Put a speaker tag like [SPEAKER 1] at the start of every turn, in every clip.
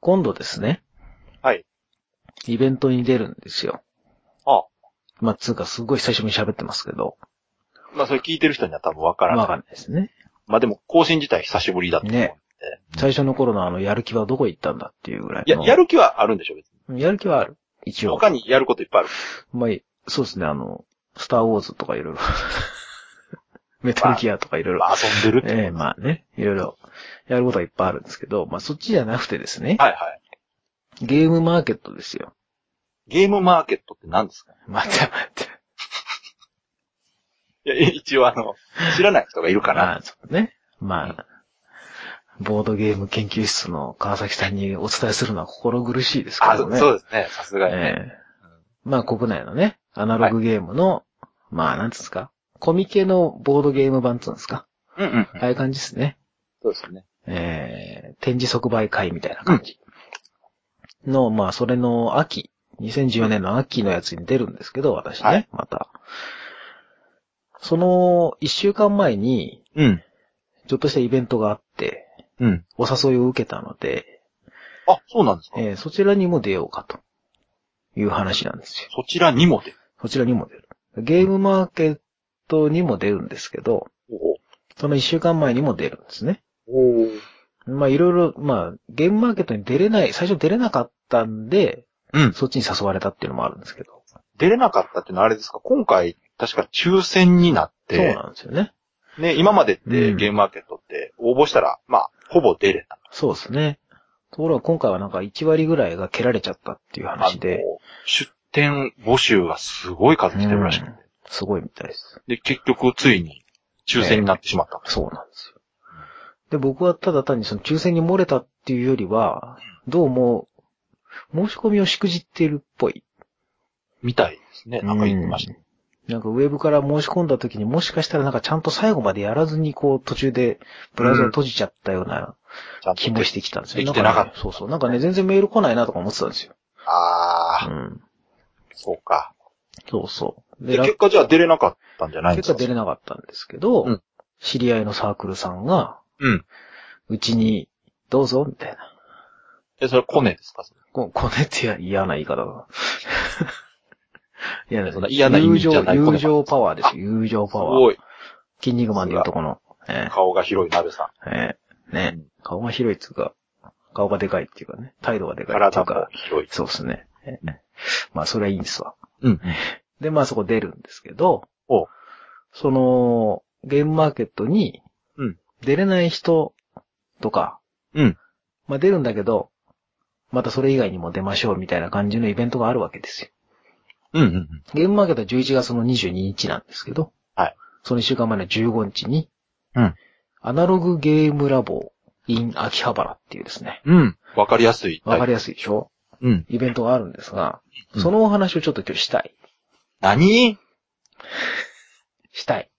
[SPEAKER 1] 今度ですね、
[SPEAKER 2] はい。
[SPEAKER 1] イベントに出るんですよ。
[SPEAKER 2] あ
[SPEAKER 1] まあ、つうか、すごい久しぶりに喋ってますけど、
[SPEAKER 2] まあそれ聞いてる人には多分わから
[SPEAKER 1] まあ
[SPEAKER 2] ない。
[SPEAKER 1] わかんないですね。
[SPEAKER 2] まあでも更新自体久しぶりだと思う。
[SPEAKER 1] ね最初の頃のあの、やる気はどこ行ったんだっていうぐらい
[SPEAKER 2] いや、
[SPEAKER 1] の。
[SPEAKER 2] やる気はあるんでしょ、別に。
[SPEAKER 1] やる気はある。一応。
[SPEAKER 2] 他にやることいっぱいある。
[SPEAKER 1] まあ、そうですね、あの、スターウォーズとかいろいろ。 メタルギアとかいろいろ。
[SPEAKER 2] まあ遊んでるって。
[SPEAKER 1] ええまあね、いろいろやることはいっぱいあるんですけど、まあそっちじゃなくてですね、
[SPEAKER 2] はいはい。
[SPEAKER 1] ゲームマーケットですよ。
[SPEAKER 2] ゲームマーケットって何ですか
[SPEAKER 1] 待って待って。
[SPEAKER 2] いや、一応あ の、知らない人がいるか
[SPEAKER 1] ま
[SPEAKER 2] な。
[SPEAKER 1] あ、そうね。まあ、ボードゲーム研究室の川崎さんにお伝えするのは心苦しいですけ
[SPEAKER 2] あ、
[SPEAKER 1] ど
[SPEAKER 2] そう
[SPEAKER 1] ね。
[SPEAKER 2] そうですね。さすがにね。
[SPEAKER 1] ええまあ国内のね、アナログゲームの、まあなんつうんですか、コミケのボードゲーム版っつうんですか。
[SPEAKER 2] うんうん。
[SPEAKER 1] ああいう感じですね。
[SPEAKER 2] そうですね。
[SPEAKER 1] えー、展示即売会みたいな感じ。の、まあ、それの秋、2014年の秋のやつに出るんですけど、私ね、
[SPEAKER 2] はい
[SPEAKER 1] また。その、一週間前に、
[SPEAKER 2] うん。
[SPEAKER 1] ちょっとしたイベントがあって、
[SPEAKER 2] うん。
[SPEAKER 1] お誘いを受けたので、
[SPEAKER 2] あ、そうなんですか
[SPEAKER 1] えーそちらにも出ようかと、いう話なんですよ。
[SPEAKER 2] そちらにもで。
[SPEAKER 1] そちらにも出る。ゲームマーケットにも出るんですけど、
[SPEAKER 2] お
[SPEAKER 1] その一週間前にも出るんですね。
[SPEAKER 2] お
[SPEAKER 1] まあいろいろ、まあ、ゲームマーケットに出れない、最初出れなかったんで、
[SPEAKER 2] うん。
[SPEAKER 1] そっちに誘われたっていうのもあるんですけど。
[SPEAKER 2] 出れなかったっていうのはあれですか今回、確か抽選になっ
[SPEAKER 1] そう
[SPEAKER 2] て、
[SPEAKER 1] なんですよね。
[SPEAKER 2] ね、今までって
[SPEAKER 1] うん
[SPEAKER 2] ゲームマーケットって応募したら、まあ、ほぼ出れた。
[SPEAKER 1] そうですね。ところが今回はなんか1割ぐらいが蹴られちゃったっていう話で、
[SPEAKER 2] の、出店募集がすごい数来てるらしくて。
[SPEAKER 1] すごいみたいです。
[SPEAKER 2] で、結局ついに抽選になってしまったんです。
[SPEAKER 1] そうなんですよ。で、僕はただ単にその抽選に漏れたっていうよりは、どうも、申し込みをしくじっているっぽい。
[SPEAKER 2] みたいですね。なんか言ってました。
[SPEAKER 1] うんなんかウェブから申し込んだ時にもしかしたらなんかちゃんと最後までやらずにこう途中でブラウザを閉じちゃったような
[SPEAKER 2] ちゃんと。
[SPEAKER 1] 気もしてきたんですよ。
[SPEAKER 2] できてなかった
[SPEAKER 1] んねそうそう。なんかね、全然メール来ないなとか思ってたんですよ。
[SPEAKER 2] あ
[SPEAKER 1] う
[SPEAKER 2] あ、
[SPEAKER 1] ん。
[SPEAKER 2] そうか。
[SPEAKER 1] そうそう。で、
[SPEAKER 2] で、
[SPEAKER 1] ら
[SPEAKER 2] 結果じゃあ出れなかったんじゃないんで
[SPEAKER 1] 結
[SPEAKER 2] す
[SPEAKER 1] 果
[SPEAKER 2] か
[SPEAKER 1] 出れなかったんですけど、
[SPEAKER 2] うん
[SPEAKER 1] 知り合いのサークルさんが、
[SPEAKER 2] うん。
[SPEAKER 1] うちに、どうぞ、みたいな。
[SPEAKER 2] え、それコネですかそれ
[SPEAKER 1] ここねってや嫌な言い方 だな。いや
[SPEAKER 2] そんな嫌な意味じゃない
[SPEAKER 1] 友情、
[SPEAKER 2] この
[SPEAKER 1] 友情パワーですよ。友情
[SPEAKER 2] す
[SPEAKER 1] パワー。
[SPEAKER 2] ごい。
[SPEAKER 1] 筋肉マンでいうとこの、え
[SPEAKER 2] 顔が広い鍋さ
[SPEAKER 1] ーえーね、
[SPEAKER 2] うん
[SPEAKER 1] 顔が広いっていうか、顔がでかいっていうかね、態度がで
[SPEAKER 2] ん。
[SPEAKER 1] かいってい
[SPEAKER 2] 体
[SPEAKER 1] う
[SPEAKER 2] も
[SPEAKER 1] か、
[SPEAKER 2] 広い。
[SPEAKER 1] そうですね。
[SPEAKER 3] 哎
[SPEAKER 1] えーまあ、それはいいんですわ。
[SPEAKER 2] うん。
[SPEAKER 1] で、まあそこ出るんですけど、
[SPEAKER 2] お
[SPEAKER 1] その、ゲームマーケットに
[SPEAKER 2] うん、
[SPEAKER 1] 出れない人とか、
[SPEAKER 2] うん。
[SPEAKER 1] まあ出るんだけど、またそれ以外にも出ましょうみたいな感じのイベントがあるわけですよ。
[SPEAKER 2] うんうんうん。
[SPEAKER 1] ゲームマーケットは11月の22日なんですけど、
[SPEAKER 2] はい。
[SPEAKER 1] その1週間前の15日に、
[SPEAKER 2] うん。
[SPEAKER 1] アナログゲームラボ in 秋葉原っていうですね、
[SPEAKER 2] うん。わかりやすい。
[SPEAKER 1] わかりやすいでしょ
[SPEAKER 2] うん。
[SPEAKER 1] イベントがあるんですが、
[SPEAKER 2] うん
[SPEAKER 1] そのお話をちょっと今日したい。
[SPEAKER 2] 何
[SPEAKER 1] したい。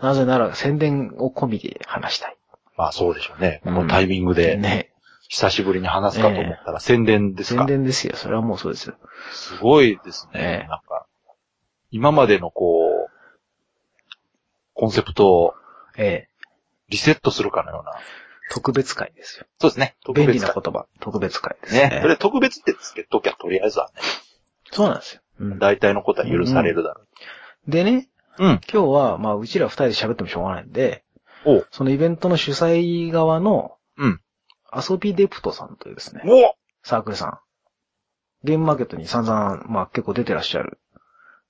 [SPEAKER 1] なぜなら宣伝を込みで話したい。
[SPEAKER 2] まあそうでしょうね。
[SPEAKER 1] う
[SPEAKER 2] こ
[SPEAKER 1] ん
[SPEAKER 2] のタイミングで、
[SPEAKER 1] ね
[SPEAKER 2] 久しぶりに話すかと思ったら宣伝です
[SPEAKER 1] 宣
[SPEAKER 2] か
[SPEAKER 1] 伝ですよ。それはもうそうですよ。
[SPEAKER 2] すごいです
[SPEAKER 1] え
[SPEAKER 2] ね
[SPEAKER 1] え。
[SPEAKER 2] なんか、今までのこう、コンセプトを
[SPEAKER 1] ええ。
[SPEAKER 2] リセットするかのような。
[SPEAKER 1] 特別会ですよ。
[SPEAKER 2] そうですね。特
[SPEAKER 1] 便利
[SPEAKER 2] 別
[SPEAKER 1] な
[SPEAKER 2] 感
[SPEAKER 1] 言葉。特別会ですね。
[SPEAKER 2] ね。それ特別ってつけときゃとりあえずはね、
[SPEAKER 1] そうなんですよ。うん
[SPEAKER 2] 大体のことは許されるだろ
[SPEAKER 1] でね、
[SPEAKER 2] う。うん。
[SPEAKER 1] 今日は、まあ、うちら二人で喋ってもしょうがないんで、
[SPEAKER 2] おう
[SPEAKER 1] そのイベントの主催側の、
[SPEAKER 2] うん。
[SPEAKER 1] 遊びデプトさんというですね、
[SPEAKER 2] お
[SPEAKER 1] サークルさん。ゲームマーケットに散々、まあ結構出てらっしゃる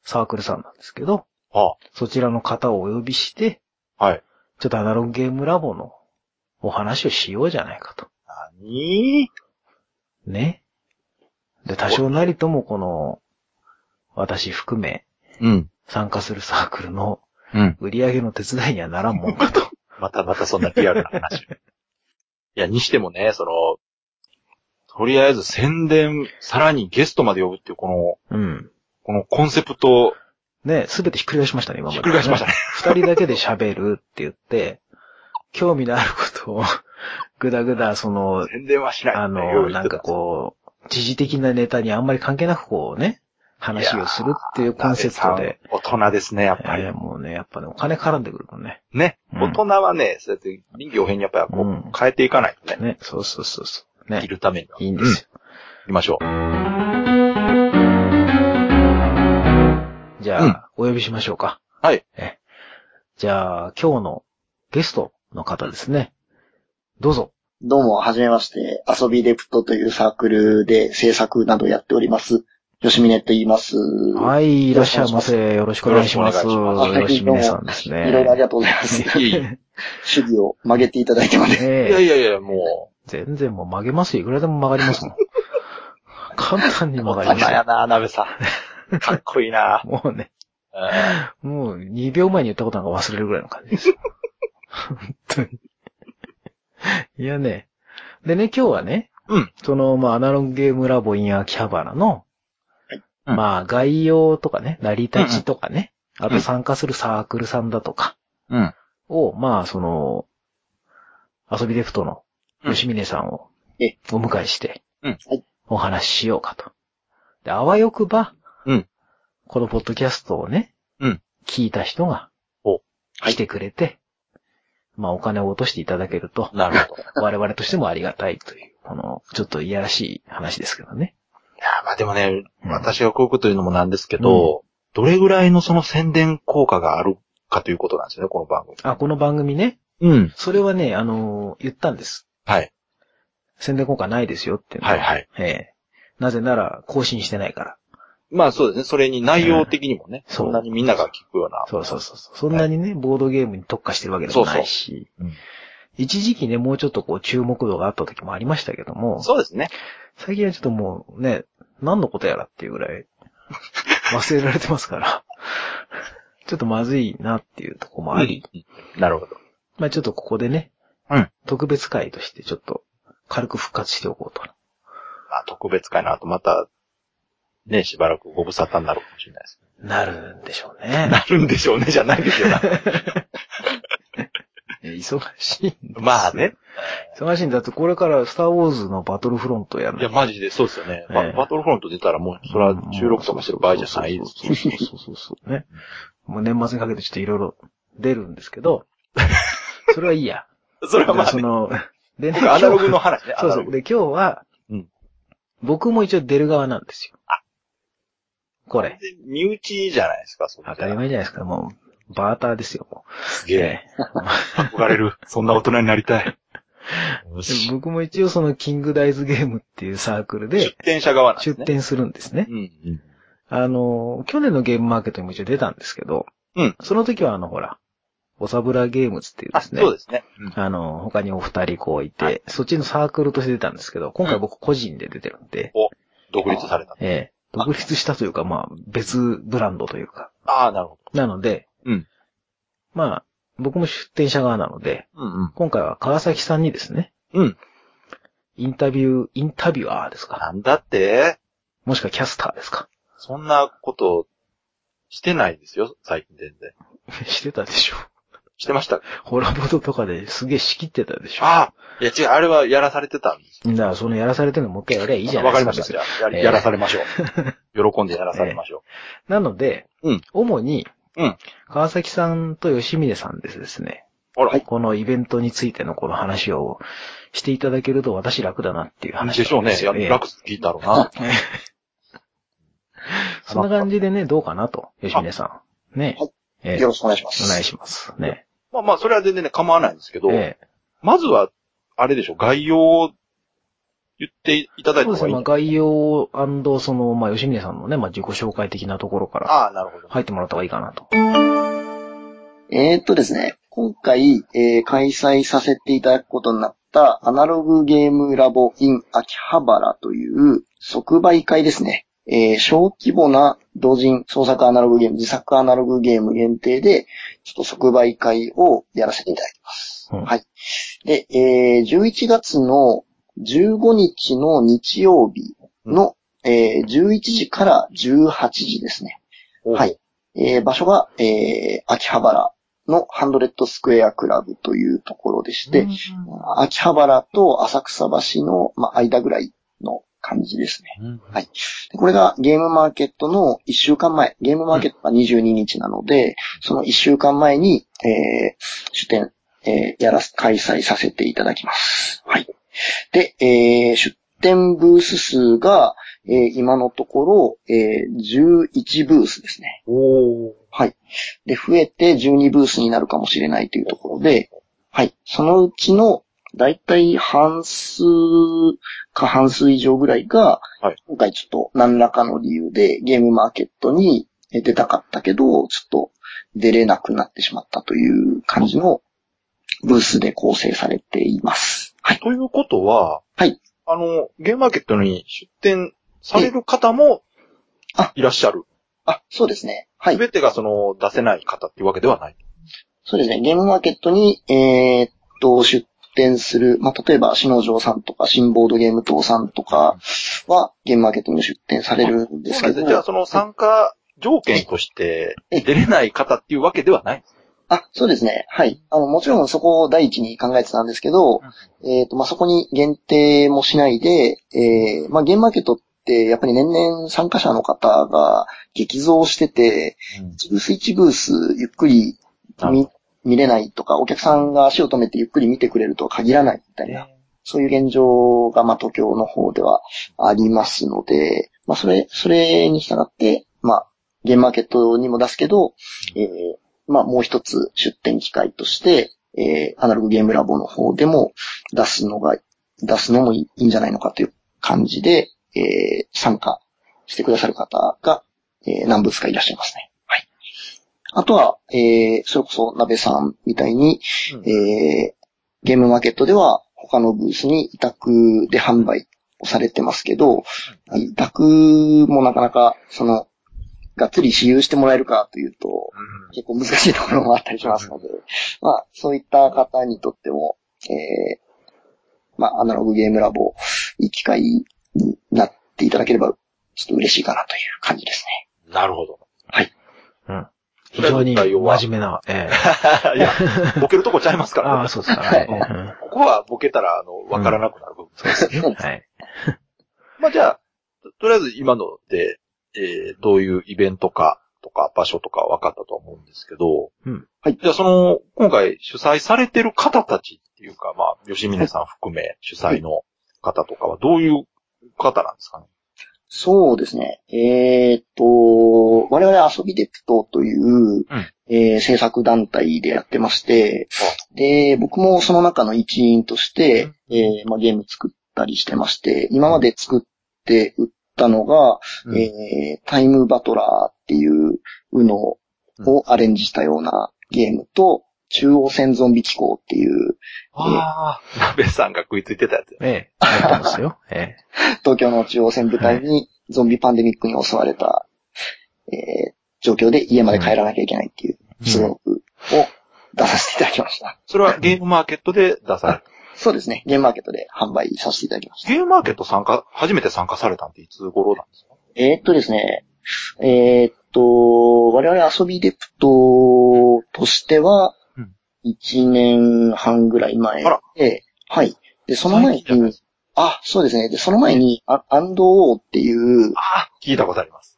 [SPEAKER 1] サークルさんなんですけど、
[SPEAKER 2] あ
[SPEAKER 1] そちらの方をお呼びして、
[SPEAKER 2] はい。
[SPEAKER 1] ちょっとアナログゲームラボのお話をしようじゃないかと。
[SPEAKER 2] 何
[SPEAKER 1] ね。で、多少なりともこの、私含め
[SPEAKER 2] うん。
[SPEAKER 1] 参加するサークルの
[SPEAKER 2] うん。
[SPEAKER 1] 売り上げの手伝いにはならんもんかと。
[SPEAKER 2] またまたそんなリアルな話。いや、にしてもね、その、とりあえず宣伝、さらにゲストまで呼ぶっていう、こ
[SPEAKER 1] う
[SPEAKER 2] の、
[SPEAKER 1] ん。
[SPEAKER 2] このコンセプト、
[SPEAKER 1] ね、すべてひっくり返しましたね、今まで、
[SPEAKER 2] ひっくり返しましたね。
[SPEAKER 1] 二人だけで喋るって言って、興味のあることを、ぐだぐだ、その、
[SPEAKER 2] 宣伝はしない。
[SPEAKER 1] あの、なんかこう、時事的なネタにあんまり関係なくこうね、話をするっていうコンセプトで。。
[SPEAKER 2] 大人ですね、やっぱ
[SPEAKER 1] い
[SPEAKER 2] り
[SPEAKER 1] や、。もうね、やっぱね、お金絡んでくるのね。
[SPEAKER 2] ね。
[SPEAKER 1] うん
[SPEAKER 2] 大人はね、そうやって臨機応変にやっぱりこ
[SPEAKER 1] うん
[SPEAKER 2] う、変えていかないとね。
[SPEAKER 1] ね、そうそうそうそう。ね
[SPEAKER 2] いるためには。
[SPEAKER 1] いいんですよ。
[SPEAKER 2] 行きましょう。
[SPEAKER 1] じゃあ、お呼びしましょうか。
[SPEAKER 2] はい。
[SPEAKER 1] えじゃあ、今日のゲストの方ですね。どうぞ。
[SPEAKER 4] どうも、はじめまして。遊びレプトというサークルで制作などやっております。吉峰と言います。は
[SPEAKER 1] はい、いらっしゃいませ。よろしくお願いします。
[SPEAKER 2] よろ
[SPEAKER 4] しくお願いし
[SPEAKER 1] 吉峰
[SPEAKER 4] ます
[SPEAKER 1] さんですね。
[SPEAKER 4] いろいろありがとうございます。
[SPEAKER 2] いえいえ
[SPEAKER 4] 主義を曲げていただいてまで。
[SPEAKER 2] いや
[SPEAKER 1] ええ
[SPEAKER 2] いやいや、も
[SPEAKER 1] 全然もう曲げますよ。いくらでも曲がりますもん。 簡単に
[SPEAKER 2] う。
[SPEAKER 1] 曲が
[SPEAKER 2] 大
[SPEAKER 1] り
[SPEAKER 2] 人
[SPEAKER 1] ます
[SPEAKER 2] や
[SPEAKER 1] よ。
[SPEAKER 2] な、鍋さ ん。かっこいいな。
[SPEAKER 1] もうね、
[SPEAKER 2] うん
[SPEAKER 1] もう2秒前に言ったことなんか忘れるぐらいの感じです。本当に。いやね。でね、今日はね、
[SPEAKER 2] うん
[SPEAKER 1] その、まあ、アナログゲームラボイン秋葉原の、
[SPEAKER 2] うん
[SPEAKER 1] まあ、概要とかね、成り立ちとかね、あと参加するサークルさんだとか、
[SPEAKER 2] うん。
[SPEAKER 1] を、まあ、その、遊びデフトの
[SPEAKER 2] うん
[SPEAKER 1] 吉峰さんを
[SPEAKER 4] え
[SPEAKER 1] お迎えして
[SPEAKER 2] うん
[SPEAKER 4] はい、
[SPEAKER 1] お話ししようかと。で、あわよくば、
[SPEAKER 2] うん
[SPEAKER 1] このポッドキャストをね、
[SPEAKER 2] うん
[SPEAKER 1] 聞いた人が
[SPEAKER 2] お、
[SPEAKER 1] 来てくれて、まあ、お金を落としていただけると、
[SPEAKER 2] なるほど。い
[SPEAKER 1] 我々としてもありがたいという、この、ちょっといやらしい話ですけどね。
[SPEAKER 2] や、まあでもね、
[SPEAKER 1] うん
[SPEAKER 2] 私がこういうこと言うのもなんですけど、どれぐらいのその宣伝効果があるかということなんですよね、この番組。
[SPEAKER 1] あ、この番組ね、
[SPEAKER 2] うん。
[SPEAKER 1] それはね、あのー言ったんです。
[SPEAKER 2] はい。宣
[SPEAKER 1] 宣伝効果ないですよっていうの
[SPEAKER 2] はいはい。
[SPEAKER 1] ええ。なぜなら、更新してないから。
[SPEAKER 2] まあそうですね、それに内容的にもね、
[SPEAKER 1] うん
[SPEAKER 2] そんなにみんなが聞くような。
[SPEAKER 1] そうそうそうそう。そんなにね、ボードゲームに特化してるわけでもないし。
[SPEAKER 2] そうそううん
[SPEAKER 1] 一時期ね、もうちょっとこう注目度があった時もありましたけども、
[SPEAKER 2] そうですね。
[SPEAKER 1] 最近はちょっともうね、何のことやらっていうぐ らい忘れられてますから、ちょっとまずいなっていうとこもあり、
[SPEAKER 2] うんなるほど。
[SPEAKER 1] まあちょっとここでね、
[SPEAKER 2] うん
[SPEAKER 1] 特別会としてちょっと軽く復活しておこうと。
[SPEAKER 2] まあ特別会の後また、ね、しばらくご無沙汰になるかもしれないです。
[SPEAKER 1] なるんでしょうね。
[SPEAKER 2] なるんでしょうね、じゃな いですよ。
[SPEAKER 1] 忙しいんです。
[SPEAKER 2] まあね。
[SPEAKER 1] 忙しいんだって、これからスターウォーズのバトルフロントやん
[SPEAKER 2] いや、マジで、そうですよね。
[SPEAKER 1] ええ
[SPEAKER 2] ババトルフロント出たらもう、それは収録とかしてる場合じゃないです。
[SPEAKER 1] そうそうそうそう そう。ね。もう年末にかけてちょっといろいろ出るんですけ ど、それはいいや。
[SPEAKER 2] それはま
[SPEAKER 1] で
[SPEAKER 2] あ
[SPEAKER 1] そ
[SPEAKER 2] ね、
[SPEAKER 1] の、でね、
[SPEAKER 2] 僕 アナログの話ね。
[SPEAKER 1] 今日は。そうそう。で、今日は、
[SPEAKER 2] うん
[SPEAKER 1] 僕も一応出る側なんですよ。こ
[SPEAKER 2] こ
[SPEAKER 1] れ。。
[SPEAKER 2] 身内じゃないですか、そんな
[SPEAKER 1] 当たり前じゃないですか。もう、バーターですよ、も
[SPEAKER 2] す
[SPEAKER 1] う。
[SPEAKER 2] げえ。憧れる。そんな大人になりたい。よ
[SPEAKER 1] ええ
[SPEAKER 2] し
[SPEAKER 1] 僕も一応その、キングダイズゲームっていうサークル
[SPEAKER 2] 出
[SPEAKER 1] で、
[SPEAKER 2] 店者側なんです
[SPEAKER 1] 出
[SPEAKER 2] ね。
[SPEAKER 1] 展するんですね。
[SPEAKER 2] うん。
[SPEAKER 1] あの、去年のゲームマーケットにも一応出たんですけど、
[SPEAKER 2] うん
[SPEAKER 1] その時はあの、ほら、おさぶらゲームズっていうで
[SPEAKER 2] あ、
[SPEAKER 1] すね。
[SPEAKER 2] そうですね。うん
[SPEAKER 1] あの、他にお二人こういて、
[SPEAKER 2] は
[SPEAKER 1] そっちのサークルとして出たんですけど、今回僕個人で出てるんで、
[SPEAKER 2] 独立された。
[SPEAKER 1] ええ
[SPEAKER 2] あ
[SPEAKER 1] 独立したというか、まあ、別ブランドというか。
[SPEAKER 2] ああ、なるほ
[SPEAKER 1] なので、
[SPEAKER 2] うん
[SPEAKER 1] まあ、僕も出展者側なので、
[SPEAKER 2] ど。うんうん。
[SPEAKER 1] 今回は川崎さんにですね、
[SPEAKER 2] うん。
[SPEAKER 1] インタビュー、インタビュアーですか
[SPEAKER 2] なんだって
[SPEAKER 1] もしくはキャスターですか
[SPEAKER 2] そんなこと、してないですよ、最近全然。
[SPEAKER 1] してたでしょ
[SPEAKER 2] してました。
[SPEAKER 1] ホラボードとかですげえ仕切ってたでしょ
[SPEAKER 2] ああいや違う、あれはやらされてたんです。
[SPEAKER 1] だから、そのやらされてるのもう一回やりゃいいじゃな
[SPEAKER 2] わ
[SPEAKER 1] い
[SPEAKER 2] か
[SPEAKER 1] で
[SPEAKER 2] り
[SPEAKER 1] すか。
[SPEAKER 2] まし
[SPEAKER 1] 別
[SPEAKER 2] た。
[SPEAKER 1] に
[SPEAKER 2] じゃあ、や
[SPEAKER 1] ええ
[SPEAKER 2] やらされましょう。喜んでやらされましょ
[SPEAKER 1] なので、
[SPEAKER 2] うん
[SPEAKER 1] 主に、
[SPEAKER 2] うん
[SPEAKER 1] 川崎さんと吉峰さんですですね、
[SPEAKER 2] う。あら、
[SPEAKER 1] このイベントについてのこの話をしていただけると私楽だなっていう話
[SPEAKER 2] でしょうね。
[SPEAKER 1] なんすよ
[SPEAKER 2] いや楽聞いたろうな。
[SPEAKER 1] ええ そんな感じでね、どうかなと、吉峰さん。ね。
[SPEAKER 4] はい
[SPEAKER 1] ええ
[SPEAKER 4] よろしくお願いします。
[SPEAKER 1] お願いします。ね。
[SPEAKER 2] まあまあ、それは全然ね、構わないんですけど、
[SPEAKER 1] ええ
[SPEAKER 2] まずは、あれでしょ、概要を言っていただ
[SPEAKER 1] そう
[SPEAKER 2] いた
[SPEAKER 1] で
[SPEAKER 2] 方
[SPEAKER 1] す
[SPEAKER 2] が
[SPEAKER 1] ね。
[SPEAKER 2] いい
[SPEAKER 1] まあ、。概要その、まあ、吉峰さんのね、まあ、自己紹介的なところから
[SPEAKER 2] ああ、なるほど。
[SPEAKER 1] 入ってもらった方がいいかなと。
[SPEAKER 4] えーっとですね、今回、えー開催させていただくことになったアナログゲームラボ in 秋葉原という即売会ですね。えー小規模な同人創作アナログゲーム、自作アナログゲーム限定で、ちょっと即売会をやらせていただきます。
[SPEAKER 1] うん
[SPEAKER 4] はい。で、えー11月の15日の日曜日の、えー11時から18時ですね。
[SPEAKER 2] おう
[SPEAKER 4] はい。えー場所が、えー秋葉原のハンドレッドスクエアクラブというところでして、秋葉原と浅草橋の、まあ、間ぐらいの感じですね。
[SPEAKER 2] うん
[SPEAKER 4] はい。でこれがゲームマーケットの1週間前、ゲームマーケットが22日なので、その1週間前に、えー、出展、えーやらす、開催させていただきます。はい。で、えー出店ブース数が、えー今のところ、えー11ブースですね。
[SPEAKER 2] おー。
[SPEAKER 4] はい。で、増えて12ブースになるかもしれないというところで、はい。そのうちの、だいたい半数か半数以上ぐらいが、
[SPEAKER 2] はい
[SPEAKER 4] 今回ちょっと何らかの理由でゲームマーケットにえ出たかったけど、ちょっと出れなくなってしまったという感じのブースで構成されています。はい。
[SPEAKER 2] ということは、
[SPEAKER 4] はい。
[SPEAKER 2] あの、ゲームマーケットに出店される方も
[SPEAKER 4] あ、
[SPEAKER 2] いらっしゃる。
[SPEAKER 4] あ、そうですね。は
[SPEAKER 2] す
[SPEAKER 4] い。
[SPEAKER 2] べてがその、出せない方っていうわけではない。
[SPEAKER 4] そうですね。ゲームマーケットに、えーっと、出展する、まあ、例えば、篠城さんとか、新ボードゲーム党さんとかは、ゲームマーケットに出展されるんで
[SPEAKER 2] そう
[SPEAKER 4] す
[SPEAKER 2] なんで
[SPEAKER 4] け
[SPEAKER 2] すね。じゃあ、
[SPEAKER 4] ど、
[SPEAKER 2] その参加条件として、
[SPEAKER 4] ええ
[SPEAKER 2] 出れない方っていうわけではない。
[SPEAKER 4] あ、そうですね。はい。あの、もちろんそこを第一に考えてたんですけど、えーっと、まあ、そこに限定もしないで、えー、まあ、ゲームマーケットって、やっぱり年々参加者の方が激増してて、1ブース1ブースゆっくり
[SPEAKER 2] なるほ
[SPEAKER 4] 見見れないとか、お客さんが足を止めてゆっくり見てくれるとは限らないみたいな。そういう現状が、まあ、東京の方ではありますので、まあ、それ、それに従って、まあ、ゲームマーケットにも出すけど、えーまあ、もう一つ出展機会として、えーアナログゲームラボの方でも出すのが、出すのもいいんじゃないのかという感じで、えー参加してくださる方が、えー何物かいらっしゃいますね。はい。あとは、えーそれこそ、鍋さんみたいに、
[SPEAKER 2] うん
[SPEAKER 4] えーゲームマーケットでは他のブースに委託で販売をされてますけど、委託もなかなか、その、がっつり私有してもらえるかというと、結構難しいところもあったりしますので、まあ、そういった方にとっても、えーまあ、アナログゲームラボ、いい機会になっていただければ、ちょっと嬉しいかなという感じですね。
[SPEAKER 2] うんなるほど。
[SPEAKER 1] うん。非常に真面目な、ええ
[SPEAKER 2] いや、ボケるとこちゃいますから、
[SPEAKER 1] あ
[SPEAKER 2] ね
[SPEAKER 1] あ、。そうですか。
[SPEAKER 4] はい
[SPEAKER 1] うん
[SPEAKER 2] ここはボケたら、あの、わからなくなる部分。
[SPEAKER 1] はい。
[SPEAKER 2] まあじゃあ、ととりあえず今ので、えー、どういうイベントかとか場所とか分かったと思うんですけど、
[SPEAKER 3] 嗯
[SPEAKER 1] うん
[SPEAKER 4] はい
[SPEAKER 2] じゃあその、今回主催されてる方たちっていうか、まあ、吉峰さん含め主催の方とかはどういう方なんですかね
[SPEAKER 4] そうですね。えーっと、我々遊びデプトという、えー制作団体でやってまして、で、僕もその中の一員として、えーまあ、ゲーム作ったりしてまして、今まで作って売ったのが、
[SPEAKER 2] うん
[SPEAKER 4] えータイムバトラーっていうのをアレンジしたようなゲームと、中央線ゾンビ機構っていう、
[SPEAKER 2] ああ、鍋さんが食いついてたやつ。
[SPEAKER 1] ええ、やってます よ。え
[SPEAKER 4] 東京の中央線部隊にゾンビパンデミックに襲われた、えー状況で家まで帰らなきゃいけないっていう、
[SPEAKER 1] え。
[SPEAKER 4] スロープを出させていただきました。
[SPEAKER 2] それはゲームマーケットで出された。
[SPEAKER 4] そうですね。ゲームマーケットで販売させていただきました。
[SPEAKER 2] ゲームマーケット参加、初めて参加されたんっていつ頃なんですか
[SPEAKER 4] えーっとですね、えーっと、我々遊びデプトとしては
[SPEAKER 2] うん、
[SPEAKER 4] 1年半ぐらい前
[SPEAKER 2] あら
[SPEAKER 4] で、はい。で、その
[SPEAKER 2] 最
[SPEAKER 4] 前
[SPEAKER 2] 近じゃないで
[SPEAKER 4] に、あ、そうですね。で、その前に、あアンドオーっていう
[SPEAKER 2] ああ、聞いたことあります。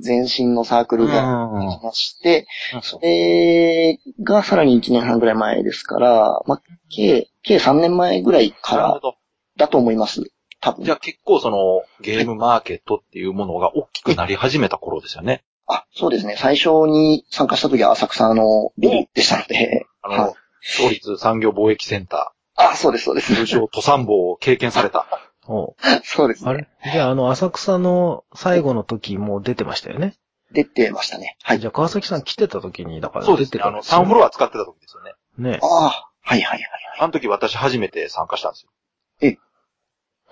[SPEAKER 2] い
[SPEAKER 4] 前身のサークルが
[SPEAKER 2] うん
[SPEAKER 4] まして、
[SPEAKER 2] うん
[SPEAKER 4] それがさらに1年半ぐらい前ですから、まあ、計、計3年前ぐらいか
[SPEAKER 2] なるほ
[SPEAKER 4] ら
[SPEAKER 2] ど。
[SPEAKER 4] だと思います。多分。
[SPEAKER 2] じゃあ結構そのゲームマーケットっていうものが大きくなり始めた頃ですよね。
[SPEAKER 4] あ、そうですね。最初に参加した時は浅草のビルでしたので、
[SPEAKER 2] あ
[SPEAKER 4] は
[SPEAKER 2] の
[SPEAKER 4] い、
[SPEAKER 2] 創立産業貿易センタ
[SPEAKER 4] あ、そうです、そうです
[SPEAKER 2] ー、。通称登山坊を経験された。
[SPEAKER 1] おう
[SPEAKER 4] そうです
[SPEAKER 1] あ
[SPEAKER 4] ね。
[SPEAKER 1] れじゃあ、あの、浅草の最後の時もう出てましたよね。
[SPEAKER 4] 出てましたね。はい。
[SPEAKER 1] じゃあ、川崎さん来てた時に、だから
[SPEAKER 2] そうで
[SPEAKER 1] 出
[SPEAKER 2] す
[SPEAKER 1] て
[SPEAKER 2] ね。
[SPEAKER 1] た
[SPEAKER 2] あ
[SPEAKER 1] ん
[SPEAKER 2] の、
[SPEAKER 1] よ
[SPEAKER 2] サンフロア使ってた時ですよね。
[SPEAKER 1] ね。
[SPEAKER 4] ああ、はいはいはい。
[SPEAKER 2] あの時私初めて参加したんですよ。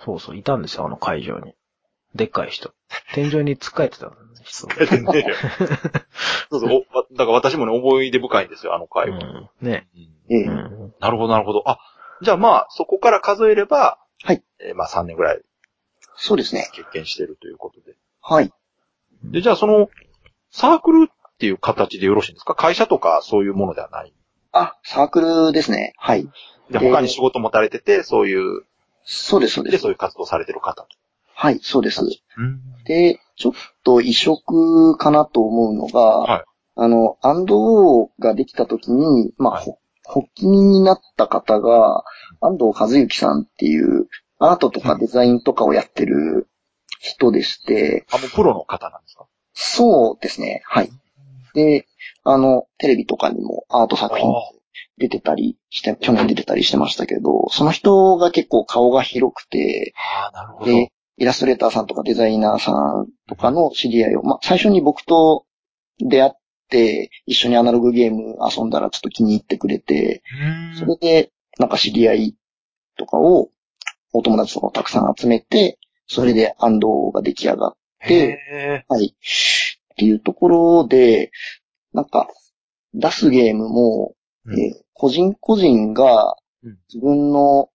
[SPEAKER 1] そうそう、いたんですよ、あの会場に。でっかい人。天井に突っかえてた人。
[SPEAKER 2] そうそう。おわ だから私もね、思い出深いんですよ、あの
[SPEAKER 1] う
[SPEAKER 2] 回は。
[SPEAKER 1] ん、ね。
[SPEAKER 2] うん
[SPEAKER 4] ええ
[SPEAKER 1] うん。
[SPEAKER 2] なるほど、なるほど。あ、じゃあまあ、そこから数えれば、
[SPEAKER 4] はい。
[SPEAKER 2] えーまあ3年ぐらい
[SPEAKER 4] そうですね。
[SPEAKER 2] 経験してるということで。
[SPEAKER 4] はい。
[SPEAKER 2] で、じゃあその、サークルっていう形でよろしいんですか会社とかそういうものではない
[SPEAKER 4] あ、サークルですね。はい。
[SPEAKER 2] で、
[SPEAKER 4] で
[SPEAKER 2] 他に仕事持たれてて、そういう、
[SPEAKER 4] そうです、そうで
[SPEAKER 2] で、
[SPEAKER 4] す
[SPEAKER 2] そう。いう活動されてる方と。
[SPEAKER 4] はい、そうです。
[SPEAKER 2] うん。
[SPEAKER 4] で、ちょっと異色かなと思うのが、
[SPEAKER 2] はい
[SPEAKER 4] あの、アンドオーができた時に、まあ、
[SPEAKER 2] はい
[SPEAKER 4] ほ発起人になった方が、安藤和幸さんっていう、アートとかデザインとかをやってる人でして、
[SPEAKER 2] あ、もうプロの方なんですか
[SPEAKER 4] そうですね、はい。で、あの、テレビとかにもアート作品出てたりして、去年出てたりしてましたけど、その人が結構顔が広くて、
[SPEAKER 2] ああ、なるほど。
[SPEAKER 4] で、イラストレーターさんとかデザイナーさんとかの知り合いを、まあ、最初に僕と出会って、一緒にアナログゲーム遊んだらちょっと気に入ってくれて、
[SPEAKER 2] うん
[SPEAKER 4] それで、なんか知り合いとかを、お友達とかをたくさん集めて、それで安藤が出来上がっ
[SPEAKER 2] へえ。
[SPEAKER 4] はい。っていうところで、なんか、出すゲームも、
[SPEAKER 2] うん
[SPEAKER 4] えー個人個人が
[SPEAKER 2] うん
[SPEAKER 4] 自分の、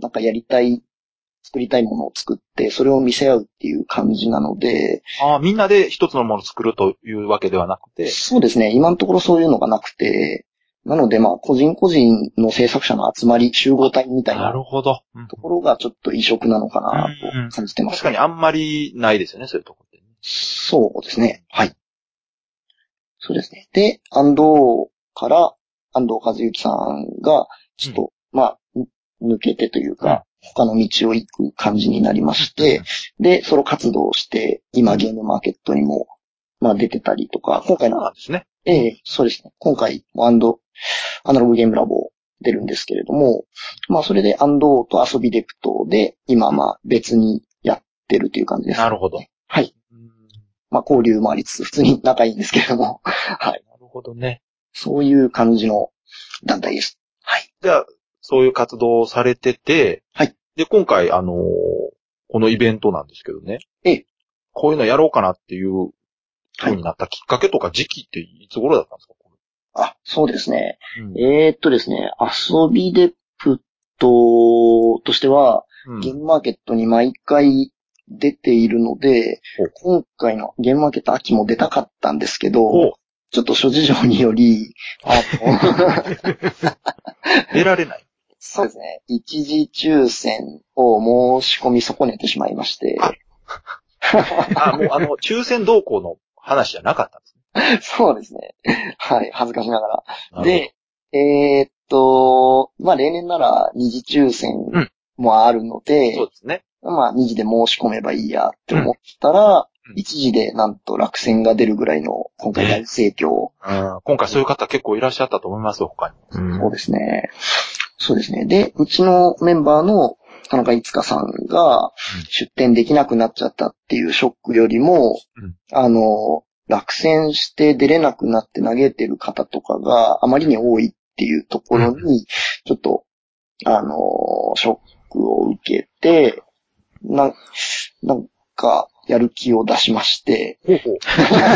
[SPEAKER 4] なんかやりたい、作りたいものを作って、それを見せ合うっていう感じなので、
[SPEAKER 2] ああ、みんなで一つのものを作るというわけではなくて、
[SPEAKER 4] そうですね、今のところそういうのがなくて、なのでまあ、個人個人の制作者の集まり、集合体みたい
[SPEAKER 2] な
[SPEAKER 4] な
[SPEAKER 2] るほど。うん
[SPEAKER 4] ところがちょっと異色なのかな
[SPEAKER 2] うんうん
[SPEAKER 4] と感じてます。
[SPEAKER 2] 確かにあんまりないですよね、そういうとこって。
[SPEAKER 4] そうですね。はい。そうですね。で、安藤から、安藤和幸さんが、ちょっと、まあ、ぬ抜けてというか、他の道を行く感じになりまして、で、ソロ活動をして、今ゲームマーケットにも、まあ出てたりとか、今回
[SPEAKER 2] そう
[SPEAKER 4] の、
[SPEAKER 2] なんですね。
[SPEAKER 4] ええそうですね。今回もアンド、アナログゲームラボ出るんですけれども、まあそれで安藤と遊びデプトで、今まあ別にやってるという感じです。
[SPEAKER 2] なるほど。
[SPEAKER 4] はい。
[SPEAKER 2] うん
[SPEAKER 4] まあ、交流もありつつ、普通に仲いいんですけれども、 はい。
[SPEAKER 2] なるほどね。
[SPEAKER 4] そういう感じの団体です。はい。
[SPEAKER 2] じゃあ、そういう活動をされてて、
[SPEAKER 4] はい。
[SPEAKER 2] で、今回、あのーこのイベントなんですけどね。
[SPEAKER 4] ええ
[SPEAKER 2] こういうのやろうかなっていう
[SPEAKER 4] は
[SPEAKER 2] 風
[SPEAKER 4] い。
[SPEAKER 2] になったきっかけとか時期っていつ頃だったんですか、
[SPEAKER 4] あ、そうですね。
[SPEAKER 2] うん
[SPEAKER 4] えー、っとですね、遊びデプトとしては、
[SPEAKER 2] うん
[SPEAKER 4] ゲームマーケットに毎回出ているので、今回のゲームマーケット秋も出たかったんですけ
[SPEAKER 2] お
[SPEAKER 4] ど、ちょっと諸事情により、あの、
[SPEAKER 2] 出られない。
[SPEAKER 4] そうですね、一時抽選を申し込み損ねてしまいまして、
[SPEAKER 2] あ、もうあの、抽選動向の話じゃなかったんです
[SPEAKER 4] そうですね。はい、恥ずかしながら。
[SPEAKER 2] ね。
[SPEAKER 4] で、えーっと、まあ例年なら二次抽選もある
[SPEAKER 2] なるほ
[SPEAKER 4] の
[SPEAKER 2] ど、
[SPEAKER 4] で
[SPEAKER 2] そう、ですね。
[SPEAKER 4] まあ二次で申し込めばいいやって思ったら、
[SPEAKER 2] うん
[SPEAKER 4] 一時でなんと落選が出るぐらいの今回大盛況。
[SPEAKER 2] うん今回そういう方結構いらっしゃったと思いますよ、他に。
[SPEAKER 4] そうですね。そうですね。で、うちのメンバーの田中いつかさんが出店できなくなっちゃったっていうショックよりも、
[SPEAKER 2] うん
[SPEAKER 4] あの、落選して出れなくなって嘆いてる方とかがあまりに多いっていうところに、ちょっと、あの、ショックを受けて、な、なんか、やる気を出しまして、
[SPEAKER 2] ほうほう。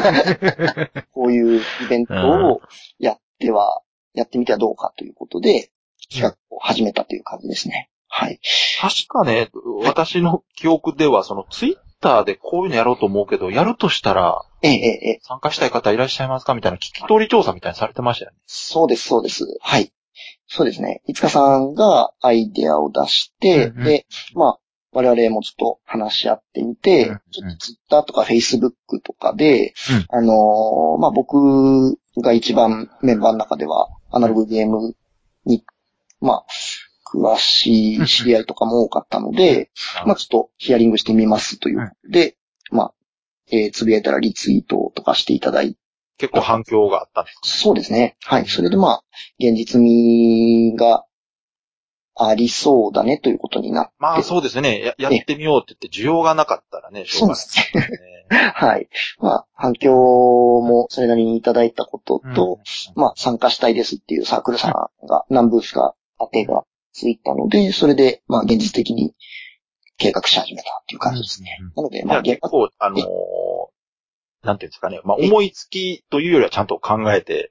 [SPEAKER 4] こういうイベントをやっては、やってみてはどうかということで、企画を始めたという感じですね。はい。
[SPEAKER 2] 確かね、私の記憶では、そのツイッターでこういうのやろうと思うけど、やるとしたら
[SPEAKER 4] ええ、ええ、
[SPEAKER 2] 参加したい方いらっしゃいますかみたいな聞き取り調査みたいにされてましたよね。
[SPEAKER 4] そうです、そうです。はい。そうですね。いつかさんがアイデアを出して、
[SPEAKER 2] うんうん
[SPEAKER 4] で、まあ、我々もちょっと話し合ってみて、
[SPEAKER 2] うんうん
[SPEAKER 4] ちょっとツイッターとかフェイスブックとかで、
[SPEAKER 2] うん
[SPEAKER 4] あのーまあ僕が一番メンバーの中ではアナログゲームに、まあ、詳しい知り合いとかも多かったので、まあ、ちょっとヒアリングしてみますということで、まあ、えーつぶやいたらリツイートとかしていただいて、
[SPEAKER 2] 結構反響があったんです。
[SPEAKER 4] そうですね。はい。それでまあ、現実味がありそうだねということになって、
[SPEAKER 2] まあそうですね。ややってみようって言って需要がなかったらね、しょうがないですよね。
[SPEAKER 4] はい。まあ、反響もそれなりにいただいたことと、まあ、参加したいですっていうサークルさんが、何ブースか当てがついたので、それで、まあ、現実的に計画し始めたっていう感じですね
[SPEAKER 2] うんうん。
[SPEAKER 4] なので、
[SPEAKER 2] じゃ
[SPEAKER 4] ま
[SPEAKER 2] あ
[SPEAKER 4] あ、
[SPEAKER 2] 結構、あのーなんていうんですかね。まあ思いつきというよりはちゃんと考え て、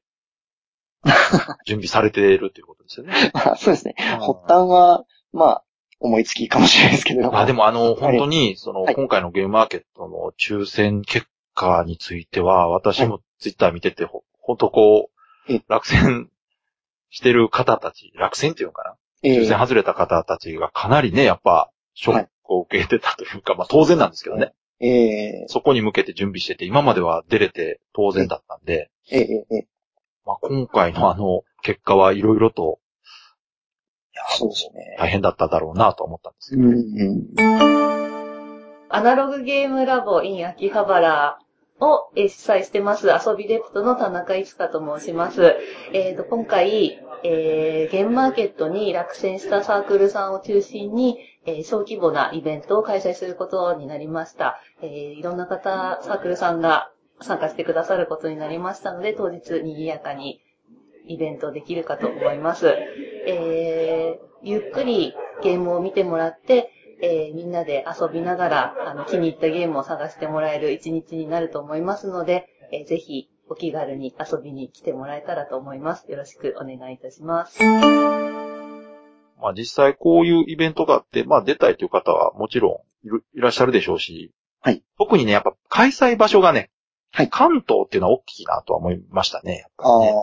[SPEAKER 2] 準備されているということですよね。
[SPEAKER 4] まあそうですね。発端は、まあ、思いつきかもしれないですけれども。
[SPEAKER 2] あ、でもあの、本当に、その、
[SPEAKER 4] はい
[SPEAKER 2] 今回のゲームマーケットの抽選結果については、私もツイッター見てて、ほほんとこう
[SPEAKER 4] え、
[SPEAKER 2] 落選してる方たち、落選っていうのか
[SPEAKER 4] え
[SPEAKER 2] な
[SPEAKER 4] え
[SPEAKER 2] 抽選外れた方たちがかなりね、やっぱ、ショックを受けてたというか、まあ当然なんですけどね。
[SPEAKER 4] ええ
[SPEAKER 2] そこに向けて準備してて、今までは出れて当然だったんで、
[SPEAKER 4] ええええ
[SPEAKER 2] まあ今回のあの、結果はいろいろと
[SPEAKER 4] そうですね。
[SPEAKER 2] 大変だっただろうなと思ったんですけ
[SPEAKER 4] う
[SPEAKER 2] ど。
[SPEAKER 4] んうん。
[SPEAKER 5] アナログゲームラボ in 秋葉原をえー主催してます、遊びレプトの田中一華と申します。えーと、今回、えーゲームマーケットに落選したサークルさんを中心に、えー小規模なイベントを開催することになりました。えーいろんな方、サークルさんが参加してくださることになりましたので、当日賑やかにイベントできるかと思います。えーゆっくりゲームを見てもらって、えーみんなで遊びながら、あの、気に入ったゲームを探してもらえる一日になると思いますので、えーぜひ、お気軽に遊びに来てもらえたらと思います。よろしくお願いいたします。
[SPEAKER 2] まあ実際こういうイベントがあって、まあ出たいという方はもちろんいるいらっしゃるでしょうし、
[SPEAKER 4] はい。
[SPEAKER 2] 特にね、やっぱ開催場所がね、
[SPEAKER 4] はい
[SPEAKER 2] 関東っていうのは大きいなとは思いましたね。やっぱ
[SPEAKER 4] あ
[SPEAKER 2] り
[SPEAKER 4] あ
[SPEAKER 2] ね。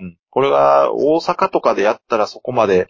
[SPEAKER 2] うん、これが大阪とかでやったらそこまで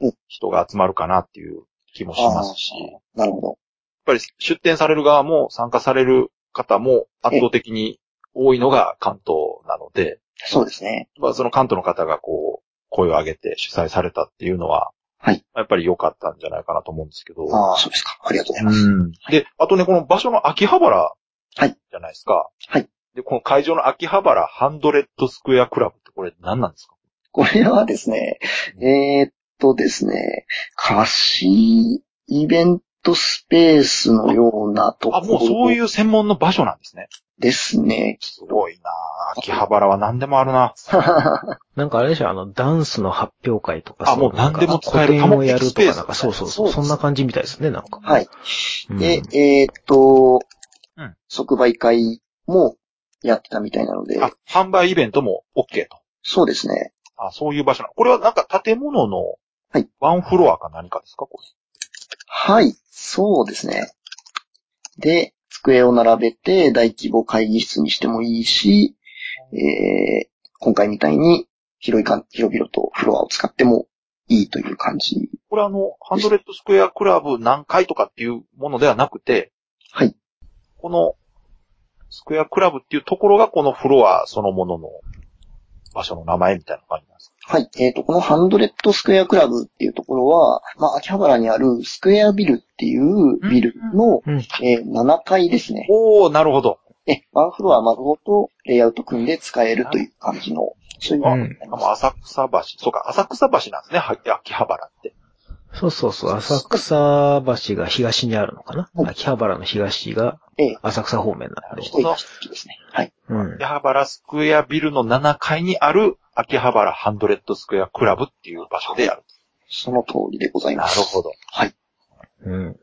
[SPEAKER 4] うん
[SPEAKER 2] 人が集まるかなっていう気もしますし、やっ
[SPEAKER 4] ー、なるほど。
[SPEAKER 2] ぱり出展される側も参加される方も圧倒的に多いのが関東なので、
[SPEAKER 4] そうですね。
[SPEAKER 2] まあその関東の方がこう、声を上げて主催されたっていうのは、
[SPEAKER 4] はい
[SPEAKER 2] やっぱり良かったんじゃないかなと思うんですけど。
[SPEAKER 4] ああ、そうですか。ありがとうございます。
[SPEAKER 2] うん。で、あとね、この場所の秋葉原。
[SPEAKER 4] はい
[SPEAKER 2] じゃないですか。
[SPEAKER 4] はい。
[SPEAKER 2] で、この会場の秋葉原ハンドレッドスクエアクラブってこれ何なんですか
[SPEAKER 4] これはですね、えーっとですね、貸しイベントスペースのようなとこ
[SPEAKER 2] あ、
[SPEAKER 4] ろ
[SPEAKER 2] もうそういう専門の場所なんですね。
[SPEAKER 4] ですね。
[SPEAKER 2] すごいなぁ秋葉原は何でもあるな
[SPEAKER 1] なんかあれでしょ、あの、ダンスの発表会とか、
[SPEAKER 2] あもう
[SPEAKER 1] そのなんか
[SPEAKER 2] 何でも使える
[SPEAKER 1] 個展をやると
[SPEAKER 2] 多目的スペー
[SPEAKER 1] か、
[SPEAKER 2] ス
[SPEAKER 1] なんか、そうそう
[SPEAKER 2] そ
[SPEAKER 1] そうう、
[SPEAKER 2] です
[SPEAKER 1] そんな感じみたいですね、なんか。
[SPEAKER 4] はい。
[SPEAKER 1] うん
[SPEAKER 4] で、えーっと、
[SPEAKER 2] うん
[SPEAKER 4] 即売会もやってたみたいなので、
[SPEAKER 2] あ、販売イベントも OK と。
[SPEAKER 4] そうですね。
[SPEAKER 2] あ、そういう場所なの。これはなんか建物の
[SPEAKER 4] はい、
[SPEAKER 2] ワンフロアか何かですかこ
[SPEAKER 4] はい、そうですね。で、机を並べて大規模会議室にしてもいいし、えー、今回みたいに広いか、広々とフロアを使ってもいいという感じ。
[SPEAKER 2] れ。これあの、ハンドレッドスクエアクラブ何階とかっていうものではなくて、
[SPEAKER 4] はい。
[SPEAKER 2] この、スクエアクラブっていうところがこのフロアそのものの場所の名前みたいな感じなんですか
[SPEAKER 4] はい。えっ、と、このハンドレッドスクエアクラブっていうところは、まあ、秋葉原にあるスクエアビルっていうビルの、
[SPEAKER 1] うん
[SPEAKER 4] えー7階ですね。
[SPEAKER 2] おー、なるほど。
[SPEAKER 4] え、ワンフロア丸ごとレイアウト組んで使えるという感じの、そういうのが
[SPEAKER 1] うん
[SPEAKER 2] あもう浅草橋。そうか、浅草橋なんですね、は秋葉原って。
[SPEAKER 1] そうそうそう、浅草橋が東にあるのかな、
[SPEAKER 4] はい
[SPEAKER 1] 秋葉原の東が
[SPEAKER 4] ええ
[SPEAKER 1] 浅草方面なんで。
[SPEAKER 2] なるほ
[SPEAKER 4] 多い
[SPEAKER 2] ど
[SPEAKER 4] ですね。はい。
[SPEAKER 1] うん
[SPEAKER 2] 秋。葉原スクエアビルの7階にある秋葉原ハンドレッドスクエアクラブっていう場所でやる。
[SPEAKER 4] その通りでございます。
[SPEAKER 2] ど。
[SPEAKER 4] はい。
[SPEAKER 1] うん。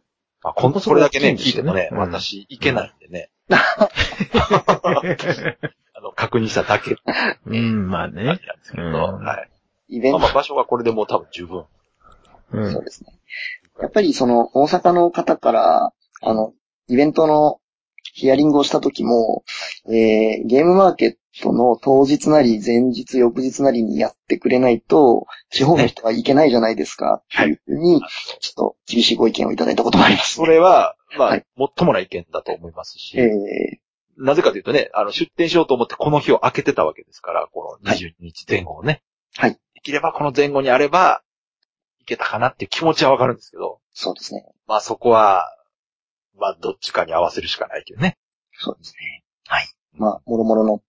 [SPEAKER 2] まあ、こん
[SPEAKER 1] ここ
[SPEAKER 2] これだけね、
[SPEAKER 1] 大き
[SPEAKER 2] 聞
[SPEAKER 1] い
[SPEAKER 2] い
[SPEAKER 1] んで
[SPEAKER 2] て
[SPEAKER 1] すよね
[SPEAKER 2] もね、
[SPEAKER 1] うん
[SPEAKER 2] 私行けないんでね。 あの、確認しただけって
[SPEAKER 1] うん、まあ
[SPEAKER 2] 感
[SPEAKER 1] ね。
[SPEAKER 2] じなんですけど、
[SPEAKER 1] うん
[SPEAKER 2] はい。
[SPEAKER 4] イベン
[SPEAKER 2] まあ
[SPEAKER 4] ト、
[SPEAKER 2] まあ場所はこれでもう多分十分。
[SPEAKER 1] う。
[SPEAKER 4] そうんですね。やっぱりその、大阪の方から、あの、イベントのヒアリングをした時も、えー、ゲームマーケットの当日なり、前日、翌日なりにやってくれないと、地方の人はいけないじゃないですか、っていうふうに、ちょっと厳しいご意見をいただいたこともあります
[SPEAKER 2] そ。れは、まあ、
[SPEAKER 4] はい
[SPEAKER 2] もっともな意見だと思いますし、
[SPEAKER 4] えー、
[SPEAKER 2] なぜかというとね、あの、出店しようと思ってこの日を開けてたわけですから、この22日前後をね。
[SPEAKER 4] はい。
[SPEAKER 2] できればこの前後にあれば、行けたかなっていう気持ちはわかるんですけど、
[SPEAKER 4] そうですね。
[SPEAKER 2] まあそこは、まあどっちかに合わせるしかないけどね。
[SPEAKER 4] そうですね。はい。まあ、もろもろの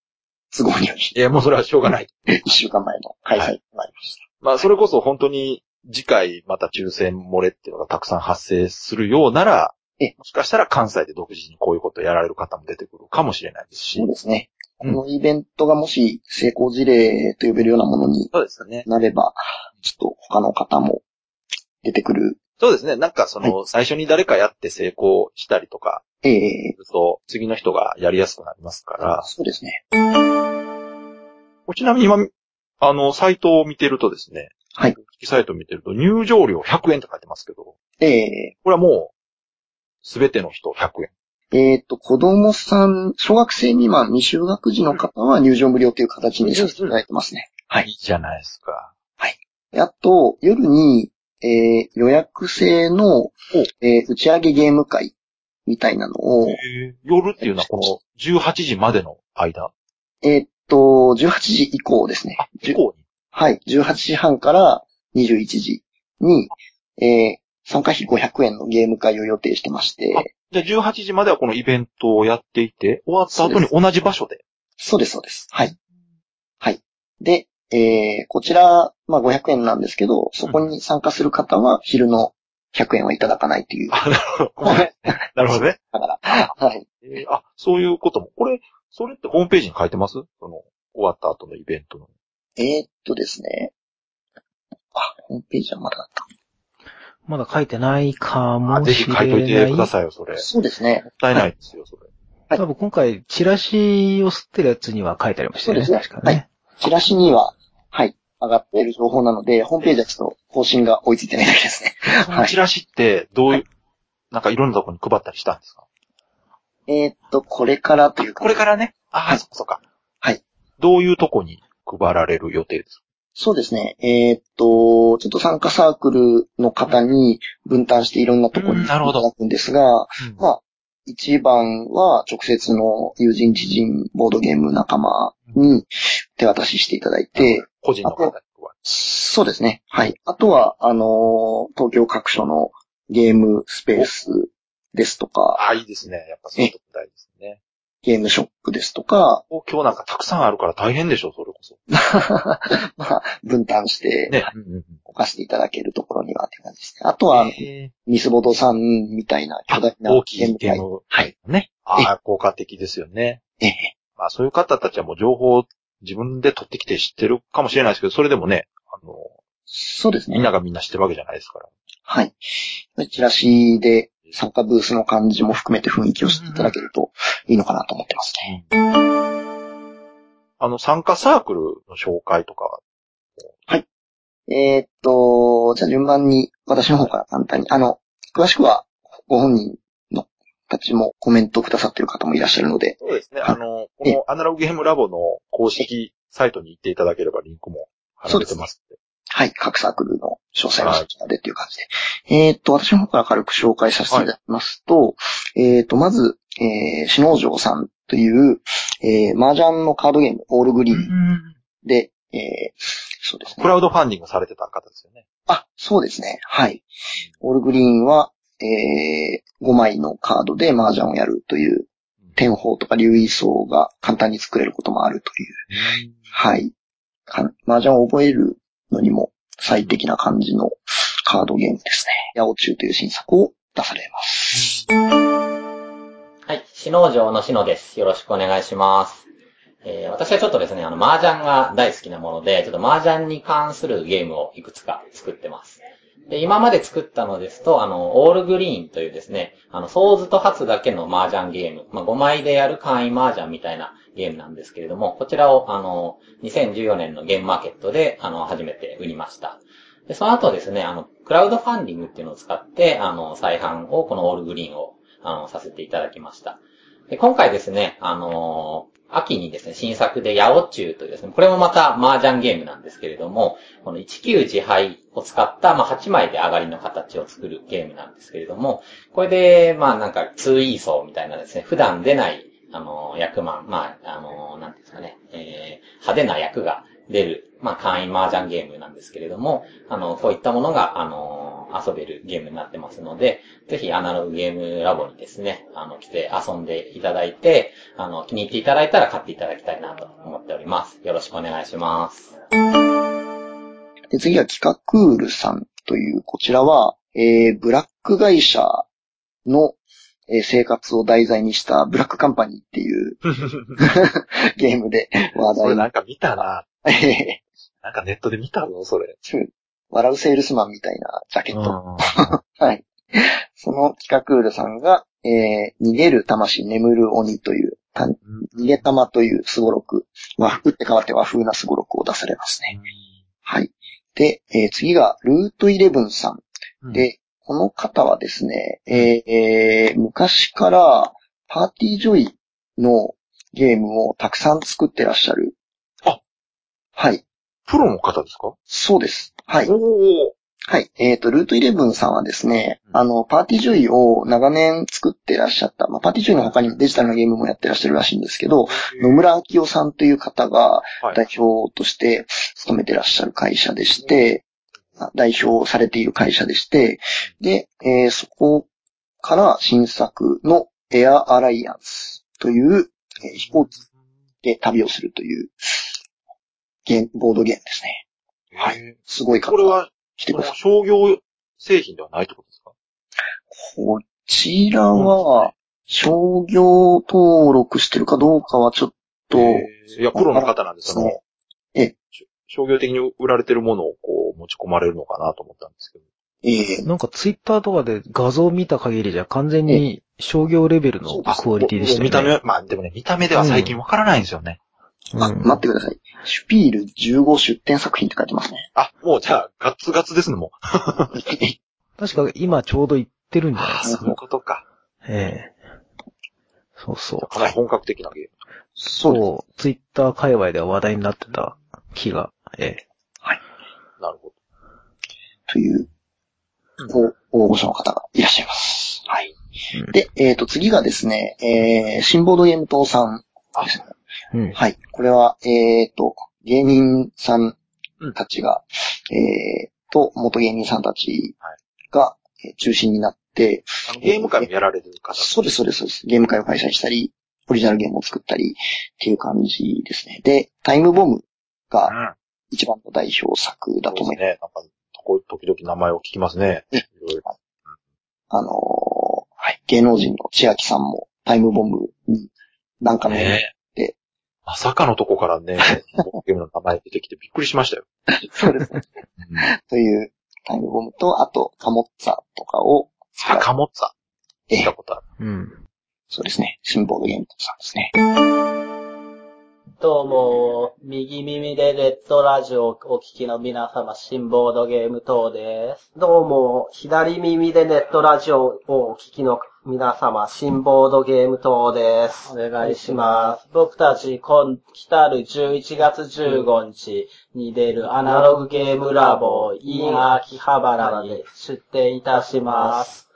[SPEAKER 4] 都合により、
[SPEAKER 2] いや、もうそれはしょうがない。
[SPEAKER 4] 一週間前の開催となりまし
[SPEAKER 2] まあそれこそ本当に次回また抽選漏れっていうのがたくさん発生するようなら
[SPEAKER 4] ええ、
[SPEAKER 2] もしかしたら関西で独自にこういうことをやられる方も出てくるかもしれないです
[SPEAKER 4] た。そ
[SPEAKER 2] し
[SPEAKER 4] う。ですね。こ
[SPEAKER 2] うん
[SPEAKER 4] のイベントがもし成功事例と呼べるようなものに
[SPEAKER 2] そうですね。
[SPEAKER 4] なれば、ちょっと他の方も出てくる、
[SPEAKER 2] そうですね。なんかその最初に誰かやって成功したりとか、
[SPEAKER 4] え
[SPEAKER 2] す
[SPEAKER 4] え
[SPEAKER 2] ると次の人がやりやすくなりますから。
[SPEAKER 4] そうですね。
[SPEAKER 2] ちなみに今、あの、サイトを見てるとですね。
[SPEAKER 4] はい。
[SPEAKER 2] サイトを見てると入場料100円って書いてますけど、こ
[SPEAKER 4] ええ
[SPEAKER 2] れはもう、すべての人100円。
[SPEAKER 4] えっと、子供さん、小学生未満未就学児の方は入場無料という形にさせていただいてますね。はい
[SPEAKER 2] いじゃないですか。
[SPEAKER 4] あと、夜に、えー予約制の、えー打ち上げゲーム会みたいなのを、
[SPEAKER 2] 夜っていうのはこの18時までの間
[SPEAKER 4] えっと、18時以降ですね。
[SPEAKER 2] あ、以降に。
[SPEAKER 4] はい、18時半から21時に、えー参加費500円のゲーム会を予定してまして、
[SPEAKER 2] じゃあ18時まではこのイベントをやっていて、終わった後に同じ場所で。
[SPEAKER 4] そうです、そうです。はい。はい。で、えーこちら、まあ、500円なんですけど、そこに参加する方は昼の100円はいただかないという。
[SPEAKER 2] あ、なるほど。 なるほどね。
[SPEAKER 4] だから、はい。
[SPEAKER 2] えーあ、そういうことも。これ、それってホームページに書いてますその、終わった後のイベントの。
[SPEAKER 4] えーっとですね。あ、ホームページはまだだった。
[SPEAKER 1] まだ書いてないか
[SPEAKER 2] あ
[SPEAKER 1] も
[SPEAKER 2] ぜ
[SPEAKER 1] し
[SPEAKER 2] ひ
[SPEAKER 1] れな
[SPEAKER 2] 書
[SPEAKER 1] い。
[SPEAKER 2] いといてくださいよ、それ。もっ
[SPEAKER 4] そうですね。
[SPEAKER 2] たいないですよ、それ。
[SPEAKER 4] はい
[SPEAKER 1] 多分今回、チラシを吸ってるやつには書いてありましたよね。
[SPEAKER 4] そうですね
[SPEAKER 1] 確かね。
[SPEAKER 4] チラシには、はい、上がっている情報なので、ホームページはちょっと更新が追いついてないだけですね。
[SPEAKER 2] そのチラシって、どういう、なんかいろんなとこに配ったりしたんですか
[SPEAKER 4] えーっと、これからというか、
[SPEAKER 2] これからね。あ
[SPEAKER 4] は
[SPEAKER 2] あ、
[SPEAKER 4] い
[SPEAKER 2] そっかそっか。
[SPEAKER 4] はい。
[SPEAKER 2] どういうとこに配られる予定です
[SPEAKER 4] そうですね。えーっと、ちょっと参加サークルの方に分担していろんなところ
[SPEAKER 2] う
[SPEAKER 4] に
[SPEAKER 2] ん
[SPEAKER 4] い
[SPEAKER 2] な
[SPEAKER 4] た
[SPEAKER 2] るほど
[SPEAKER 4] だくんですが、
[SPEAKER 2] か
[SPEAKER 4] まあ、一番は直接の友人、知人、ボードゲーム仲間に手渡ししていただいて、
[SPEAKER 2] 個人の方に配る。
[SPEAKER 4] そうですね。はい。あとは、あのー東京各所のゲームスペースですとか、
[SPEAKER 2] ああ、いいですね。やっぱそういうとこ大事ですね。
[SPEAKER 4] ゲームショップですとか、
[SPEAKER 2] 東京なんかたくさんあるから大変でしょ、それこそ。
[SPEAKER 4] まあ、分担して、
[SPEAKER 2] ね。うんうんうん
[SPEAKER 4] 置かせていただけるところにはって感じですね。あとは、
[SPEAKER 2] へー
[SPEAKER 4] ミスボドさんみたいな巨大な
[SPEAKER 2] 大きい
[SPEAKER 4] ゲ
[SPEAKER 2] ゲ
[SPEAKER 4] ー
[SPEAKER 2] ー
[SPEAKER 4] ム
[SPEAKER 2] ム。
[SPEAKER 4] はい。
[SPEAKER 2] ね。ああ、効果的ですよね。
[SPEAKER 4] 会。ええ
[SPEAKER 2] まあそういう方たちはもう情報を自分で取ってきて知ってるかもしれないですけど、それでもね、あの、
[SPEAKER 4] そうです
[SPEAKER 2] みん
[SPEAKER 4] ね。
[SPEAKER 2] ながみんな知ってるわけじゃないですから。
[SPEAKER 4] はい。チラシで参加ブースの感じも含めて雰囲気を知っていただけるといいのかなと思ってますね。
[SPEAKER 2] あの、参加サークルの紹介とか、
[SPEAKER 4] えーっと、じゃあ順番に私の方から簡単に、あの、詳しくはご本人のたちもコメントくださってる方もいらっしゃるので、
[SPEAKER 2] そうですね。
[SPEAKER 4] はい
[SPEAKER 2] あの、このアナログゲームラボの公式サイトに行っていただければリンクも貼られてますんで。
[SPEAKER 4] はい、各サークル の詳細はそちらでという感じで。えーっと、私の方から軽く紹介させていただきますと、えーっと、まず、えー、篠能城さんという、えー、麻雀のカードゲーム、オールグリーンで、えー、そうです
[SPEAKER 2] ク
[SPEAKER 4] ね。
[SPEAKER 2] ラウドファンディングされてた方ですよね。
[SPEAKER 4] あ、そうですね。はい。オールグリーンは、えー、5枚のカードで麻雀をやるという、天宝とか竜位層が簡単に作れることもあるという、はい。か麻雀を覚えるのにも最適な感じのカードゲームですね。八尾中という新作を出されます。
[SPEAKER 6] はい、死農場の篠です。よろしくお願いします。えー私はちょっとですね、あの、麻雀が大好きなもので、ちょっと麻雀に関するゲームをいくつか作ってます。で、今まで作ったのですと、あの、オールグリーンというですね、あの、ソーズとハツだけの麻雀ゲーム、まあ、5枚でやる簡易麻雀みたいなゲームなんですけれども、こちらを、あの、2014年のゲームマーケットで、あの、初めて売りました。で、その後ですね、あの、クラウドファンディングっていうのを使って、あの、再販を、このオールグリーンを、あの、させていただきました。で、今回ですね、あのー秋にですね、新作で、ヤオチューというですね、これもまた麻雀ゲームなんですけれども、この19自敗を使った、まあ、8枚で上がりの形を作るゲームなんですけれども、これで、まあ、なんか、2位層みたいなですね、普段出ない、あのー役満、まあ、あのーなんていうんですかね、えー派手な役が出る、まあ、簡易麻雀ゲームなんですけれども、あの、こういったものが、あのー遊べるゲームになってますので、ぜひアナログゲームラボにですね、あの、来て遊んでいただいて、あの、気に入っていただいたら買っていただきたいなと思っております。よろしくお願いします。
[SPEAKER 4] で、次は企画クールさんという、こちらは、えー、ブラック会社の、えー生活を題材にしたブラックカンパニーっていうゲームで話
[SPEAKER 2] それ
[SPEAKER 4] 題
[SPEAKER 2] な
[SPEAKER 4] の
[SPEAKER 2] んか見た な。
[SPEAKER 4] えー
[SPEAKER 2] なんかネットで見たぞ、それ。
[SPEAKER 4] 笑うセールスマンみたいなジャケット。 はい。その企画クールさんが、えー、逃げる魂眠る鬼という、た逃げ玉というスゴロク、和服って変わって和風なスゴロクを出されますね。はい。で、えー次が、ルート11さん。
[SPEAKER 1] うん
[SPEAKER 4] で、この方はですね、えーえー昔から、パーティージョイのゲームをたくさん作ってらっしゃる。
[SPEAKER 2] あ
[SPEAKER 4] はい。
[SPEAKER 2] プロの方ですか
[SPEAKER 4] そうです。はい。
[SPEAKER 2] おお。
[SPEAKER 4] はい。えっ、と、ルート11さんはですね、
[SPEAKER 2] うん
[SPEAKER 4] あの、パーティージョイを長年作ってらっしゃった、まあ、パーティージョイの他にもデジタルのゲームもやってらっしゃるらしいんですけど、野村明夫さんという方が
[SPEAKER 2] はい
[SPEAKER 4] 代表として勤めてらっしゃる会社でして、あ代表されている会社でして、で、えーそこから新作のエアアライアンスという、えー飛行機で旅をするというゲームボードゲームですね。は
[SPEAKER 2] え
[SPEAKER 4] すごい
[SPEAKER 2] ー
[SPEAKER 4] 方
[SPEAKER 2] これは、
[SPEAKER 4] 来て
[SPEAKER 2] そ
[SPEAKER 4] くだ
[SPEAKER 2] の
[SPEAKER 4] さい。
[SPEAKER 2] 商業製品ではないってことですか
[SPEAKER 4] こちらは、商業登録してるかどうかはちょっと、
[SPEAKER 2] えーいや、プロの方なんで、そ
[SPEAKER 4] わ
[SPEAKER 2] の
[SPEAKER 4] か、らないで
[SPEAKER 2] 商業的に売られてるものをこう持ち込まれるのかなと思ったんですけど。
[SPEAKER 4] ええ
[SPEAKER 1] なんかツイッターとかで画像見た限りじゃ完全に商業レベルのクオリティでしたよね。
[SPEAKER 2] 見た目は、まあでもね、見た目では最近わからないんですよね。
[SPEAKER 4] あ、
[SPEAKER 1] うん
[SPEAKER 4] 待ってください。シュピール15出展作品って書いてますね。
[SPEAKER 2] あ、もうじゃあ、ガッツガツですね、もう。
[SPEAKER 1] 確か今ちょうど行ってるんじゃない
[SPEAKER 2] あ
[SPEAKER 1] です
[SPEAKER 2] そういうことか。
[SPEAKER 1] か。ええそうそう。
[SPEAKER 2] かなり本格的なゲーム。
[SPEAKER 4] そうです。
[SPEAKER 1] そう、ツイッター界隈では話題になってた気が。ええ
[SPEAKER 2] なるほど。
[SPEAKER 4] という、お大御所の方がいらっしゃいます。はい。
[SPEAKER 1] うん
[SPEAKER 4] で、えっ、と、次がですね、えー、新ボードゲーム党さんですね。
[SPEAKER 1] うん。
[SPEAKER 4] はい。これは、えっ、と、芸人さんたちが、えー、と、元芸人さんたちがえー中心になって、
[SPEAKER 2] あのゲーム会もやられる方。
[SPEAKER 4] そうです、そうです、そうです。ゲーム会を開催したり、オリジナルゲームを作ったりっていう感じですね。で、タイムボムが
[SPEAKER 2] ん。
[SPEAKER 4] 一番の代表作だと
[SPEAKER 2] そう
[SPEAKER 4] 思
[SPEAKER 2] で
[SPEAKER 4] い
[SPEAKER 2] すね。
[SPEAKER 4] ます。
[SPEAKER 2] なんか、とこ時々名前を聞きますね。
[SPEAKER 4] うん
[SPEAKER 2] いろいろ
[SPEAKER 4] あのーはい、芸能人の千秋さんもタイムボムになんかの、
[SPEAKER 2] ね
[SPEAKER 4] で
[SPEAKER 2] まさかのとこからね、ボードゲームの名前出てきてびっくりしましたよ。
[SPEAKER 4] そうですね。
[SPEAKER 2] うん、
[SPEAKER 4] というタイムボムと、あと、カモッツァとかを使っ
[SPEAKER 2] 坂本さん。聞
[SPEAKER 4] ええ
[SPEAKER 2] いたことある。
[SPEAKER 1] うん。
[SPEAKER 4] そうですね。新ボードゲームさんですね。
[SPEAKER 7] どうも、右耳でレッドラジオをお聞きの皆様、新ボードゲーム等です。どうも、左耳でネットラジオをお聞きの皆様、新ボードゲーム等です。お願いします。僕たち、今、来たる11月15日に出るアナログゲームラボ、イン秋葉原に出展いたします。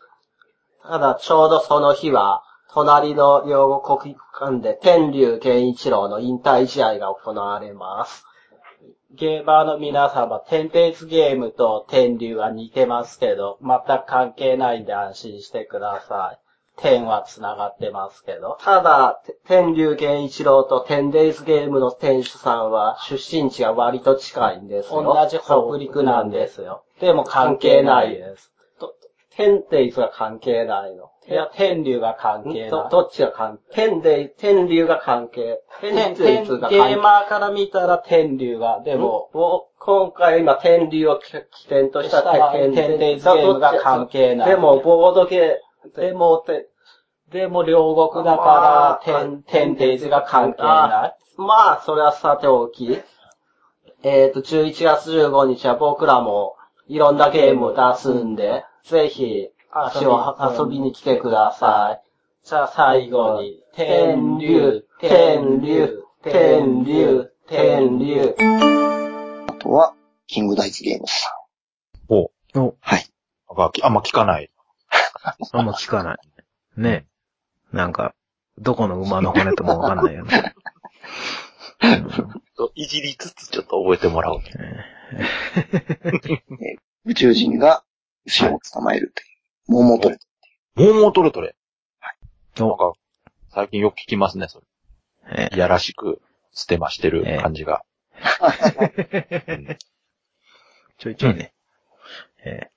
[SPEAKER 7] ただ、ちょうどその日は、隣の両国間で天竜源一郎の引退試合が行われます。ゲーマーの皆様、テンテイツゲームと天竜は似てますけど、全く関係ないんで安心してください。天は繋がってますけど。ただ、て天竜源一郎と天デイズゲームの店主さんは出身地が割と近いんですよ。同じ北陸なんですよ。でも関係ないです。と天デイズは関係ないの。いや、天竜が関係ない。どっちが関係天デイ、天竜が関係。天デイズが関係。ゲーマーから見たら天竜が、でも、今回今天竜を起点とした天デイズゲームが関係ない。でも、ボードゲー、でも、て、でも両国だから、テン、テンデイズが関係ない。まあ、それはさておき。えっ、と、11月15日は僕らもいろんなゲームを出すんで、ぜひ足を遊びに来てください。じゃあ最後に、天竜、天竜、天竜、天竜。
[SPEAKER 4] あとは、キングダイズゲームズさ
[SPEAKER 2] ほう。
[SPEAKER 1] お
[SPEAKER 4] はい。
[SPEAKER 2] があんま聞かない。
[SPEAKER 1] あんま聞かない。ね。なんか、どこの馬の骨ともわかんないよね。
[SPEAKER 2] といじりつつちょっと覚えてもらおう。
[SPEAKER 4] ん。宇宙人が牛を捕まえるという。モーモートレッ
[SPEAKER 2] モンモトレトレ。
[SPEAKER 1] うん
[SPEAKER 2] なん
[SPEAKER 1] お
[SPEAKER 2] か、最近よく聞きますね、それ。
[SPEAKER 1] え
[SPEAKER 2] いやらしく捨てまして
[SPEAKER 1] え
[SPEAKER 2] る
[SPEAKER 1] え
[SPEAKER 2] 感じが。うん
[SPEAKER 1] ちょいちょいね。えー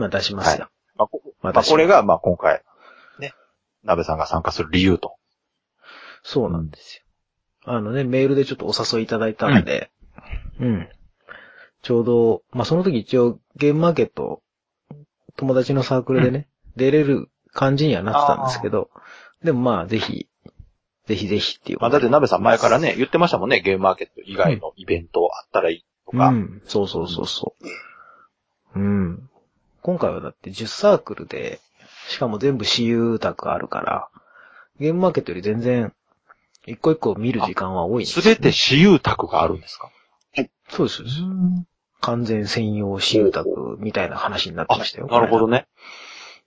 [SPEAKER 1] まあ出しますよ。
[SPEAKER 2] まあ、こまあ
[SPEAKER 1] 私は
[SPEAKER 2] これが、まあ、今回、ね、鍋さんが参加する理由と。
[SPEAKER 1] そうなんですよ。あのね、メールでちょっとお誘いいただいたんで、うん。ちょうど、まあ、その時一応ゲームマーケット、友達のサークルでね、出れる感じにはなってたんですけど、でもまあ、ぜひ、ぜひぜひっていう
[SPEAKER 2] ま
[SPEAKER 1] こと
[SPEAKER 2] あ、だって
[SPEAKER 1] で。
[SPEAKER 2] 鍋さん前からね、言ってましたもんね、ゲームマーケット以外のイベントあったらいいとか。
[SPEAKER 1] うん、そうそうそうそう。うん。今回はだって10サークルで、しかも全部私有宅あるから、ゲームマーケットより全然、一個一個見る時間は多いんですす
[SPEAKER 2] べて私有宅があるんですか
[SPEAKER 1] そうです。そうです完全専用集託みたいな話になってましたよ。
[SPEAKER 2] なるほどね。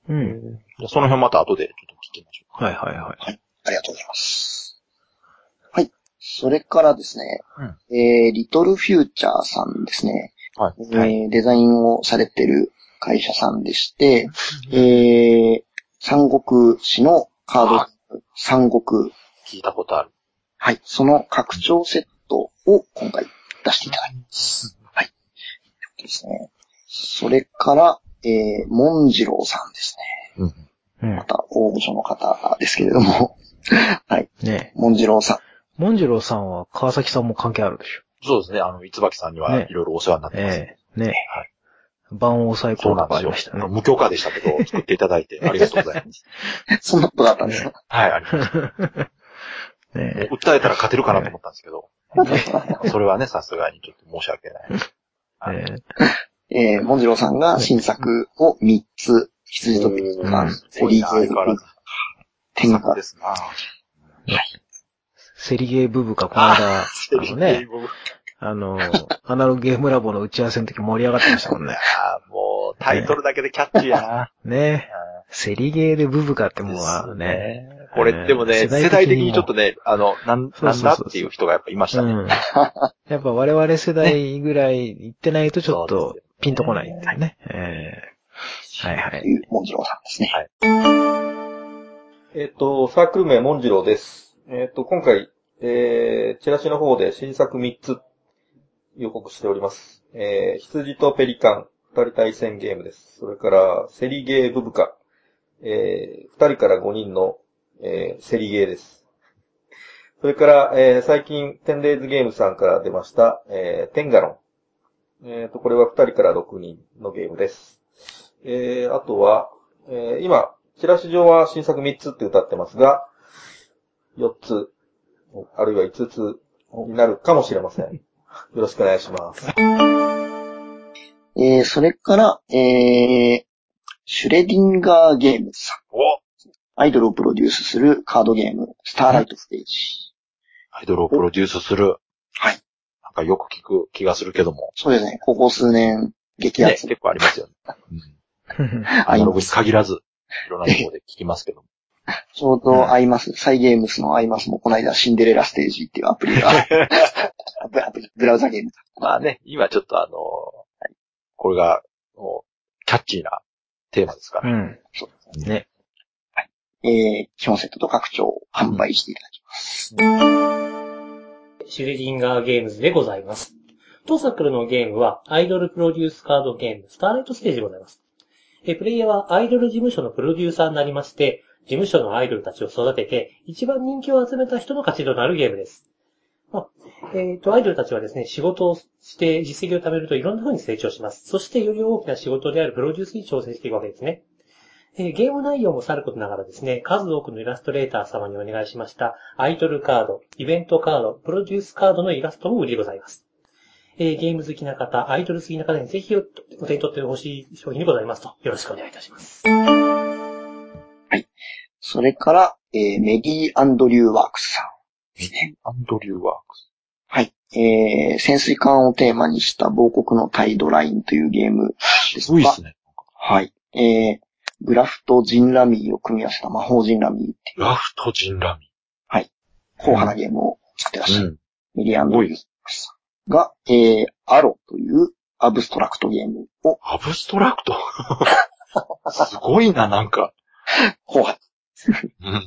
[SPEAKER 1] この間。うん。
[SPEAKER 2] じゃあその辺また後でちょっと聞きましょ
[SPEAKER 1] はいはいはい。
[SPEAKER 4] ありがとうございます。はい。それからですね、えー、リトルフューチャーさんですね。
[SPEAKER 2] はい
[SPEAKER 4] えーデザインをされてる会社さんでして、えー、三国志のカードゲーム、三国。
[SPEAKER 2] う。聞いたことある。
[SPEAKER 4] はい。その拡張セットを今回出していただきます。はい。ですね。それから、えー、モンジローさんですね。
[SPEAKER 1] うん
[SPEAKER 4] ま。た、大御所の方ですけれども。 はい。
[SPEAKER 1] ねえ。
[SPEAKER 4] モンジローさん。
[SPEAKER 1] モンジローさんは川崎さんも関係あるでしょ。
[SPEAKER 2] そうですね。あの、いつばきさんにはい
[SPEAKER 1] ね
[SPEAKER 2] ろいろお世話になってます。
[SPEAKER 1] ええ。ねえ
[SPEAKER 2] はい。
[SPEAKER 1] 万王最
[SPEAKER 2] そ
[SPEAKER 1] 高
[SPEAKER 2] うな
[SPEAKER 1] と
[SPEAKER 2] ん
[SPEAKER 1] かあり
[SPEAKER 2] で
[SPEAKER 1] ますし
[SPEAKER 2] よ。
[SPEAKER 1] た
[SPEAKER 2] あの
[SPEAKER 1] ね。
[SPEAKER 2] 無許可でしたけど、作っていただいてありがとうございます。
[SPEAKER 4] そんなことがあったんですか
[SPEAKER 2] はい、ありがとうございます。も
[SPEAKER 1] ね
[SPEAKER 2] う訴えたら勝てるかなと思ったんですけど、それはね、さすがにちょっと申し訳ない。
[SPEAKER 1] え。
[SPEAKER 2] はい
[SPEAKER 1] ねえ
[SPEAKER 4] えー、モンジローさんが新作を3つ、羊とピッ
[SPEAKER 1] う
[SPEAKER 4] ツ
[SPEAKER 1] ん
[SPEAKER 4] ァ、
[SPEAKER 2] すごいな相変わらず。
[SPEAKER 4] 天
[SPEAKER 2] 手作
[SPEAKER 4] 下
[SPEAKER 2] で、すな
[SPEAKER 1] セリゲーブブか、この間、あのね、
[SPEAKER 2] もう
[SPEAKER 1] あの、アナログゲームラボの打ち合わせの時盛り上がってましたも んね。
[SPEAKER 2] もう、タイトルだけでキャッチーやな。
[SPEAKER 1] ねえ。セリゲーでブブカってもうあ
[SPEAKER 2] です
[SPEAKER 1] のね。
[SPEAKER 2] ね。これ、でも
[SPEAKER 1] 世
[SPEAKER 2] ね、
[SPEAKER 1] 代的にも
[SPEAKER 2] 世代的にちょっとね、あの、なん、
[SPEAKER 1] そうそう
[SPEAKER 2] な
[SPEAKER 1] そ
[SPEAKER 2] ん
[SPEAKER 1] うそう
[SPEAKER 2] だっていう人がやっぱいましたね。
[SPEAKER 1] うん。やっぱ我々世代ぐらい行ってないとちょっ
[SPEAKER 2] そう
[SPEAKER 1] と
[SPEAKER 2] ですよね
[SPEAKER 1] ピンとこないっていうね。ええはいは
[SPEAKER 4] と
[SPEAKER 1] い。
[SPEAKER 4] いうモンジローさんですね。
[SPEAKER 8] えっ、と、サークル名、モンジローです。えっ、と、今回、えー、チラシの方で新作3つ予告しております。えー、羊とペリカン、二人対戦ゲームです。それから、セリゲーブブカ、えー、二人から5人の、えー、セリゲーです。それから、えー、最近、テンデイズゲームさんから出ました、えー、テンガロン。えっ、と、これは二人から6人のゲームです。えー、あとは、えー今、チラシ上は新作3つって歌ってますが、4つ、あるいは5つになるかもしれません。よろしくお願いします。
[SPEAKER 4] えー、それから、えー、シュレディンガーゲームさん。
[SPEAKER 2] お
[SPEAKER 4] アイドルをプロデュースするカードゲーム、スターライトステージ。
[SPEAKER 2] アイドルをプロデュースする。
[SPEAKER 4] はい。
[SPEAKER 2] なんかよく聞く気がするけども。
[SPEAKER 4] そうですね。ここ数年、激
[SPEAKER 2] ね、
[SPEAKER 4] アツ。
[SPEAKER 2] 結構ありますよね。
[SPEAKER 4] あ
[SPEAKER 2] ア
[SPEAKER 4] り
[SPEAKER 2] ナロ
[SPEAKER 4] ま
[SPEAKER 2] グに
[SPEAKER 4] す。
[SPEAKER 2] 限らず、いろんなところで聞きますけども。
[SPEAKER 4] ちょうどアイマス、サイゲームスのアイマスもこの間シンデレラステージっていうアプリが、アプアプリブラウザゲームだ。
[SPEAKER 2] まあね、今ちょっとあのーこれが、もう、キャッチーなテーマですから。
[SPEAKER 1] うん。ね。
[SPEAKER 4] えー、基本セットと拡張を販売していただきま
[SPEAKER 9] シュレディンガーゲームズでございます。当サークルのゲームは、アイドルプロデュースカードゲーム、スターライトステージでございます。えプレイヤーはアイドル事務所のプロデューサーになりまして、事務所のアイドルたちを育てて、一番人気を集めた人の勝ちとなるゲームです。まあえっ、と、アイドルたちはですね、仕事をして実績を貯めるといろんな風に成長します。そしてより大きな仕事であるプロデュースに挑戦していくわけですね。えーゲーム内容もさることながらですね、数多くのイラストレーター様にお願いしました、アイドルカード、イベントカード、プロデュースカードのイラストも売りでございます。えーゲーム好きな方、アイドル好きな方にぜひおお手に取ってほしい商品でございますと、よろしくお願いいたします。
[SPEAKER 4] す。それから、えー、メリー・アンドリュー・ワークスさん。
[SPEAKER 2] アンドリューワークス。
[SPEAKER 4] はい。えー、潜水艦をテーマにした亡国のタイドラインというゲームです
[SPEAKER 2] すごいっ
[SPEAKER 4] が
[SPEAKER 2] す、ね。
[SPEAKER 4] はい。えー、グラフとジンラミーを組み合わせた魔法ジンラミーっていう、
[SPEAKER 2] ラフトジンラミ。
[SPEAKER 4] 硬派なゲームを作ってらっしゃる、
[SPEAKER 2] ん。
[SPEAKER 4] ミリアンドリュースが、えー、アロというアブストラクトゲームを
[SPEAKER 2] アブストラクト。 すごいな、なんか。
[SPEAKER 4] 後派。
[SPEAKER 2] うん。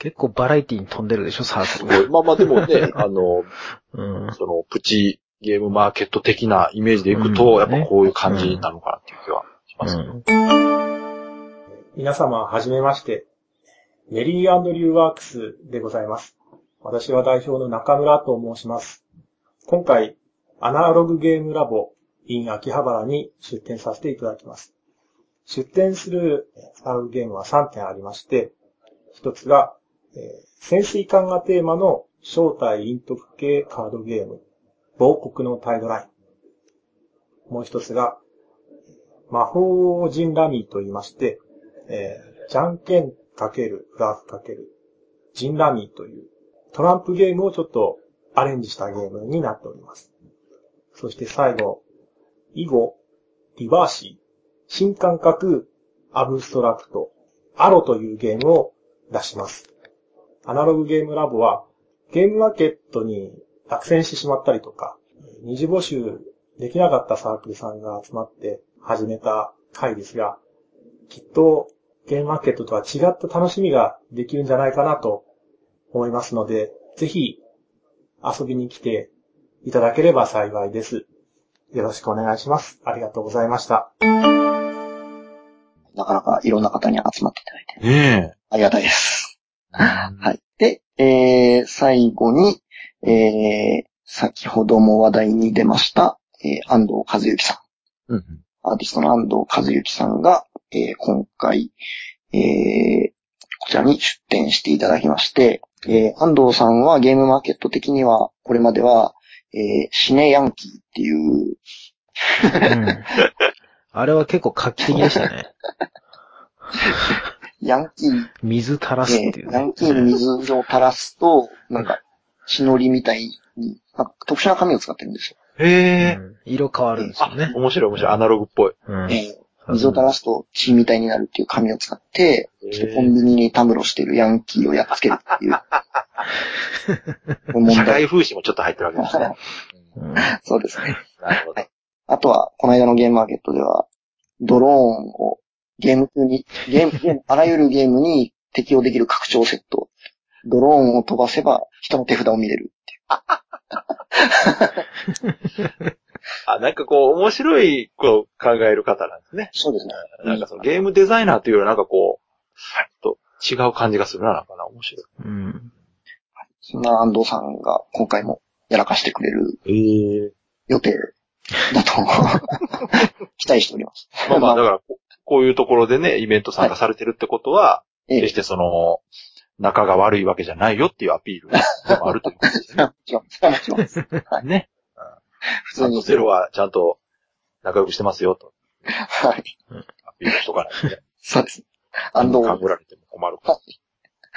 [SPEAKER 1] 結構バラエティに飛んでるでしょ、サー
[SPEAKER 2] す
[SPEAKER 1] ク
[SPEAKER 2] ごい。まあまあで もね、あの、
[SPEAKER 1] ル。うん。
[SPEAKER 2] その、プチゲームマーケット的なイメージでいくと、
[SPEAKER 1] うん
[SPEAKER 2] やっぱこういう感じなのかなっていう気はしますけど。
[SPEAKER 1] うん
[SPEAKER 3] 皆様、はじめまして。メリーリューワークスでございます。私は代表の中村と申します。今回、アナログゲームラボ in 秋葉原に出展させていただきます。出展するアナログゲームは3点ありまして、1つが、えー潜水艦がテーマの正体隠匿系カードゲーム、亡国のタイドライン。もう1つが、魔法人ラミーと言いまして、えーじゃんけんかける、グラフかける、ジンラミーというトランプゲームをちょっとアレンジしたゲームになっております。そして最後、囲碁、リバーシー、新感覚、アブストラクト、アロというゲームを出します。アナログゲームラボは、ゲームマーケットに落選してしまったりとか、二次募集できなかったサークルさんが集まって始めた回ですが、きっとゲームマーケットとは違った楽しみができるんじゃないかなと思いますので、ぜひ遊びに来ていただければ幸いです。よろしくお願いします。ありがとうございました。
[SPEAKER 4] なかなかいろんな方に集まっていただいて、
[SPEAKER 2] ね
[SPEAKER 4] ありがたいです。
[SPEAKER 2] え。
[SPEAKER 4] はい。で、えー、最後に、えー、先ほども話題に出ました、えー、安藤和幸さん。
[SPEAKER 2] うん。
[SPEAKER 4] アーティストの安藤和幸さんが、えー今回、えーこちらに出展していただきまして、えー安藤さんはゲームマーケット的には、これまでは、えーシネヤンキーっていう、
[SPEAKER 1] うん。あれは結構画期的でしたね。
[SPEAKER 4] ヤンキー、
[SPEAKER 1] 水垂らすってい
[SPEAKER 4] え
[SPEAKER 1] う
[SPEAKER 4] ーヤ
[SPEAKER 1] ね
[SPEAKER 4] ン。キーに水を垂らすと、なんか、血のりみたいに、なんか特殊な紙を使ってるんですよ。
[SPEAKER 1] う
[SPEAKER 2] へえ。
[SPEAKER 1] ん色変わるんですよね。
[SPEAKER 2] 面白い面白い。アナログっぽい。
[SPEAKER 1] うん
[SPEAKER 4] えー水を垂らすと血みたいになるっていう紙を使って、コンビニにたむろしてるヤンキーをやっつけるっていう。問
[SPEAKER 2] 社
[SPEAKER 4] 題
[SPEAKER 2] 会風刺もちょっと入ってるわけですね。
[SPEAKER 1] うん
[SPEAKER 4] そうですね。
[SPEAKER 2] なるほど。
[SPEAKER 4] あとは、この間のゲームマーケットでは、ドローンをゲーム中に、ゲーム、 ゲームあらゆるゲームに適用できる拡張セット。ドローンを飛ばせば人の手札を見れる。
[SPEAKER 2] あ、なんかこう、面白いこう考える方なんですね。
[SPEAKER 4] そうですね。
[SPEAKER 2] なんかそのゲームデザイナーというよりはなんかこう、ちょっと違う感じがするな、なんかな。面白い。
[SPEAKER 1] うん。
[SPEAKER 4] そんな安藤さんが今回もやらかしてくれる
[SPEAKER 2] ええ。
[SPEAKER 4] 予定だと期待しております。
[SPEAKER 2] まあまあ、だからこ、こういうところでね、イベント参加されてるってことは、
[SPEAKER 4] ええ
[SPEAKER 2] 決してその、仲が悪いわけじゃないよっていうアピールでもあるということですね。
[SPEAKER 4] もちろん、それはもちろんです。はい。
[SPEAKER 2] ね。
[SPEAKER 4] 普
[SPEAKER 2] ちゃ
[SPEAKER 4] 通
[SPEAKER 2] んと
[SPEAKER 4] に。
[SPEAKER 2] ゼロはちゃんと仲良くしてますよと
[SPEAKER 4] はい。
[SPEAKER 2] アピールしとかないとね。
[SPEAKER 4] そうです。安藤
[SPEAKER 2] 勘ぐられても困るか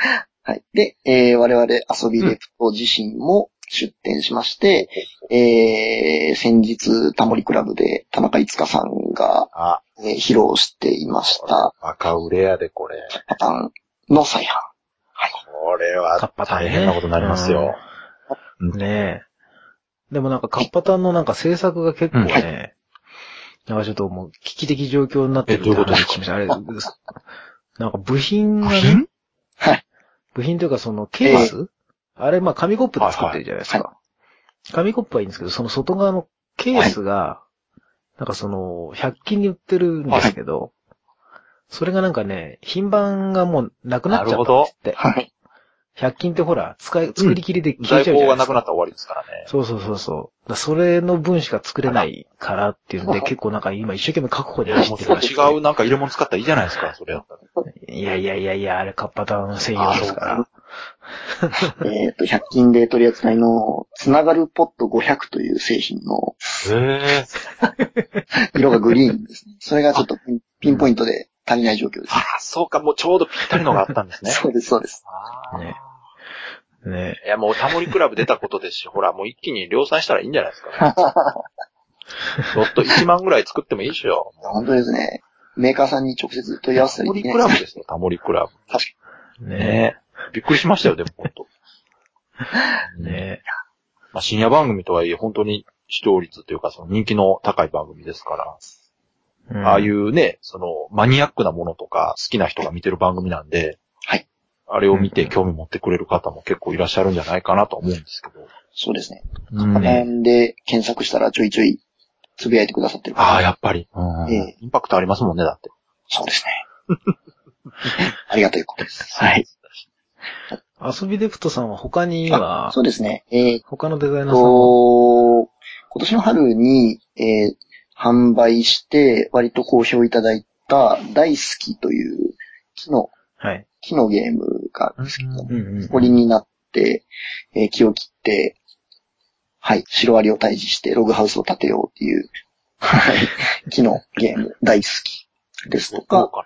[SPEAKER 2] ら。
[SPEAKER 4] はい。で、えー我々遊びレプト自身も出展しまして、えー先日、タモリクラブで田中五日さんが、
[SPEAKER 2] あ、
[SPEAKER 4] えー披露していまし
[SPEAKER 2] これ
[SPEAKER 4] た
[SPEAKER 2] 赤売れやで、これ。
[SPEAKER 4] パ ターンの再販。
[SPEAKER 2] これ
[SPEAKER 1] カッ
[SPEAKER 2] は
[SPEAKER 1] パタンね
[SPEAKER 2] 大変なことになりますよ。
[SPEAKER 1] ねえ。でもなんか、カッパタンのなんか制作が結構ね、なんかちょっともう危機的状況になってるって
[SPEAKER 2] えどういうことで
[SPEAKER 1] 話聞
[SPEAKER 2] すか
[SPEAKER 1] きました。あれ、なんか部品が
[SPEAKER 2] 部
[SPEAKER 1] ね
[SPEAKER 2] 品、
[SPEAKER 1] 部品というかそのケースあれ、まあ紙コップで作ってるじゃないですか。紙コップはいいんですけど、その外側のケースが、なんかその、100均に売ってるんですけど、それがなんかね、品番がもうなくなっちゃったんですって。
[SPEAKER 4] はい。
[SPEAKER 1] 100均ってほら、使い、作り切りで消え
[SPEAKER 2] 在
[SPEAKER 1] ちゃうじゃな
[SPEAKER 2] 庫
[SPEAKER 1] い
[SPEAKER 2] が
[SPEAKER 1] です
[SPEAKER 2] な
[SPEAKER 1] か
[SPEAKER 2] く。なったら終わりですからね。
[SPEAKER 1] そうそうそうそう。だからそれの分しか作れないからっていうので、結構なんか今一生懸命確保
[SPEAKER 2] い
[SPEAKER 1] に
[SPEAKER 2] や、
[SPEAKER 1] 走
[SPEAKER 2] も
[SPEAKER 1] っ
[SPEAKER 2] う
[SPEAKER 1] てるらしいです
[SPEAKER 2] 違うなんか入れ物使ったらいいじゃないですか、それやったら。
[SPEAKER 1] ね。いやいやいやいや、あれカッパタウン専用ですから。
[SPEAKER 4] えっと、100均で取り扱いの、つながるポット500という製品の
[SPEAKER 2] へえ。
[SPEAKER 4] 色がグリーンですね。それがちょっとピンピンポイントで足りない状況です。
[SPEAKER 2] あ、そうか、もうちょうどぴったりのがあったんですね。
[SPEAKER 4] そうです、そうです。
[SPEAKER 2] あー
[SPEAKER 1] ね ね
[SPEAKER 2] いや、もうタモリクラブ出たことですし、ほら、もう一気に量産したらいいんじゃないですか。ロット1万ぐらい作ってもいいでしょ。
[SPEAKER 4] 本当ですね。メーカーさんに直接問い合わせ
[SPEAKER 2] タ
[SPEAKER 4] たり
[SPEAKER 2] モ
[SPEAKER 4] で
[SPEAKER 2] リ
[SPEAKER 4] きない
[SPEAKER 2] クラブですよ、タモリクラ
[SPEAKER 1] え。
[SPEAKER 2] ブ。
[SPEAKER 1] ね
[SPEAKER 2] ねえ。びっくりしましたよ、でも、ほんと。
[SPEAKER 1] え。 ね
[SPEAKER 2] まあ、深夜番組とはいえ、本当に視聴率というか、その人気の高い番組ですから、
[SPEAKER 1] え。。
[SPEAKER 2] ああいううね、その、マニアックなものとか、好きな人が見てる番組なんで、
[SPEAKER 4] はい。
[SPEAKER 2] あれを見
[SPEAKER 1] うん
[SPEAKER 2] て
[SPEAKER 1] うん
[SPEAKER 2] 興味持ってくれる方も結構いらっしゃるんじゃないかなとは思うんですけど。
[SPEAKER 4] そうですね。
[SPEAKER 2] うん
[SPEAKER 4] ね、で検索したらちょいちょいつぶやいてくださってる
[SPEAKER 2] ああ、
[SPEAKER 4] や。
[SPEAKER 2] やっぱり。うん
[SPEAKER 4] ええ
[SPEAKER 2] インパクトありますもんね、だって。
[SPEAKER 4] そうですね。 ありがたいことです。はい。
[SPEAKER 1] 遊びデプトさんは他に
[SPEAKER 4] あ
[SPEAKER 1] は
[SPEAKER 4] そ、うですね。えーっ
[SPEAKER 1] 他のデザイナーさんは、
[SPEAKER 4] と、今年の春に、えー販売して割と好評いただいた大好きという木の、
[SPEAKER 1] はい。
[SPEAKER 4] 木のゲームが好き
[SPEAKER 1] うんうん。
[SPEAKER 4] 堀になって、えー木を切って、はい、シロアリを退治してログハウスを建てようっていう、はい、 木のゲーム大好きですと
[SPEAKER 2] どう
[SPEAKER 4] か、
[SPEAKER 2] か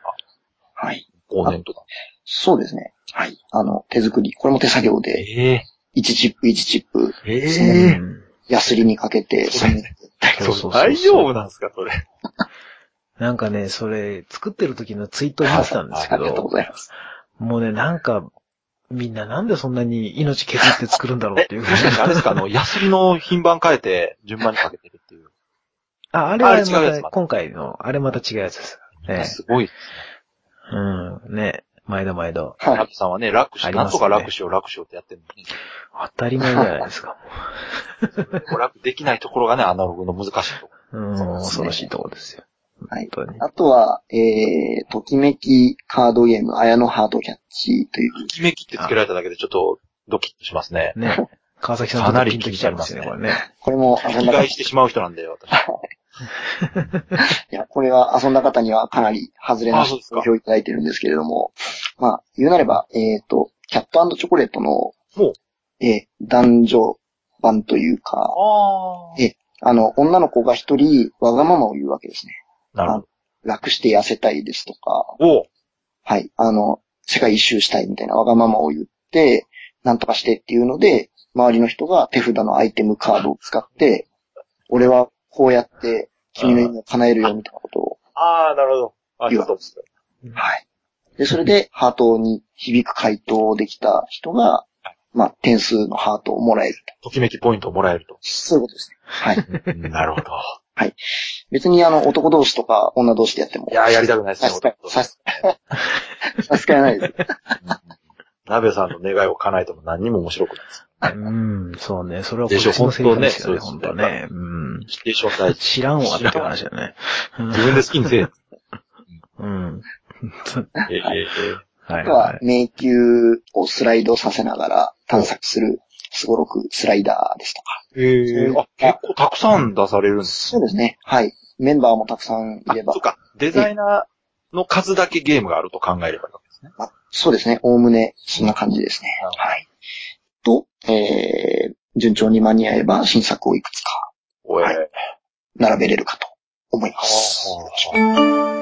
[SPEAKER 4] はい。
[SPEAKER 2] な。5年とか。
[SPEAKER 4] そうですね。はい。あの、手作り。これも手作業で、
[SPEAKER 2] ええ
[SPEAKER 4] 1チップ1チップ、
[SPEAKER 2] え
[SPEAKER 1] うん
[SPEAKER 4] ヤスリにかけて染めてったりと
[SPEAKER 1] そうそう
[SPEAKER 4] か。
[SPEAKER 1] そうそう
[SPEAKER 2] 大丈夫なんですか、それ。
[SPEAKER 1] なんかね、それ、作ってる時のツイートを見てたんですけ
[SPEAKER 4] ありがとう
[SPEAKER 1] ど
[SPEAKER 4] ご、ざいます。
[SPEAKER 1] もうね、なんか、みんななんでそんなに命削って作るんだろうってい
[SPEAKER 2] え、
[SPEAKER 1] う
[SPEAKER 2] も。しかしてあれですか、あの、ヤスリの品番変えて、順番にかけてるっていう。
[SPEAKER 1] あ、あれ
[SPEAKER 2] あ
[SPEAKER 1] は
[SPEAKER 2] れ違うやつ
[SPEAKER 1] ま
[SPEAKER 2] ま
[SPEAKER 1] た、
[SPEAKER 2] た
[SPEAKER 1] 今回の、あれまた違うやつです。え
[SPEAKER 2] すごい。
[SPEAKER 1] え、うん、ね、毎度毎度。
[SPEAKER 4] は
[SPEAKER 2] ラ
[SPEAKER 4] い。
[SPEAKER 2] ピさんはね、楽し、
[SPEAKER 1] ありますね
[SPEAKER 2] なんとか楽しよう、楽しようってやってるのに、
[SPEAKER 1] 当たり前じゃない ですか。
[SPEAKER 2] こう楽できないところがね、アナログの難しいとこ
[SPEAKER 1] うん、恐ろしいとこですよ。
[SPEAKER 4] はい
[SPEAKER 1] 本当に。
[SPEAKER 4] あとは、えー、ときめきカードゲーム、あやのハートキャッチという。
[SPEAKER 2] ろ。決め切ってつけられただけでちょっとドキッとしますね。
[SPEAKER 1] ね。川崎さん
[SPEAKER 2] かな
[SPEAKER 1] と
[SPEAKER 2] り
[SPEAKER 1] ピンときちゃいますよね、
[SPEAKER 2] 気
[SPEAKER 1] こ
[SPEAKER 2] に
[SPEAKER 1] れね。
[SPEAKER 4] これも遊ん
[SPEAKER 2] 引き
[SPEAKER 4] だ方、
[SPEAKER 2] 返
[SPEAKER 4] い
[SPEAKER 2] してしまう人なんだよ、私。
[SPEAKER 4] や、これは遊んだ方にはかなり外れな
[SPEAKER 2] あそう
[SPEAKER 4] し
[SPEAKER 2] ですか
[SPEAKER 4] 好評いただいてるんですけれども、まあ、言うなれば、えー、と、キャットチョコレートの
[SPEAKER 2] ほ、
[SPEAKER 4] えー、男女版というか、
[SPEAKER 2] あ
[SPEAKER 4] あの、女の子が一人、わがままを言うわけですね。
[SPEAKER 2] なるほど。
[SPEAKER 4] 楽して痩せたいですとか、
[SPEAKER 2] おう
[SPEAKER 4] はい、あの、世界一周したいみたいなわがままを言って、なんとかしてっていうので、周りの人が手札のアイテムカードを使って、俺はこうやって君の夢を叶えるよみたいなことを、
[SPEAKER 2] ああ、なるほど。あ、ちょっと。
[SPEAKER 4] はい。で、それでハートに響く回答をできた人が、まあ、点数のハートをもらえる
[SPEAKER 2] と
[SPEAKER 4] と。
[SPEAKER 2] きめきポイントをもらえると。
[SPEAKER 4] そういうことですね。はい。
[SPEAKER 2] なるほど。
[SPEAKER 4] 別にあの、男同士とか女同士でやっても
[SPEAKER 2] い、やー、やりたくないです
[SPEAKER 4] さ
[SPEAKER 2] ね、
[SPEAKER 4] す
[SPEAKER 2] 男
[SPEAKER 4] が
[SPEAKER 2] と、
[SPEAKER 4] さす、さすがないです。
[SPEAKER 2] 鍋さんの願いを叶えても何にも面白くないです。
[SPEAKER 1] うん、そうね。それはこ
[SPEAKER 2] で
[SPEAKER 1] っ
[SPEAKER 2] しょ
[SPEAKER 1] ちのセリフですよね、本
[SPEAKER 2] 本
[SPEAKER 1] 当
[SPEAKER 2] 当
[SPEAKER 1] ね
[SPEAKER 2] ね。
[SPEAKER 1] うん。
[SPEAKER 2] 否定書大事。
[SPEAKER 1] 知らんわっていう話だね。
[SPEAKER 2] 自分で好きにせえ。え
[SPEAKER 1] うん。
[SPEAKER 2] え、え
[SPEAKER 1] は
[SPEAKER 4] あ
[SPEAKER 1] い
[SPEAKER 4] と
[SPEAKER 1] は、。
[SPEAKER 4] はい迷宮をスライドさせながら探索する、すごろくスライダーですとか。
[SPEAKER 2] え。へえあ、結構たくさん出されるんです
[SPEAKER 4] そうですね。はい。メンバーもたくさんい
[SPEAKER 2] あ
[SPEAKER 4] れば
[SPEAKER 2] そっ。か。デザイナーの数だけゲームがあると考えればいいわけですね。
[SPEAKER 4] まあそうですね。おおむね、そんな感じですね
[SPEAKER 2] なる。ほ
[SPEAKER 4] はい。と、えー、順調に間に合えば新作をいくつか
[SPEAKER 2] おえ。
[SPEAKER 4] はい並べれるかと思います。
[SPEAKER 2] あ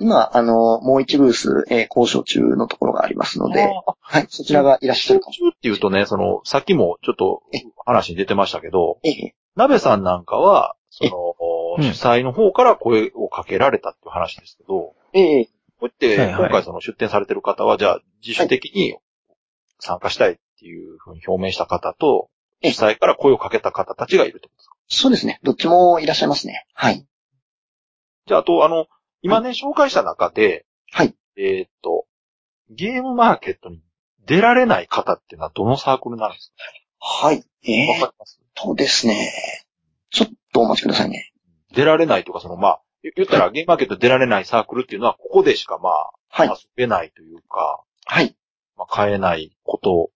[SPEAKER 4] 今、あの、もう一ブース、えー交渉中のところがありますので、
[SPEAKER 2] あ、
[SPEAKER 4] はい、そちらがいらっしゃ
[SPEAKER 2] 集
[SPEAKER 4] るかもし
[SPEAKER 2] 中って言うとね、その、さっきもちょっと
[SPEAKER 4] え
[SPEAKER 2] 話に出てましたけど、
[SPEAKER 4] れない。ええ
[SPEAKER 2] 鍋さんなんかは、その、
[SPEAKER 1] えうん
[SPEAKER 2] 主催の方から声をかけられたっていう話ですけど、
[SPEAKER 4] ええ
[SPEAKER 2] こうやって、
[SPEAKER 1] はいはい
[SPEAKER 2] 今回その出展されてる方は、じゃあ、自主的に参加したいっていうふうに表明した方と、
[SPEAKER 4] ええ
[SPEAKER 2] 主催から声をかけた方たちがいるってことですか
[SPEAKER 4] そうですね。どっちもいらっしゃいますね。はい。
[SPEAKER 2] じゃあ、あと、あの、今ね、紹介した中で、
[SPEAKER 4] はい。
[SPEAKER 2] えーっと、ゲームマーケットに出られない方っていうのはどのサークルなんです
[SPEAKER 4] はい。え
[SPEAKER 2] か
[SPEAKER 4] え
[SPEAKER 2] わかります
[SPEAKER 4] そうですね。ちょっとお待ちくださいね。
[SPEAKER 2] 出られないというか、その、まあ、言言ったらゲームマーケット出られないサークルっていうのは、ここでしかまあ、
[SPEAKER 4] はい
[SPEAKER 2] 遊。べないというか、
[SPEAKER 4] はい。
[SPEAKER 2] まあ、買えないこと、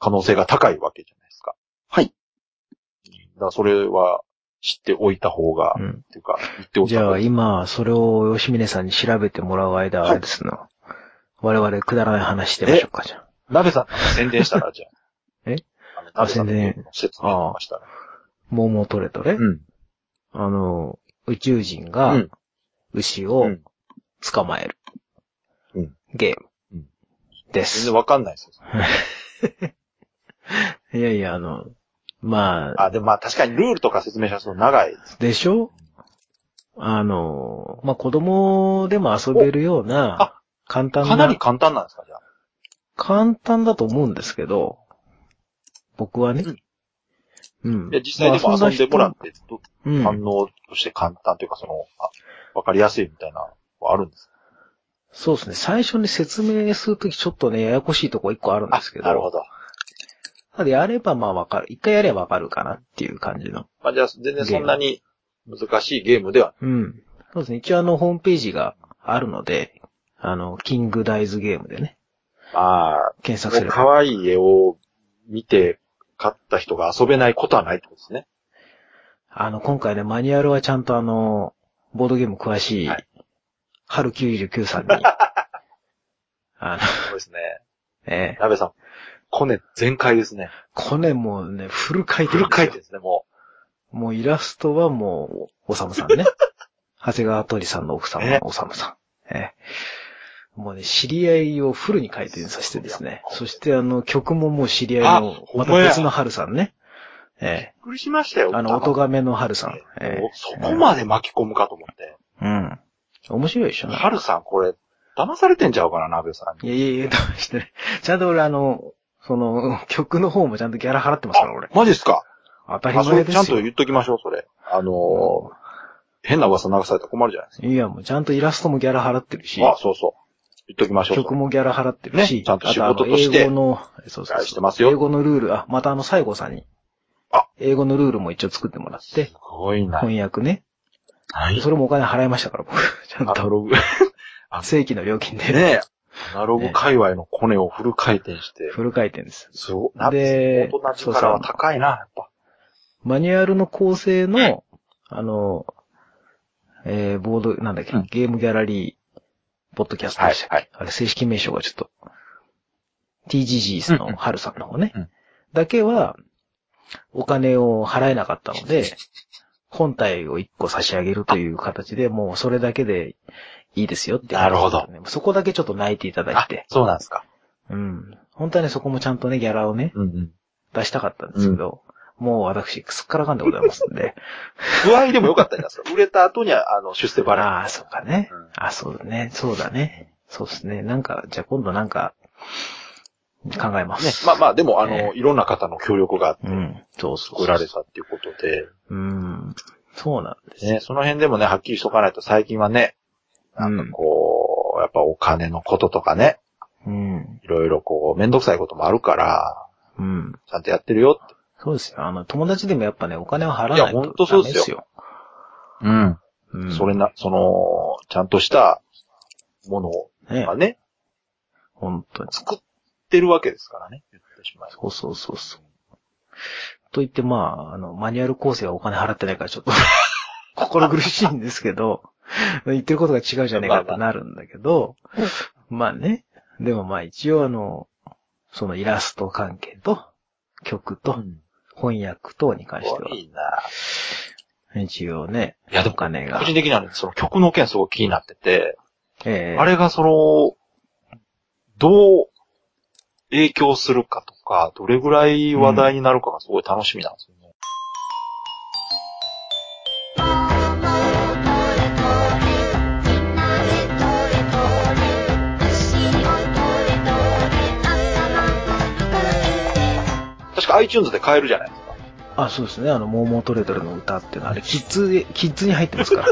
[SPEAKER 2] 可能性が高いわけじゃないですか。
[SPEAKER 4] はい。
[SPEAKER 2] だからそれは知っておいた方が、
[SPEAKER 1] うん
[SPEAKER 2] っていうか、言っておい
[SPEAKER 1] じ
[SPEAKER 2] た方
[SPEAKER 1] ゃあ
[SPEAKER 2] が。
[SPEAKER 1] 今、それを吉峰さんに調べてもらう間、
[SPEAKER 4] はい
[SPEAKER 1] あれですな。我々くだらない話してましょうか、じゃ
[SPEAKER 2] 鍋さんなんか宣伝したら、じゃあ。
[SPEAKER 1] え
[SPEAKER 2] あの鍋さんのゲームの説明とかしたら。
[SPEAKER 1] あ。もうもうトレトレ、
[SPEAKER 2] うん。
[SPEAKER 1] あの、宇宙人
[SPEAKER 2] う
[SPEAKER 1] が
[SPEAKER 2] ん、
[SPEAKER 1] 牛
[SPEAKER 2] う
[SPEAKER 1] を
[SPEAKER 2] ん
[SPEAKER 1] 捕まえる。
[SPEAKER 2] うん
[SPEAKER 1] ゲ ー
[SPEAKER 2] うん
[SPEAKER 1] ム。で
[SPEAKER 2] 全
[SPEAKER 1] す
[SPEAKER 2] 然。わかんないですよ。
[SPEAKER 1] いやいや、あの、まあ、
[SPEAKER 2] あ、でもまあ確かにルールとか説明したらその長いです。
[SPEAKER 1] でしょあの、まあ子供でも遊べるよう
[SPEAKER 2] おあ
[SPEAKER 1] な、簡単
[SPEAKER 2] かな
[SPEAKER 1] な
[SPEAKER 2] り、簡単なんですか、じゃあ。
[SPEAKER 1] 簡単だと思うんですけど、僕はね。うん。
[SPEAKER 2] いや、実際でも
[SPEAKER 1] まあ
[SPEAKER 2] 遊んでもらって、ちょっ
[SPEAKER 1] う
[SPEAKER 2] と
[SPEAKER 1] ん
[SPEAKER 2] 反応として簡単というか、その、あわかりやすいみたいな、あるんです
[SPEAKER 1] そうですね。最初に説明するときちょっとね、ややこしいとこ一個あるんですけど。
[SPEAKER 2] なるほど。
[SPEAKER 1] ただやればまあわかる。一回やればわかるかなっていう感じの。
[SPEAKER 2] まあじゃあ、全然そんなに難しいゲームでは
[SPEAKER 1] うん。そうですね。一応あの、ホームページがあるので、あの、キングダイズゲームでね、
[SPEAKER 2] まあ、
[SPEAKER 1] 検索
[SPEAKER 2] こ
[SPEAKER 1] すれ
[SPEAKER 2] の
[SPEAKER 1] ば。
[SPEAKER 2] 可愛い絵を見て買った人が遊べないことはないってことですね。
[SPEAKER 1] あの、今回ね、マニュアルはちゃんとあの、ボードゲーム詳しい、
[SPEAKER 2] は
[SPEAKER 1] 春99さんに、あの、
[SPEAKER 2] そうですね。
[SPEAKER 1] ええ、
[SPEAKER 2] 鍋さん、 コネ全開ですね。
[SPEAKER 1] コネもね、フル回転
[SPEAKER 2] フ
[SPEAKER 1] です
[SPEAKER 2] ル
[SPEAKER 1] よ。
[SPEAKER 2] 回転ですね、も
[SPEAKER 1] もうイラストはもう、おさむさんね。 長谷川鳥さんの奥様
[SPEAKER 2] え
[SPEAKER 1] のおさむさん。ええもうね、知り合いをフルに回転させてですね。そしてあの、曲ももう知り合いの、
[SPEAKER 2] あ
[SPEAKER 1] また
[SPEAKER 2] ほんまや
[SPEAKER 1] 別の春さんね。え
[SPEAKER 2] びっくりしましたよ
[SPEAKER 1] え。あの、
[SPEAKER 2] 歌
[SPEAKER 1] 音
[SPEAKER 2] が。
[SPEAKER 1] がめの春さん。え
[SPEAKER 2] おそこまで巻き込むかと思って。
[SPEAKER 1] え。うん。面白いでしょ。
[SPEAKER 2] ハルさん、これ、騙されてんちゃうかな、ナベさん
[SPEAKER 1] い
[SPEAKER 2] に。
[SPEAKER 1] やいやいや、どうしてないちゃんと俺あの、その、曲の方もちゃんとギャラ払ってますから、俺。
[SPEAKER 2] マジっすか
[SPEAKER 1] 当たり
[SPEAKER 2] あそれ
[SPEAKER 1] 前です
[SPEAKER 2] ちゃ
[SPEAKER 1] よ。
[SPEAKER 2] んと言っときましょう、それ。あのー、変な噂流されたら困るじゃないです
[SPEAKER 1] いや、もうちゃんとイラストもギャラ払ってるし、
[SPEAKER 2] か。あ、そうそう。言っときましょう。
[SPEAKER 1] 曲もギャラ払ってるし、
[SPEAKER 2] ねちゃんと
[SPEAKER 1] あ
[SPEAKER 2] 仕
[SPEAKER 1] あの
[SPEAKER 2] 事として
[SPEAKER 1] 英語の、そうそう
[SPEAKER 2] はいして
[SPEAKER 1] そう
[SPEAKER 2] ますよ
[SPEAKER 1] 英語のルール、あ、またあの、西郷さんに、
[SPEAKER 2] あ
[SPEAKER 1] 英語のルールも一応作ってもらっ
[SPEAKER 2] それ
[SPEAKER 1] て
[SPEAKER 2] す、ごいな。
[SPEAKER 1] 翻訳ね。
[SPEAKER 2] 何
[SPEAKER 1] それもお金払いましたから、僕。 ちゃん
[SPEAKER 2] アナ
[SPEAKER 1] と、
[SPEAKER 2] ログ。
[SPEAKER 1] 正規の料金で。
[SPEAKER 2] ねえ。アナログ界隈のコネをフル回転して。
[SPEAKER 1] フル回転です。
[SPEAKER 2] すごい。
[SPEAKER 1] で
[SPEAKER 2] 大人力は高いな、やっぱ。
[SPEAKER 1] マニュアルの構成の、あの、えー、ボード、なんだっけ、
[SPEAKER 2] うん
[SPEAKER 1] ゲームギャラリー、ポッドキャストでしたっけ、
[SPEAKER 2] はいはい
[SPEAKER 1] あれ、正式名称がちょっと、TGGs
[SPEAKER 2] うんうん
[SPEAKER 1] の春さんの方ね。
[SPEAKER 2] うん
[SPEAKER 1] だけは、お金を払えなかったので、本体を1個差し上げるという形で、もうそれだけでいいですよっていう話だったんで。そこだけちょっと泣いていただい
[SPEAKER 2] あ
[SPEAKER 1] て。、
[SPEAKER 2] そうなんですか。
[SPEAKER 1] うん。本当はね、そこもちゃんとね、ギャラをね、
[SPEAKER 2] うんうん。
[SPEAKER 1] 出したかったんですけど、もう私、くすっからかんでございますんで。
[SPEAKER 2] 具合でもよかったんじゃないです か。売れた後には、あの、出世バレ。
[SPEAKER 1] ああ、そうかね。
[SPEAKER 2] うん
[SPEAKER 1] あそうだね。そうだね。そうですね。なんか、じゃあ今度なんか、考えま
[SPEAKER 2] ね
[SPEAKER 1] す。。
[SPEAKER 2] まあまあ、でも、あ
[SPEAKER 1] え
[SPEAKER 2] の、いろんな方の協力があって
[SPEAKER 1] う、ん。そうそうそう
[SPEAKER 2] 作られたっていうことで、
[SPEAKER 1] うん。そうなんです。
[SPEAKER 2] ね、その辺でもね、はっきりしとかないと最近はね、なんかこう、やっぱお金のこととかね、
[SPEAKER 1] うん。
[SPEAKER 2] いろいろこう、めんどくさいこともあるから、
[SPEAKER 1] うん。
[SPEAKER 2] ちゃんとやってるよって。
[SPEAKER 1] そうですよ。あの、友達でもやっぱね、お金を払わない
[SPEAKER 2] い
[SPEAKER 1] と
[SPEAKER 2] やほんとそうですよ
[SPEAKER 1] ダメですよ。
[SPEAKER 2] うん。
[SPEAKER 1] うん。
[SPEAKER 2] それな、その、ちゃんとしたもの
[SPEAKER 1] ね
[SPEAKER 2] が。ね、
[SPEAKER 1] 本当に。
[SPEAKER 2] 作ってるわけですからね、言ってしまえば
[SPEAKER 1] そうそうそうそう。と言って、まあ、あの、マニュアル構成はお金払ってないからちょっと、 心苦しいんですけど、言ってることが違うじゃねえかってなるんだけど、まあね、でもまあ一応あの、そのイラスト関係と、曲と、翻訳等に関して
[SPEAKER 2] す
[SPEAKER 1] は
[SPEAKER 2] ご、いな。
[SPEAKER 1] 一応ね、
[SPEAKER 2] いやでも
[SPEAKER 1] お金が
[SPEAKER 2] 個、人的にはね、その曲の件すごい気になってて、
[SPEAKER 1] ええ
[SPEAKER 2] あれがその、どう影響するかとか、どれぐらい話題になるかがすごい楽しみなんですよね。確か iTunes で買えるじゃないですか。
[SPEAKER 1] あ、そうですね、あの、モーモートレトレの歌っていうのは、あれ、キッズ、キッズに入ってますか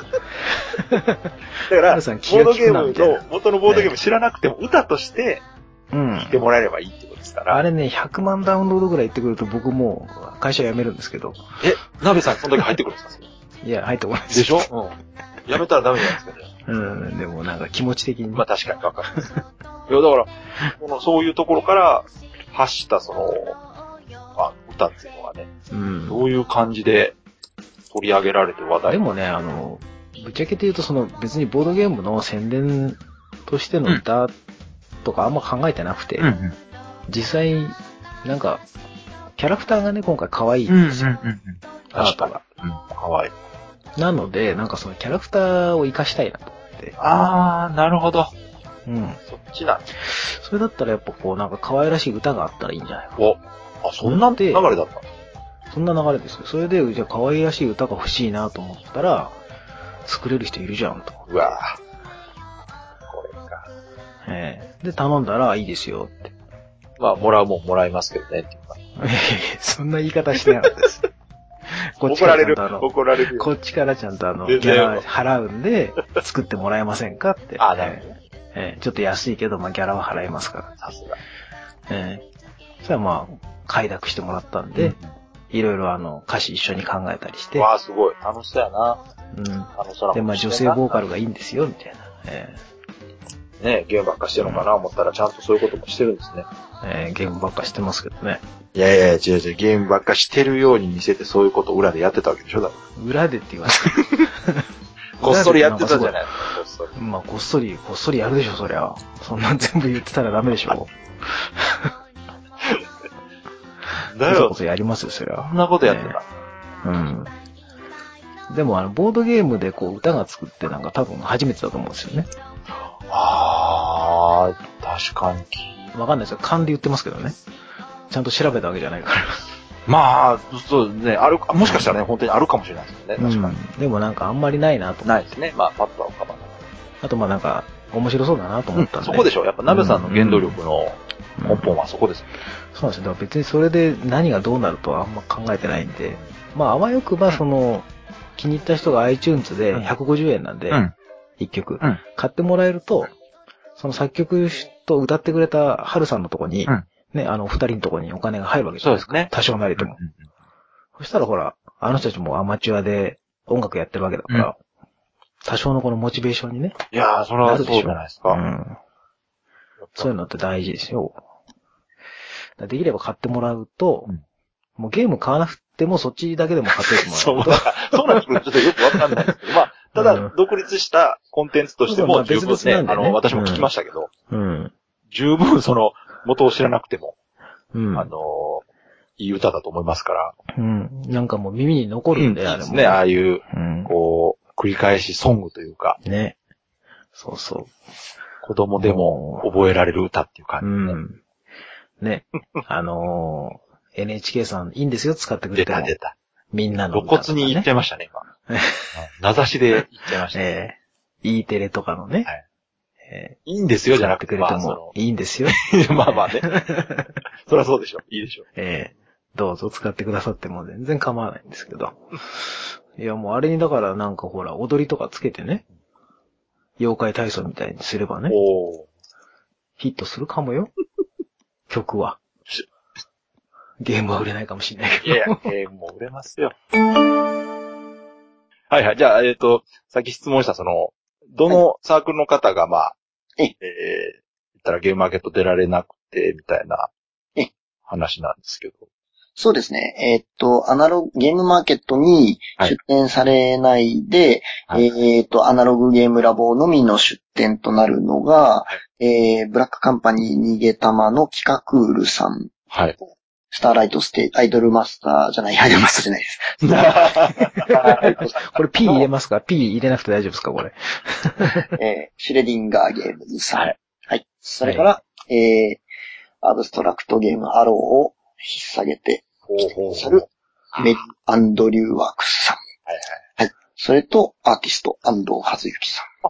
[SPEAKER 1] ら。
[SPEAKER 2] だから、
[SPEAKER 1] ハ
[SPEAKER 2] ボ
[SPEAKER 1] ルさん気が
[SPEAKER 2] ード
[SPEAKER 1] 利
[SPEAKER 2] ゲ
[SPEAKER 1] くな
[SPEAKER 2] ーム
[SPEAKER 1] みたいな
[SPEAKER 2] の、元のボードゲーム知らなくても歌として
[SPEAKER 1] うん。
[SPEAKER 2] 聴いてもらえればいいってことですから。
[SPEAKER 1] あれね、100万ダウンロードぐらい行ってくると僕もう会社辞めるんですけど、
[SPEAKER 2] え、ナベさんそんだけ入ってくるんですかそれ
[SPEAKER 1] いや、入ってこないです。
[SPEAKER 2] でしょうん。 やめたらダメじゃないですか、ね。
[SPEAKER 1] うん、でもなんか気持ち的に。
[SPEAKER 2] まあ確かにわかります。いや、だから、この、そういうところから発したその、まあ、歌っていうのはね、
[SPEAKER 1] うん。
[SPEAKER 2] どういう感じで取り上げられて話題
[SPEAKER 1] で
[SPEAKER 2] に
[SPEAKER 1] もね、あの、ぶっちゃけて言うと、その別にボードゲームの宣伝としての歌とかあんま考えてなくて、実際、なんか、キャラクターがね、今回可愛いんですよ、アー
[SPEAKER 2] 確
[SPEAKER 1] ト
[SPEAKER 2] か
[SPEAKER 1] が。
[SPEAKER 2] に。うん、かわいい。
[SPEAKER 1] なので、なんかそのキャラクターを活かしたいなと思って。
[SPEAKER 2] あー、なるほど。
[SPEAKER 1] うん。
[SPEAKER 2] そっちなんです
[SPEAKER 1] それだったらやっぱこう、なんか可愛らしい歌があったらいいんじゃない
[SPEAKER 2] お、あ、そんな流れだったんです
[SPEAKER 1] そんな流れですよ。それで、じゃあ可愛らしい歌が欲しいなと思ったら、作れる人いるじゃんと。
[SPEAKER 2] うわぁ。これか。
[SPEAKER 1] ええで、頼んだらいいです よって。
[SPEAKER 2] まあ、もらうもんもらいますけどね、っていうか。
[SPEAKER 1] いやいやいやそんな言い方してなかったです。 こっちか
[SPEAKER 2] 怒
[SPEAKER 1] らら
[SPEAKER 2] れ
[SPEAKER 1] ちゃん
[SPEAKER 2] る
[SPEAKER 1] とあ。の、
[SPEAKER 2] 怒られるよ。
[SPEAKER 1] こっちからちゃんとあの、ギ
[SPEAKER 2] 全然
[SPEAKER 1] ャラ払うんで、作ってもらえませんかって。
[SPEAKER 2] あなるほ
[SPEAKER 1] ええええちょっと安いけど、まあ、ギャラは払いますか
[SPEAKER 2] さすが。
[SPEAKER 1] ら。ええそしたらまあ、快諾してもらったんで、いろいろあの、歌詞一緒に考えたりして、
[SPEAKER 2] わあ、すごい。楽しそうやな。
[SPEAKER 1] うん。
[SPEAKER 2] 楽しそうなことしてんな
[SPEAKER 1] で、まあ、女性ボーカルがいいんですよ、みたいな。ええ
[SPEAKER 2] ね、ゲームばっかしてるのかな思ったら、ちゃんとそういうこともしてるんですね。
[SPEAKER 1] えーゲームばっかしてますけどね。
[SPEAKER 2] いやいやいや、違う違う、ゲームばっかしてるように見せて、そういうこと裏でやってたわけでしょ、だか
[SPEAKER 1] 裏でって言われ
[SPEAKER 2] ら
[SPEAKER 1] て。
[SPEAKER 2] こっそりやってたじゃ
[SPEAKER 1] い。
[SPEAKER 2] ないこっそり。
[SPEAKER 1] まあ、こっそり、こっそりやるでしょ、そりゃ。そんなん全部言ってたらダメでしょ。こ
[SPEAKER 2] だ
[SPEAKER 1] そこ
[SPEAKER 2] よ、
[SPEAKER 1] そやりますよ、そり
[SPEAKER 2] そ
[SPEAKER 1] ゃ。
[SPEAKER 2] んなことやってた。
[SPEAKER 1] うん。でも、あの、ボードゲームでこう、歌が作ってなんか多分初めてだと思うんですよね。
[SPEAKER 2] あー、確かに。
[SPEAKER 1] わかんないですよ。勘で言ってますけどね。ちゃんと調べたわけじゃないから。
[SPEAKER 2] まあ、そうね、ある、もしかしたらね、本当にあるかもしれないですね。確かに。
[SPEAKER 1] うんでもなんかあんまりないなと。
[SPEAKER 2] ないですね。まあ、パッとは浮かばない。
[SPEAKER 1] あとまあなんか、面白そうだなと思ったんで。
[SPEAKER 2] そこでしょ。やっぱ、ナベさんの原動力の
[SPEAKER 1] うん
[SPEAKER 2] 根本はそこです。
[SPEAKER 1] そうなんですよ。だから別にそれで何がどうなるとはあんま考えてないんで、まあ、あわよくば、その、気に入った人が iTunes で150円なんで、
[SPEAKER 2] うん
[SPEAKER 1] 一曲、
[SPEAKER 2] うん
[SPEAKER 1] 買ってもらえると、その作曲と歌ってくれた春さんのとこに、
[SPEAKER 2] うん
[SPEAKER 1] ね、あの、二人のとこにお金が入るわけじゃ
[SPEAKER 2] そ
[SPEAKER 1] な
[SPEAKER 2] う
[SPEAKER 1] い
[SPEAKER 2] ですね。
[SPEAKER 1] 多少なりとも。そしたらほら、あの人たちもアマチュアで音楽やってるわけだから、多少のこのモチベーションにね、
[SPEAKER 2] いやー、それ
[SPEAKER 1] な
[SPEAKER 2] は
[SPEAKER 1] る
[SPEAKER 2] そう
[SPEAKER 1] でしょ
[SPEAKER 2] じゃないです
[SPEAKER 1] う
[SPEAKER 2] か。
[SPEAKER 1] ん。そういうのって大事ですよ。だからできれば買ってもらうと、
[SPEAKER 2] うん
[SPEAKER 1] もうゲーム買わなくてもそっちだけでも買っておいてもらうと。
[SPEAKER 2] そう、 だからそうなってくるとちょっとよくわかんないですけど、まあ、た
[SPEAKER 1] う
[SPEAKER 2] だ
[SPEAKER 1] ん、
[SPEAKER 2] 独立したコンテンツとして
[SPEAKER 1] まあ
[SPEAKER 2] も
[SPEAKER 1] 別
[SPEAKER 2] 十
[SPEAKER 1] 々
[SPEAKER 2] 分
[SPEAKER 1] なん
[SPEAKER 2] ね、
[SPEAKER 1] で
[SPEAKER 2] あ
[SPEAKER 1] ね
[SPEAKER 2] の、私も聞きましたけど、
[SPEAKER 1] うん。
[SPEAKER 2] 十分その、元を知らなくても、
[SPEAKER 1] うん。
[SPEAKER 2] あの、いい歌だと思いますから。
[SPEAKER 1] うん。なんかもう耳に残るんで、
[SPEAKER 2] い
[SPEAKER 1] あ
[SPEAKER 2] い
[SPEAKER 1] れ
[SPEAKER 2] で
[SPEAKER 1] も。
[SPEAKER 2] すね、ああいう、
[SPEAKER 1] うん。
[SPEAKER 2] こう、繰り返しソングというか、
[SPEAKER 1] ね。そうそ
[SPEAKER 2] 子供でも覚えられる歌って
[SPEAKER 1] う。
[SPEAKER 2] いう
[SPEAKER 1] う
[SPEAKER 2] 感じ
[SPEAKER 1] ん。 ね。あのー NHK さんいいんですよ、使ってく
[SPEAKER 2] で。出
[SPEAKER 1] れて
[SPEAKER 2] た
[SPEAKER 1] も。
[SPEAKER 2] 出た。
[SPEAKER 1] みんなの
[SPEAKER 2] 露
[SPEAKER 1] 歌とかね、
[SPEAKER 2] 骨に言っちゃいましたね、今。名指しで言っちゃいましたね。
[SPEAKER 1] ええ E テレとかのね。
[SPEAKER 2] はい
[SPEAKER 1] え
[SPEAKER 2] いいんです
[SPEAKER 1] え
[SPEAKER 2] よ、じゃな
[SPEAKER 1] 使
[SPEAKER 2] く
[SPEAKER 1] ってく
[SPEAKER 2] て、
[SPEAKER 1] れ
[SPEAKER 2] ま
[SPEAKER 1] て
[SPEAKER 2] あ、そ
[SPEAKER 1] も
[SPEAKER 2] の、
[SPEAKER 1] いいんですよ。
[SPEAKER 2] まあまあね。そりゃそうでしょ。いいでしょ。
[SPEAKER 1] ええどうぞ使ってくださっても全然構わないんですけど。いや、もうあれにだからなんかほら、踊りとかつけてね、妖怪体操みたいにすればね、
[SPEAKER 2] おー。
[SPEAKER 1] ヒットするかもよ。曲は。ゲームは売れないかもしれない
[SPEAKER 2] い
[SPEAKER 1] けど。
[SPEAKER 2] やいや、ゲームも売れますよ。はいはい。じゃあ、えっ、と、さっき質問した、その、どのサークルの方が、まあ、
[SPEAKER 4] ええ
[SPEAKER 2] えー言ったらゲームマーケット出られなくて、みたいな
[SPEAKER 4] ええ、
[SPEAKER 2] 話なんですけど。
[SPEAKER 4] そうですね。えーっと、アナログ、ゲームマーケットに
[SPEAKER 2] はい
[SPEAKER 4] 出展されないで、
[SPEAKER 2] はい
[SPEAKER 4] えーっと、アナログゲームラボのみの出展となるのが、
[SPEAKER 2] は
[SPEAKER 4] えー、ブラックカンパニー逃げ玉の企画クールさん、
[SPEAKER 2] はい。
[SPEAKER 4] スターライトステージ、アイドルマスターじゃない、アイドルマスターじゃないです。
[SPEAKER 1] これ P 入れますか ?P 入れなくて大丈夫ですかこれ。
[SPEAKER 4] えー、シュレディンガーゲームズさん。
[SPEAKER 2] は
[SPEAKER 4] はい
[SPEAKER 2] い。
[SPEAKER 4] それから、えー、アブストラクトゲームアローを引っ提げて
[SPEAKER 2] ほうほう
[SPEAKER 4] くだ
[SPEAKER 2] ほ
[SPEAKER 4] さ
[SPEAKER 2] う
[SPEAKER 4] る。メリーアンドリューワークスさん。
[SPEAKER 2] はい
[SPEAKER 4] はい。はい。それと、アーティスト、安藤和之さん。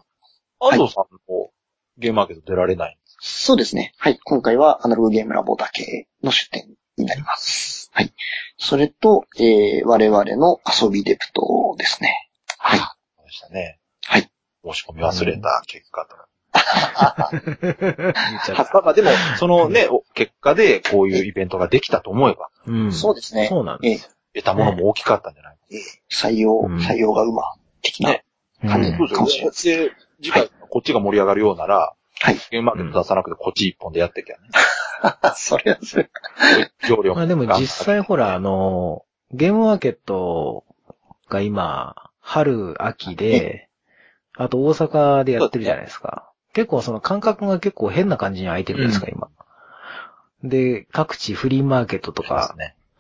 [SPEAKER 2] 安藤さんも、ゲームマーケット出られない。
[SPEAKER 4] そうですね。はい。今回はアナログゲームラボだけの出展になります。はい。それと、えー、我々の遊びデプトですね。はい。
[SPEAKER 2] そうでしたね。
[SPEAKER 4] はい。
[SPEAKER 2] 申し込み忘れた結 果と。
[SPEAKER 1] 言っちゃっ
[SPEAKER 2] まあでも、そのね、お結果でこういうイベントができたと思えば、
[SPEAKER 1] た。うん。
[SPEAKER 4] そうですね。
[SPEAKER 1] そうなんですよ。
[SPEAKER 2] 得たものも大きかったんじゃない
[SPEAKER 4] 採用、
[SPEAKER 1] うん
[SPEAKER 4] 採用が馬的な
[SPEAKER 2] ね
[SPEAKER 4] 感じ
[SPEAKER 1] うん
[SPEAKER 4] かもしれないです。
[SPEAKER 2] で、次回、こっちが盛り上がるようなら、
[SPEAKER 4] はい。
[SPEAKER 2] ゲームマーケット出さなくてこっち一本でやってきゃね。
[SPEAKER 4] あ、 それはそ れ。
[SPEAKER 2] 上量
[SPEAKER 1] まあでも実際ほら、あの、ゲームマーケットが今、春、秋で、あと大阪でやってるじゃないですか。結構その間隔が結構変な感じに空いてるんですか、今。で、各地フリーマーケットと
[SPEAKER 2] とか
[SPEAKER 1] か、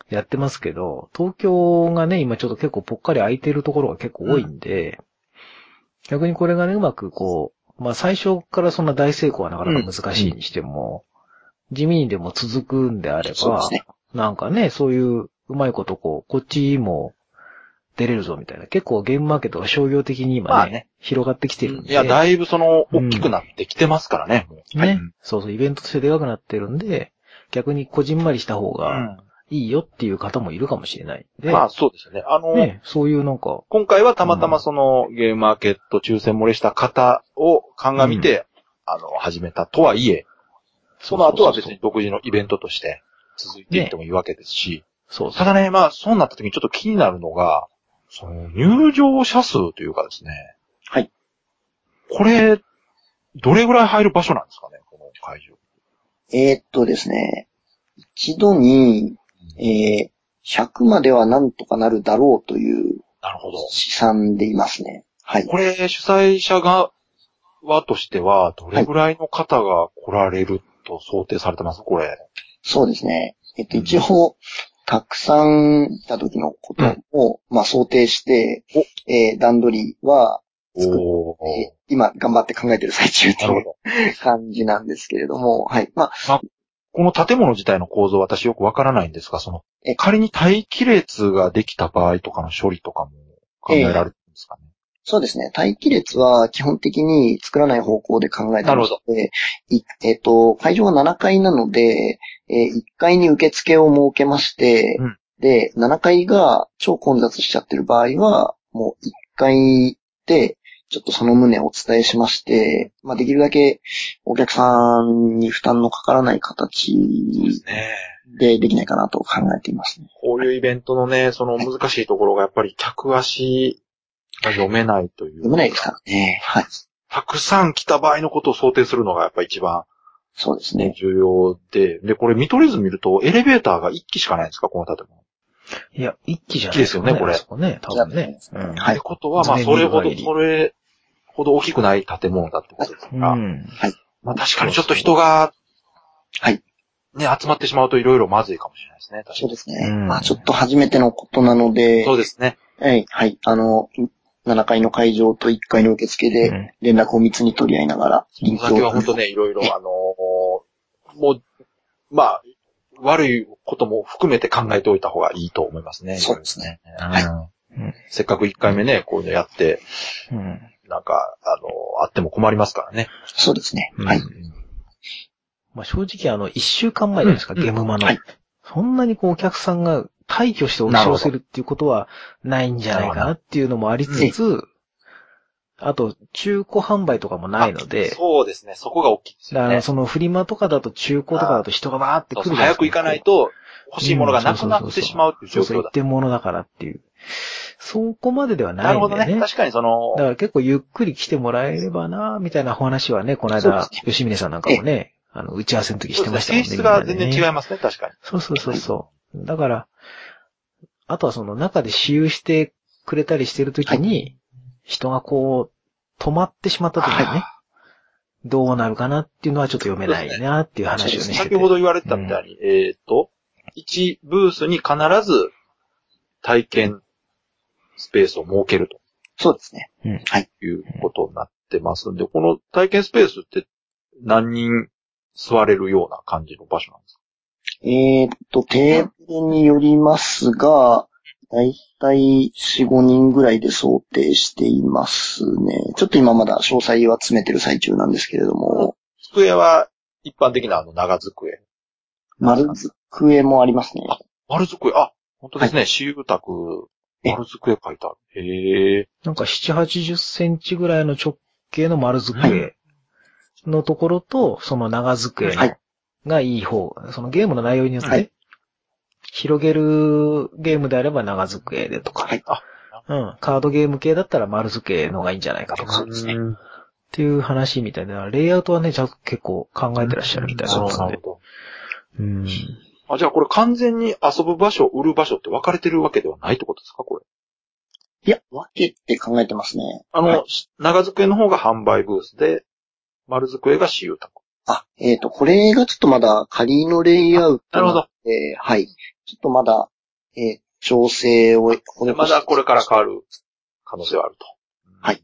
[SPEAKER 1] やってますけど、東京がね、今ちょっと結構ぽっかり空いてるところが結構多いんで、逆にこれがね、うまくこう、まあ最初からそんな大成功はなかなか難しいにしても、地味にでも続くんであれ
[SPEAKER 4] そうで
[SPEAKER 1] ば、
[SPEAKER 4] すね。
[SPEAKER 1] なんかね、そういううまいことこう、こっちも出れるぞみたいな。結構ゲームマーケットが商業的に今ね、
[SPEAKER 2] まあね
[SPEAKER 1] 広がってきてるんで。
[SPEAKER 2] いや、だいぶその、大きくなってきてますからね、もう。
[SPEAKER 1] ね、そうそう、イベントとしてでかくなってるんで、逆にこじんまりした方
[SPEAKER 2] う
[SPEAKER 1] が
[SPEAKER 2] ん。
[SPEAKER 1] いいよっていう方もいるかもしれないんで、
[SPEAKER 2] まあそうですよね。あの、
[SPEAKER 1] ね、そういうなんか、
[SPEAKER 2] 今回はたまたまその、ゲームマーケット抽選漏れした方を鑑みて、あの、始めたとはいえ、その後は別に独自のイベントとして続いていってもいいわけですし、
[SPEAKER 1] そうそう。
[SPEAKER 2] ただね、まあ、そうなった時にちょっと気になるのが、その、入場者数というかですね。
[SPEAKER 4] はい。
[SPEAKER 2] これ、どれぐらい入る場所なんですかね、この会場。
[SPEAKER 4] えーっとですね。一度に、えー、100まではなんとかなるだろうという
[SPEAKER 2] なるほど。
[SPEAKER 4] 試算でいますね。はい。
[SPEAKER 2] これ、主催者側としては、どれぐらいの方が来られると想定されてますこれ。
[SPEAKER 4] そうですね。えっと、一応、たくさん来た時のことを、まあ、想定して、えー段取りは、
[SPEAKER 2] お
[SPEAKER 4] えー今、頑張って考えてる最中
[SPEAKER 2] ーな
[SPEAKER 4] と
[SPEAKER 2] る
[SPEAKER 4] い
[SPEAKER 2] ほ
[SPEAKER 4] う
[SPEAKER 2] ど。
[SPEAKER 4] 感じなんですけれども、はい。まあ、
[SPEAKER 2] まあこの建物自体の構造私よくわからないんですが、その
[SPEAKER 4] え、
[SPEAKER 2] 仮に待機列ができた場合とかの処理とかも考えられるんですかね。
[SPEAKER 4] そうですね。待機列は基本的に作らない方向で考えてまして、いえっ、と、会場が7階なので、えー1階に受付を設けまして、
[SPEAKER 2] うん
[SPEAKER 4] で、7階が超混雑しちゃってる場合は、もう1階で、ちょっとその旨をお伝えしまして、まあ、できるだけお客さんに負担のかからない形
[SPEAKER 2] ね
[SPEAKER 4] でできないかなと考えていますね。
[SPEAKER 2] こういうイベントのね、その難しいところがやっぱり客足が読めないという。
[SPEAKER 4] 読めないですからね。はい。
[SPEAKER 2] たくさん来た場合のことを想定するのがやっぱ一番
[SPEAKER 4] そうです
[SPEAKER 2] ね
[SPEAKER 4] ね。
[SPEAKER 2] 重要で、で、これ見取り図見るとエレベーターが1機しかないんですか、この建物。
[SPEAKER 1] いや、一気じゃないかね
[SPEAKER 2] 一気ですよねこれ
[SPEAKER 1] あそこね、多分ね。うん。
[SPEAKER 4] はい
[SPEAKER 2] ってことは、まあ
[SPEAKER 1] 図
[SPEAKER 2] そ
[SPEAKER 1] 面見
[SPEAKER 2] れ
[SPEAKER 1] る
[SPEAKER 2] ほど、
[SPEAKER 1] 限り
[SPEAKER 2] それほど大きくない建物だってことです
[SPEAKER 1] う
[SPEAKER 2] が、
[SPEAKER 1] ん。
[SPEAKER 2] まあ確かにちょっと人が、
[SPEAKER 4] はい。
[SPEAKER 2] ね、集まってしまうといろいろまずいかもしれないですね。確か
[SPEAKER 4] そうですね。
[SPEAKER 1] うん
[SPEAKER 4] まあちょっと初めてのことなので
[SPEAKER 2] に。、そうですね。
[SPEAKER 4] はい、はい。あの、7階の会場と1階の受付
[SPEAKER 1] う
[SPEAKER 4] で
[SPEAKER 1] ん
[SPEAKER 4] 連絡を密に取り合いながら、
[SPEAKER 2] お酒は本当ね、いろいろ、あのーもう、まあ、悪いことも含めて考えておいた方がいいと思いますね。
[SPEAKER 4] そうですね。
[SPEAKER 2] はいろいろ。うんせっかく1回目ね、こういうのやって、
[SPEAKER 1] うん。
[SPEAKER 2] なんか、あのーあっても困りますからね。
[SPEAKER 4] そうですね。はい。
[SPEAKER 1] まあ、正直あの、一週間前じゃないですか、
[SPEAKER 2] うん
[SPEAKER 1] ゲムマの。
[SPEAKER 4] はい
[SPEAKER 1] そんなにこう、お客さんが退去してお城をするっていうことはないんじゃないかなっていうのもありつつ、あと、中古販売とかもないので、
[SPEAKER 2] そうですね、そこが大きいです
[SPEAKER 1] だ
[SPEAKER 2] よ
[SPEAKER 1] から
[SPEAKER 2] ね。
[SPEAKER 1] そのフリマとかだと中古とかだと人がわーって
[SPEAKER 2] そう
[SPEAKER 1] 来
[SPEAKER 2] そう
[SPEAKER 1] るじゃな
[SPEAKER 2] 早
[SPEAKER 1] です
[SPEAKER 2] く行かないと、欲しいものがなくなってしまうっていう状
[SPEAKER 1] そうそう、
[SPEAKER 2] 況
[SPEAKER 1] 一
[SPEAKER 2] だ。
[SPEAKER 1] 点物だからっていう。そこまでではな
[SPEAKER 2] ないる
[SPEAKER 1] ん
[SPEAKER 2] ほ
[SPEAKER 1] だ
[SPEAKER 2] ど
[SPEAKER 1] よね。
[SPEAKER 2] ね。確かにその
[SPEAKER 1] だか、ら結構ゆっくり来てもらえればな、みたいなお話はね、この
[SPEAKER 4] そうで
[SPEAKER 1] 間
[SPEAKER 4] すね、
[SPEAKER 1] 吉峰さんなんかもね、あの、打ち合わせの時してましたもんね。
[SPEAKER 2] 性質が
[SPEAKER 1] みん
[SPEAKER 2] 全
[SPEAKER 1] なで
[SPEAKER 2] 然
[SPEAKER 1] ね
[SPEAKER 2] 違いますね、確かに。
[SPEAKER 1] そうそうそうそう。だから、あとはその中で私有してくれたりしてるときに、人がこう、止まってしまったときにね、どうなるかなっていうのはちょっと読めないなっていう話をね。してて
[SPEAKER 2] 先ほど言われてたみたいに、えっ、と、1ブースに必ず体験スペースを設ける
[SPEAKER 4] そうですね。
[SPEAKER 2] ということになってますんで、この体験スペースって何人座れるような感じの場所なんですか
[SPEAKER 4] えーっと、テーブルによりますが、だいたい4、5人ぐらいで想定していますね。ちょっと今まだ詳細は詰めてる最中なんですけれども、
[SPEAKER 2] 机は一般的なあの長机。
[SPEAKER 4] 丸机もありますね。
[SPEAKER 2] 丸机、あ、本当ですね、私有宅、丸机書いてある。へえ。
[SPEAKER 1] なんか7、80センチぐらいの直径の丸
[SPEAKER 4] は
[SPEAKER 1] 机のところと、その長机
[SPEAKER 4] はい
[SPEAKER 1] のがいい方。そのゲームの内容によってね、
[SPEAKER 4] はい
[SPEAKER 1] 広げるゲームであれば長机でとか、
[SPEAKER 4] はい。
[SPEAKER 1] うん、カードゲーム系だったら丸机の方がいいんじゃないかとか、
[SPEAKER 4] そう
[SPEAKER 1] っ
[SPEAKER 4] ですね。
[SPEAKER 1] ていう話みたいな。レイアウトはね、ちゃんと結構考えてらっしゃるみたいだったんで。
[SPEAKER 2] ど。
[SPEAKER 1] うん。
[SPEAKER 2] あ、じゃあこれ完全に遊ぶ場所、売る場所って分かれてるわけではないってことですかこれ。
[SPEAKER 4] いや、分けて考えてますね。
[SPEAKER 2] あの、
[SPEAKER 4] は
[SPEAKER 2] し長机の方が販売ブースで、丸机が私有宅。
[SPEAKER 4] あ、えっ、と、これがちょっとまだ仮のレイアウト
[SPEAKER 2] なるほど。
[SPEAKER 4] で、はい。ちょっとまだ、えー調整を、
[SPEAKER 2] まだこれから変わる可能性はあると。
[SPEAKER 4] はい。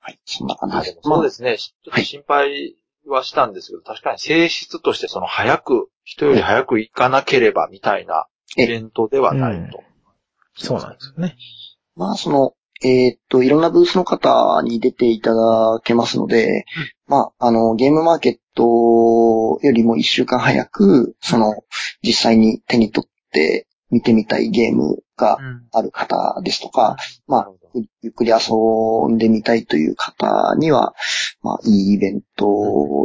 [SPEAKER 4] はい、そんな感じ
[SPEAKER 2] あ
[SPEAKER 4] で
[SPEAKER 2] でも
[SPEAKER 4] す。。
[SPEAKER 2] そうですすね。しちょっと心配はしたんですけど、確かに性質としてその早く、人より早く行かなければみたいな
[SPEAKER 4] ええ
[SPEAKER 2] イベントではないと。
[SPEAKER 1] そうなんですよね。
[SPEAKER 4] まあ、その、えっ、と、いろんなブースの方に出ていただけますので、まあ、あの、ゲームマーケットよりも一週間早く、その、実際に手に取って見てみたいゲームが
[SPEAKER 2] うん
[SPEAKER 4] ある方ですとか、ま
[SPEAKER 2] な
[SPEAKER 4] あ
[SPEAKER 2] るほど、
[SPEAKER 4] ゆっくり遊んでみたいという方には、まあ、いいイベント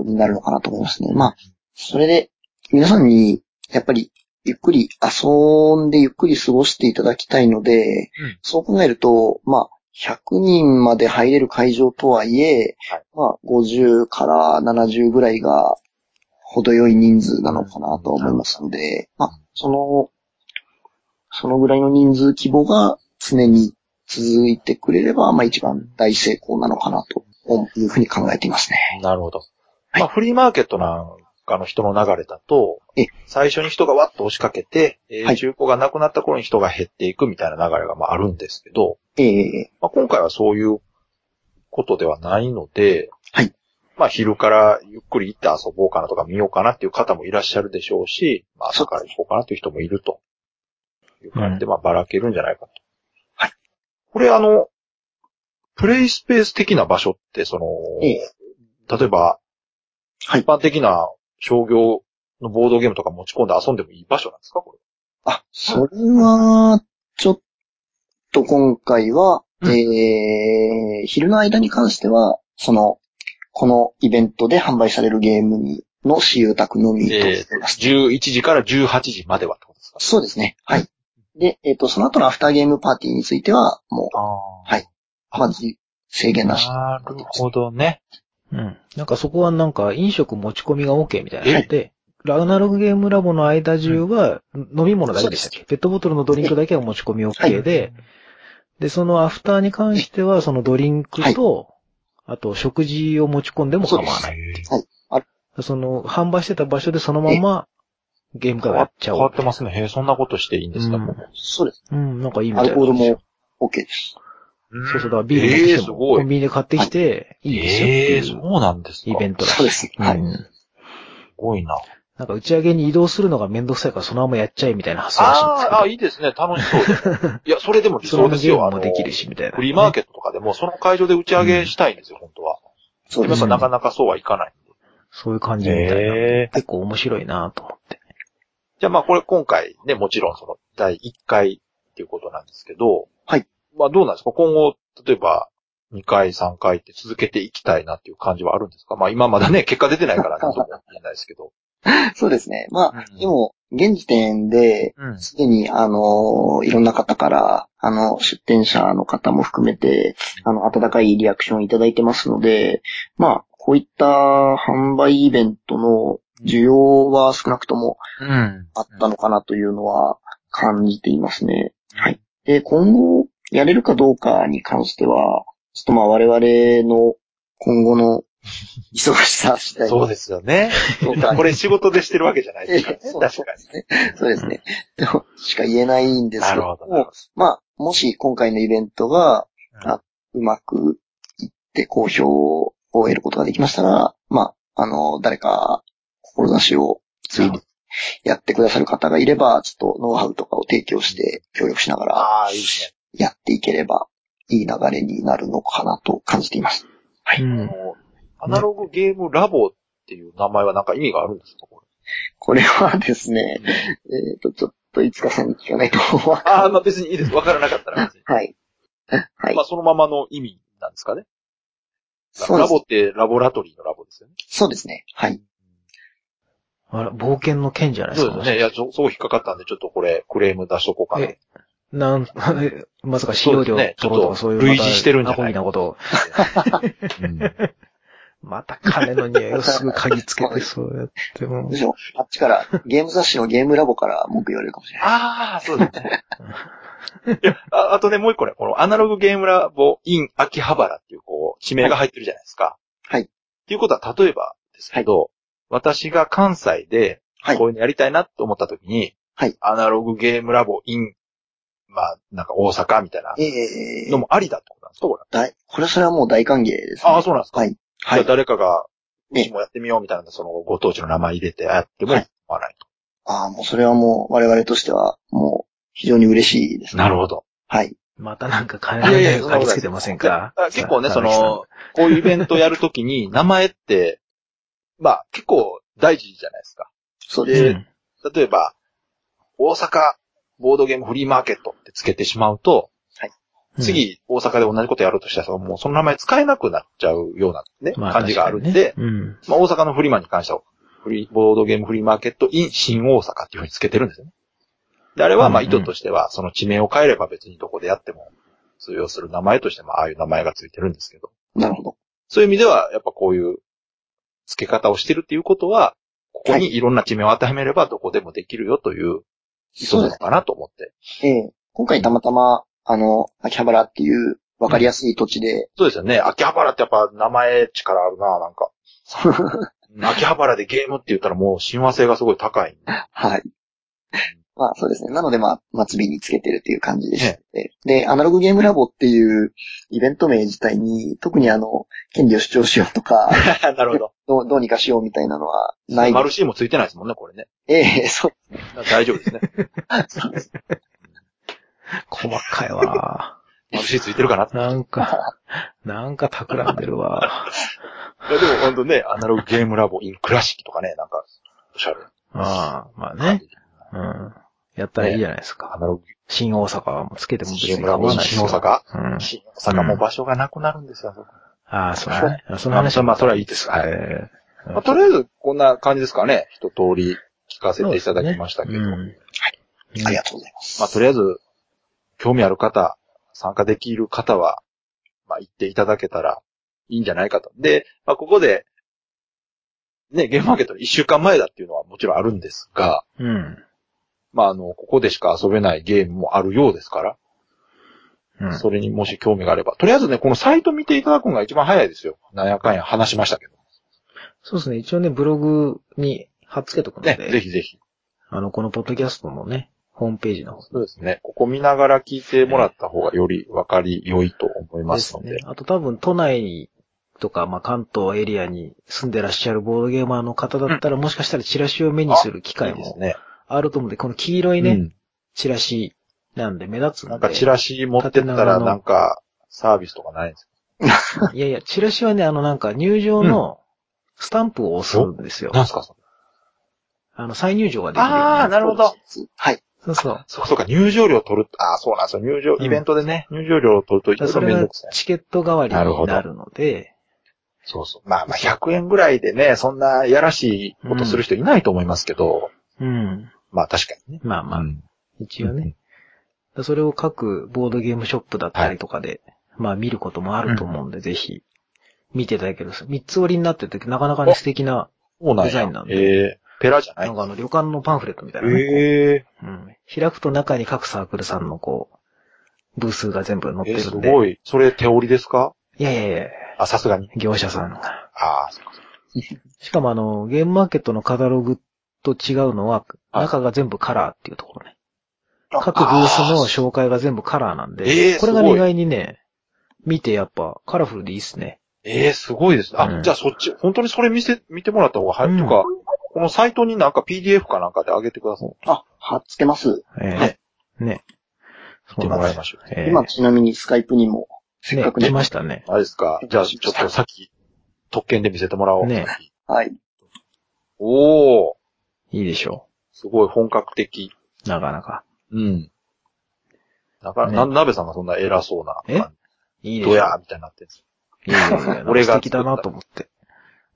[SPEAKER 4] になるのかなと思いますね。まあ、それで、皆さんに、やっぱり、ゆっくり遊んでゆっくり過ごしていただきたいので、
[SPEAKER 2] うん
[SPEAKER 4] そう考えると、まあ、100人まで入れる会場とはいえ、
[SPEAKER 2] はい
[SPEAKER 4] まあ、50から70ぐらいが、程よい人数なのかなと思いますので、まあ、その、そのぐらいの人数規模が常に続いてくれれば、まあ一番大成功なのかなというふうに考えていますね。
[SPEAKER 2] なるほど。
[SPEAKER 4] はい
[SPEAKER 2] まあ、フリーマーケットなんかの人の流れだと
[SPEAKER 4] ええ、
[SPEAKER 2] 最初に人がわっと押しかけて、えー
[SPEAKER 4] はい
[SPEAKER 2] 中古がなくなった頃に人が減っていくみたいな流れがまああるんですけど、
[SPEAKER 4] ええ
[SPEAKER 2] まあ、今回はそういうことではないので、
[SPEAKER 4] はい
[SPEAKER 2] まあ昼からゆっくり行って遊ぼうかなとか見ようかなっていう方もいらっしゃるでしょうし、まあ朝から行こうかなっていう人もいると。いう感じで、まあばらけるんじゃないかと。はい。これあの、プレイスペース的な場所って、その、
[SPEAKER 4] え
[SPEAKER 2] 例えば、
[SPEAKER 4] はい
[SPEAKER 2] 一般的な商業のボードゲームとか持ち込んで遊んでもいい場所なんですかこれ。
[SPEAKER 4] あ、それは、ちょっと今回は、
[SPEAKER 2] うん
[SPEAKER 4] えー、昼の間に関しては、その、このイベントで販売されるゲームにの私有宅のみとしています。
[SPEAKER 2] 11時から18時まではってことですか
[SPEAKER 4] そうですね。はい。で、えっ、と、その後のアフターゲームパーティーについては、も
[SPEAKER 2] あ
[SPEAKER 4] ーはいあまず制限なし。
[SPEAKER 2] なるほどね。
[SPEAKER 1] うん。なんかそこはなんか飲食持ち込みが OK みたいなので、アナログゲームラボの間中は飲み物だけでしたっけ、ペットボトルのドリンクだけは持ち込み OK で、で、そのアフターに関してはそのドリンクと、あと食事を持ち込んでも構わない。
[SPEAKER 4] はい。あ
[SPEAKER 1] その、販売してた場所でそのままゲーム会をやっちゃ
[SPEAKER 2] 変
[SPEAKER 1] お
[SPEAKER 2] わ
[SPEAKER 1] う
[SPEAKER 2] っ。てますね。へえ、そんなことしていいんですか、
[SPEAKER 1] うん
[SPEAKER 2] もう
[SPEAKER 4] そうです。
[SPEAKER 1] うん、なんかいいみた
[SPEAKER 4] ア
[SPEAKER 1] い
[SPEAKER 4] ルコー
[SPEAKER 1] な
[SPEAKER 4] ル
[SPEAKER 1] んですよ
[SPEAKER 4] も OK です。
[SPEAKER 1] そうそう、だからビール持ってきても、
[SPEAKER 2] ええ
[SPEAKER 1] コンビニで買ってきて、いいですよって
[SPEAKER 2] ええ
[SPEAKER 1] い
[SPEAKER 2] そううなんですか。
[SPEAKER 1] イベン
[SPEAKER 2] ン
[SPEAKER 1] トだ
[SPEAKER 4] そうです。はい。
[SPEAKER 1] うん
[SPEAKER 2] すごいな。
[SPEAKER 1] なんか打ち上げに移動するのがめんどくさいからそのままやっちゃえみたいな発想らしいんですけど
[SPEAKER 2] ああ、いいですね。楽しそう で。いや、それでも理
[SPEAKER 1] その
[SPEAKER 2] 想
[SPEAKER 1] まま
[SPEAKER 2] です
[SPEAKER 1] ゲー
[SPEAKER 2] よ。
[SPEAKER 1] ム
[SPEAKER 2] あ
[SPEAKER 1] も
[SPEAKER 2] の、
[SPEAKER 1] できるしみたいな。
[SPEAKER 2] フリーマーケットとかでも、その会場で打ち上げしたいんですよ、本当は。
[SPEAKER 4] そう
[SPEAKER 2] でも
[SPEAKER 4] で
[SPEAKER 2] や
[SPEAKER 4] す
[SPEAKER 2] っぱ。なかなかそうはいかない。
[SPEAKER 1] そういう感じみたいな。
[SPEAKER 2] へえ
[SPEAKER 1] 結構面白いなと思って。
[SPEAKER 2] じゃあまあこれ今回ね、もちろんその第1回っていうことなんですけど、
[SPEAKER 4] はい。
[SPEAKER 2] まあどうなんですか今後、例えば2回、3回って続けていきたいなっていう感じはあるんですかまあ今まだ ね、結果出てないから何とも言えないですけ ど。
[SPEAKER 4] そうですね。まあ、
[SPEAKER 2] うん
[SPEAKER 4] でも、現時点で、
[SPEAKER 2] うん。
[SPEAKER 4] すでに、あの、いろんな方から、あの、出店者の方も含めて、あの、温かいリアクションをいただいてますので、まあ、こういった販売イベントの需要は少なくとも
[SPEAKER 2] うん。
[SPEAKER 4] あったのかなというのは感じていますね。はい。で、今後やれるかどうかに関しては、ちょっとまあ我々の今後の忙しさ次第
[SPEAKER 2] そうですよね。
[SPEAKER 4] とか
[SPEAKER 2] これ仕事でしてるわけじゃないですから ね。
[SPEAKER 4] ええそう
[SPEAKER 2] 確か
[SPEAKER 4] そうですね。としか言えないんで
[SPEAKER 2] に。な
[SPEAKER 4] すけ
[SPEAKER 2] る
[SPEAKER 4] ど
[SPEAKER 2] ほ
[SPEAKER 4] も、
[SPEAKER 2] ど。なるほど
[SPEAKER 4] まあ、もし今回のイベントが、
[SPEAKER 2] うん
[SPEAKER 4] あうまくいって好評を得ることができましたら、まあ、あの、誰か、志を継いでやってくださる方がいれば、ちょっとノウハウとかを提供して協力しながら
[SPEAKER 2] ああ、いいですね。
[SPEAKER 4] やっていければ、いい流れになるのかなと感じています。はい
[SPEAKER 1] うん
[SPEAKER 2] あの、アナログゲームラボっていう名前はなんか意味があるんですかこ
[SPEAKER 4] これはですね、
[SPEAKER 2] れ。
[SPEAKER 4] えっ、と、ちょっといつかさんに聞かないと分か
[SPEAKER 2] ああ、まあ別にいいです。わからなかったら別に。
[SPEAKER 4] んない。はい
[SPEAKER 2] ま。あそのままの意味なんですかね。
[SPEAKER 4] そうで
[SPEAKER 2] ラ
[SPEAKER 4] す
[SPEAKER 2] ボってラボラトリーのラボですよね。
[SPEAKER 4] そうですね。はい。
[SPEAKER 1] あら、冒険の剣じゃないです
[SPEAKER 2] そう
[SPEAKER 1] か。
[SPEAKER 2] ですね。いや、そそう引っかかったんで、ちょっとこれクレーム出しとこうかな。
[SPEAKER 1] え、なん まさか使用
[SPEAKER 2] そう
[SPEAKER 1] 料
[SPEAKER 2] です
[SPEAKER 1] 取
[SPEAKER 2] ね
[SPEAKER 1] ろうとか
[SPEAKER 2] ちょ
[SPEAKER 1] そ
[SPEAKER 2] っ
[SPEAKER 1] うい
[SPEAKER 2] と
[SPEAKER 1] うま
[SPEAKER 2] 類似してるんじゃない
[SPEAKER 1] アホみなことを。
[SPEAKER 2] うん
[SPEAKER 1] また金の匂いをすぐ嗅ぎつ けて、そうやっても
[SPEAKER 4] どう。しようあっちから、ゲーム雑誌のゲームラボから文句言われるかもしれない。
[SPEAKER 2] ああ、そうですね。 いやあ、あとね、もう一個ね、このアナログゲームラボ in 秋葉原っていうこう、地名が入ってるじゃないですか。
[SPEAKER 4] はい
[SPEAKER 2] っていうことは、例えばですけど、私が関西で、
[SPEAKER 4] はい
[SPEAKER 2] こういうのやりたいなって思った時に、
[SPEAKER 4] はい
[SPEAKER 2] アナログゲームラボ in、まあ、なんか大阪みたいな
[SPEAKER 4] ええ
[SPEAKER 2] のもありだってことなんですか、これ。
[SPEAKER 4] 大これそれはもう大歓迎です、ね。
[SPEAKER 2] ああ、そうなんですか。
[SPEAKER 4] はい。は
[SPEAKER 2] じゃ
[SPEAKER 4] い
[SPEAKER 2] あ。誰かが、う
[SPEAKER 4] ね
[SPEAKER 2] ちもやってみようみたいな、そのご当地の名前入れてやっても
[SPEAKER 4] は
[SPEAKER 2] 思
[SPEAKER 4] い
[SPEAKER 2] わないと。
[SPEAKER 4] ああ、もうそれはもう我々としては、もう非常に嬉しいです、ね。
[SPEAKER 2] なるほど。
[SPEAKER 4] はい。
[SPEAKER 1] またなんか金の匂いを嗅ぎつけてませんか
[SPEAKER 2] あ結構ね、
[SPEAKER 1] さ
[SPEAKER 2] そ、の、こういうイベントやるときに、名前って、まあ、結構大事じゃないですか。
[SPEAKER 4] そう
[SPEAKER 1] 荒
[SPEAKER 4] で
[SPEAKER 1] 木
[SPEAKER 4] す。
[SPEAKER 1] さん
[SPEAKER 2] で例えば、大阪ボードゲームフリーマーケットってつけてしまうと、
[SPEAKER 1] うん
[SPEAKER 2] 次、大阪で同じことやろうとしたら、もうその名前使えなくなっちゃうようなね、
[SPEAKER 1] ま
[SPEAKER 2] 感じがあるんで、
[SPEAKER 1] 確かにね
[SPEAKER 2] まあ、大阪のフリマに関しては、フリー、ボードゲームフリーマーケット in 新大阪っていうふうにつけてるんですよね。で、あれは、まあ、
[SPEAKER 1] う
[SPEAKER 2] 意
[SPEAKER 1] んうん
[SPEAKER 2] 図としては、その地名を変えれば別にどこでやっても通用する名前として、まあ、ああいう名前がついてるんですけど、
[SPEAKER 4] なるほど。
[SPEAKER 2] そういう意味では、やっぱこういう付け方をしてるっていうことは、ここにいろんな地名を当てはめればどこでもできるよという意図
[SPEAKER 4] そう
[SPEAKER 2] な
[SPEAKER 4] で
[SPEAKER 2] の
[SPEAKER 4] す。
[SPEAKER 2] かなと思って。
[SPEAKER 4] ええ今回たまたま、あの、秋葉原っていう分かりやすい土地 で、
[SPEAKER 2] そうですよね。秋葉原ってやっぱ名前力あるななんか。秋葉原でゲームって言ったらもう親和性がすごい高い。
[SPEAKER 4] はい。まあそうですね。なのでまあ、末尾につけてるっていう感じでして。で、アナログゲームラボっていうイベント名自体に、特にあの、権利を主張しようとか、
[SPEAKER 2] なるほど。
[SPEAKER 4] どうどうにかしようみたいなのはない。
[SPEAKER 2] マルシーもついてないですもんね、これね。
[SPEAKER 4] ええそう。
[SPEAKER 2] 大丈夫ですね。
[SPEAKER 1] 細かいわ。
[SPEAKER 2] マルシーついてるかなって
[SPEAKER 1] なんか、なんか企んでるわ。
[SPEAKER 2] いや、でもほんとね、アナログゲームラボインクラシックとかね、なんか、おしゃれ。
[SPEAKER 1] ああ、まあね。うん。やったらいいじゃないです
[SPEAKER 2] ア
[SPEAKER 1] か。
[SPEAKER 2] ナログ
[SPEAKER 1] 新大阪はもうつけても別
[SPEAKER 2] ゲ
[SPEAKER 1] に変
[SPEAKER 2] ーム
[SPEAKER 1] わ
[SPEAKER 2] ラボ
[SPEAKER 1] ら
[SPEAKER 2] イン
[SPEAKER 1] ないです
[SPEAKER 2] 新
[SPEAKER 1] よ。
[SPEAKER 2] 大阪
[SPEAKER 1] うん。
[SPEAKER 2] 新大阪も場所がなくなるんですよ、あそこ
[SPEAKER 1] ああ、そうだね。あその
[SPEAKER 2] まあ、
[SPEAKER 1] 話
[SPEAKER 2] それまあそれはいいです。はい。
[SPEAKER 1] えー
[SPEAKER 2] まあ、とりあえず、こんな感じですかね。一通り聞かせていただきましたけど。
[SPEAKER 1] うん
[SPEAKER 4] ありがとうございます。
[SPEAKER 2] まあ、とりあえず、興味ある方、参加できる方は、まあ、行っていただけたらいいんじゃないかと。で、まあ、ここで、ね、ゲームマーケットの一週間前だっていうのはもちろんあるんですが、
[SPEAKER 1] うん。
[SPEAKER 2] まあ、あの、ここでしか遊べないゲームもあるようですから、
[SPEAKER 1] うん。
[SPEAKER 2] それにもし興味があれば、とりあえずね、このサイト見ていただくのが一番早いですよ。なんやかんや話しましたけど。
[SPEAKER 1] そうですね。一応ね、ブログに貼っつけとくの
[SPEAKER 2] ね、
[SPEAKER 1] で、
[SPEAKER 2] ぜひぜひ。
[SPEAKER 1] あの、このポッドキャストのね、ホームページの方
[SPEAKER 2] そうですね。ここ見ながら聞いてもらった方がより分かり良いと思いますので。
[SPEAKER 1] あと多分都内とか、まあ、関東エリアに住んでらっしゃるボードゲーマーの方だったら、もしかしたらチラシを目にする機
[SPEAKER 2] い
[SPEAKER 1] 会
[SPEAKER 2] いです
[SPEAKER 1] も
[SPEAKER 2] ね。
[SPEAKER 1] あると思うんで、この黄色いね、
[SPEAKER 2] うん
[SPEAKER 1] チラシなんで目立つんで。
[SPEAKER 2] なんかチラシ持ってったらなんかサービスとかないんです
[SPEAKER 1] いやいや、チラシはね、あのなんか入場のスタンプを押すんですよ。
[SPEAKER 2] かなんすかそれ
[SPEAKER 1] あの、再入場ができるように
[SPEAKER 2] ああ、なるほど。
[SPEAKER 4] はい。
[SPEAKER 1] そうそう。
[SPEAKER 2] そうそうか、入場料取る。ああ、そうなんですよ。入場、
[SPEAKER 1] うん
[SPEAKER 2] イベントでね、入場料を取るとい
[SPEAKER 1] だからそ
[SPEAKER 2] ろい
[SPEAKER 1] れ
[SPEAKER 2] ろめん
[SPEAKER 1] が
[SPEAKER 2] どくさい。
[SPEAKER 1] チケット代わり
[SPEAKER 2] なるほ
[SPEAKER 1] に
[SPEAKER 2] ど
[SPEAKER 1] なるので、
[SPEAKER 2] そうそう。まあまあ、100円ぐらいでね、そんなやらしいことする人いないと思いますけど、
[SPEAKER 1] うん。
[SPEAKER 2] まあ確かにね。
[SPEAKER 1] まあまあ、
[SPEAKER 2] うん
[SPEAKER 1] 一応ね。だからそれを各ボードゲームショップだったりとかで、まあ見ることもあると思うんで、ぜひ見ていただけると。三つ折りになってて、なかなかね、
[SPEAKER 2] お
[SPEAKER 1] 素敵な、
[SPEAKER 2] そうなん
[SPEAKER 1] デザイ
[SPEAKER 2] や
[SPEAKER 1] ンなん。で
[SPEAKER 2] ええペラじゃな
[SPEAKER 1] ないんかあの旅館のパンフレットみたいな、ね
[SPEAKER 2] ええ
[SPEAKER 1] うん。開くと中に各サークルさんのこう、ブースが全部載って
[SPEAKER 2] えす
[SPEAKER 1] るんで。
[SPEAKER 2] ごい。それ手織りですか
[SPEAKER 1] いやいやいや、
[SPEAKER 2] あ、さすがに。
[SPEAKER 1] 業者さんが。
[SPEAKER 2] ああ、そうか。
[SPEAKER 1] しかもあの、ゲームマーケットのカタログと違うのは、
[SPEAKER 2] はい
[SPEAKER 1] 中が全部カラーっていうところね。
[SPEAKER 2] あ
[SPEAKER 1] 各ブースの紹介が全部カラーなん
[SPEAKER 2] え
[SPEAKER 1] で、
[SPEAKER 2] ー
[SPEAKER 1] これがね
[SPEAKER 2] すご
[SPEAKER 1] 意
[SPEAKER 2] い
[SPEAKER 1] 外にね、見てやっぱカラフルでいいっすね。
[SPEAKER 2] ええすごいですね。あ、
[SPEAKER 1] うん
[SPEAKER 2] じゃあそっち、本当にそれ見せ、見てもらった方が早い。
[SPEAKER 1] うん
[SPEAKER 2] とか、このサイトになんか PDF かなんかで上げてください。
[SPEAKER 4] あ、貼っつけます。
[SPEAKER 1] ええね。
[SPEAKER 2] 見
[SPEAKER 1] そ
[SPEAKER 2] て
[SPEAKER 1] うな
[SPEAKER 2] も
[SPEAKER 1] んで
[SPEAKER 2] ら
[SPEAKER 1] す
[SPEAKER 2] いましょう。
[SPEAKER 1] ええ
[SPEAKER 4] 今ちなみにスカイプにも、せっ
[SPEAKER 1] ね
[SPEAKER 4] かくね
[SPEAKER 1] 来ましたね。
[SPEAKER 2] あれですか。じゃあ、ちょっとさっき、特権で見せてもらおう。
[SPEAKER 1] ね
[SPEAKER 4] はい。
[SPEAKER 2] おー、
[SPEAKER 1] いいでしょ
[SPEAKER 2] すごい本格的。
[SPEAKER 1] う。なかなか。
[SPEAKER 2] うん。だから、
[SPEAKER 1] ね
[SPEAKER 2] な、なべさんがそんな偉そうな、
[SPEAKER 1] え
[SPEAKER 2] あ
[SPEAKER 1] いいでしょ
[SPEAKER 2] ド
[SPEAKER 1] う。
[SPEAKER 2] ヤーみたいになってるんです
[SPEAKER 1] いやいやいや、俺
[SPEAKER 2] 俺
[SPEAKER 1] が
[SPEAKER 2] が
[SPEAKER 1] 素敵だなと思って。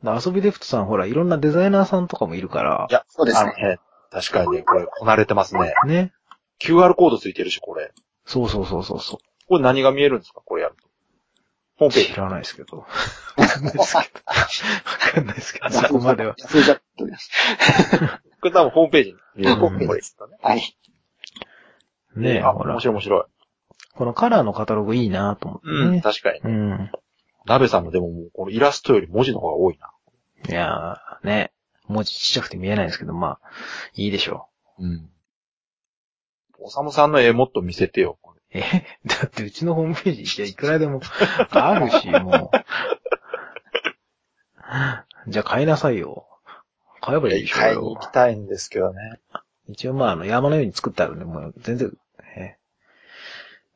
[SPEAKER 1] だ遊びデフトさんほら、いろんなデザイナーさんとかもいるから
[SPEAKER 2] い、や、
[SPEAKER 4] そうです
[SPEAKER 2] あの
[SPEAKER 4] ね。
[SPEAKER 2] ね、確かにね、これ、こなれてますね。
[SPEAKER 1] ね。
[SPEAKER 2] QR コードついてるし、これ。
[SPEAKER 1] そうそうそうそうそ
[SPEAKER 2] これ何が見えるんですかこれやると。ホ
[SPEAKER 1] う。
[SPEAKER 2] ームペー
[SPEAKER 1] 知
[SPEAKER 2] ジ。
[SPEAKER 1] らないですけど。わかんないですけど、そこまでは。
[SPEAKER 4] それじゃ、とり あえず
[SPEAKER 2] これ多分ホームページに見える。
[SPEAKER 1] ホ
[SPEAKER 2] こ
[SPEAKER 1] ームページ
[SPEAKER 2] れ。
[SPEAKER 4] はい。
[SPEAKER 1] ねえ、
[SPEAKER 2] あ、
[SPEAKER 1] ほら
[SPEAKER 2] 面。白い面白い。
[SPEAKER 1] このカラーのカタログいいなと思って
[SPEAKER 2] うん、
[SPEAKER 1] ね。
[SPEAKER 2] 確かに。
[SPEAKER 1] うん。
[SPEAKER 2] 鍋さんのでももう、このイラストより文字の方が多いな。
[SPEAKER 1] いやー、ね。文字ちっちゃくて見えないですけど、まあ、いいでしょ
[SPEAKER 2] うん。おさむさんの絵もっと見せてよ。これ
[SPEAKER 1] う。えだってうちのホームページじゃいくらでも あるし、もう。じゃあ買いなさいよ。買えばいいでしょう
[SPEAKER 2] 買いに
[SPEAKER 1] よ
[SPEAKER 2] 行。きたいんですけどね。
[SPEAKER 1] 一応まあ、あの、山のように作ってあるんで、もう全然、ね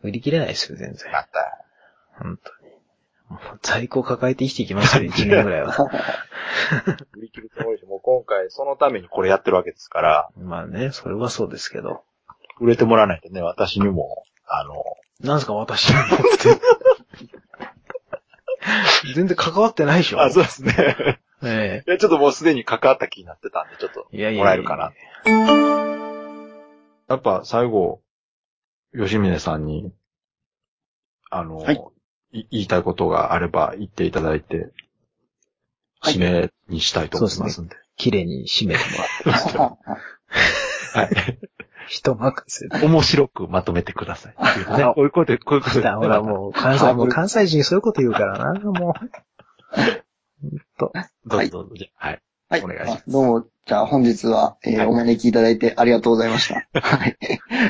[SPEAKER 1] 売り切れないですよ、全然。
[SPEAKER 2] また。
[SPEAKER 1] 本当に。もう在庫抱えて生きていきましたよ、1年ぐらいは。
[SPEAKER 2] 売り切るつもりで、もう今回そのためにこれやってるわけですから、
[SPEAKER 1] まあね、それはそうですけど。
[SPEAKER 2] 売れてもらわないとね、私にも、あの、
[SPEAKER 1] なんすか、私の思っ て。全然関わってないでしょ。
[SPEAKER 2] あ、そうですね。
[SPEAKER 1] え
[SPEAKER 2] いや、ちょっともうすでに関わった気になってたんで、ちょっと、
[SPEAKER 1] えいやいやいや。
[SPEAKER 2] もらえるかな。やっぱ最後、吉峰さんに、あの、
[SPEAKER 4] はい
[SPEAKER 2] い言いたいことがあれば言っていただいて、
[SPEAKER 4] はい
[SPEAKER 2] 締めにしたいと思いますんで。
[SPEAKER 1] 綺麗に締めてもらって。
[SPEAKER 2] はい。
[SPEAKER 1] 人任せで。
[SPEAKER 2] 面白くまとめてください。 ね、こういうことで、こういうこと
[SPEAKER 1] ほ
[SPEAKER 2] で。
[SPEAKER 1] ら、ほらもう、関西、もう関西人そういうこと言うからな、もう。
[SPEAKER 2] どうぞどうぞ。じゃあはい。
[SPEAKER 4] はい。
[SPEAKER 2] お願いします
[SPEAKER 4] あどうも、じゃあ本日は、えーお招きいただいてありがとうございました。はい。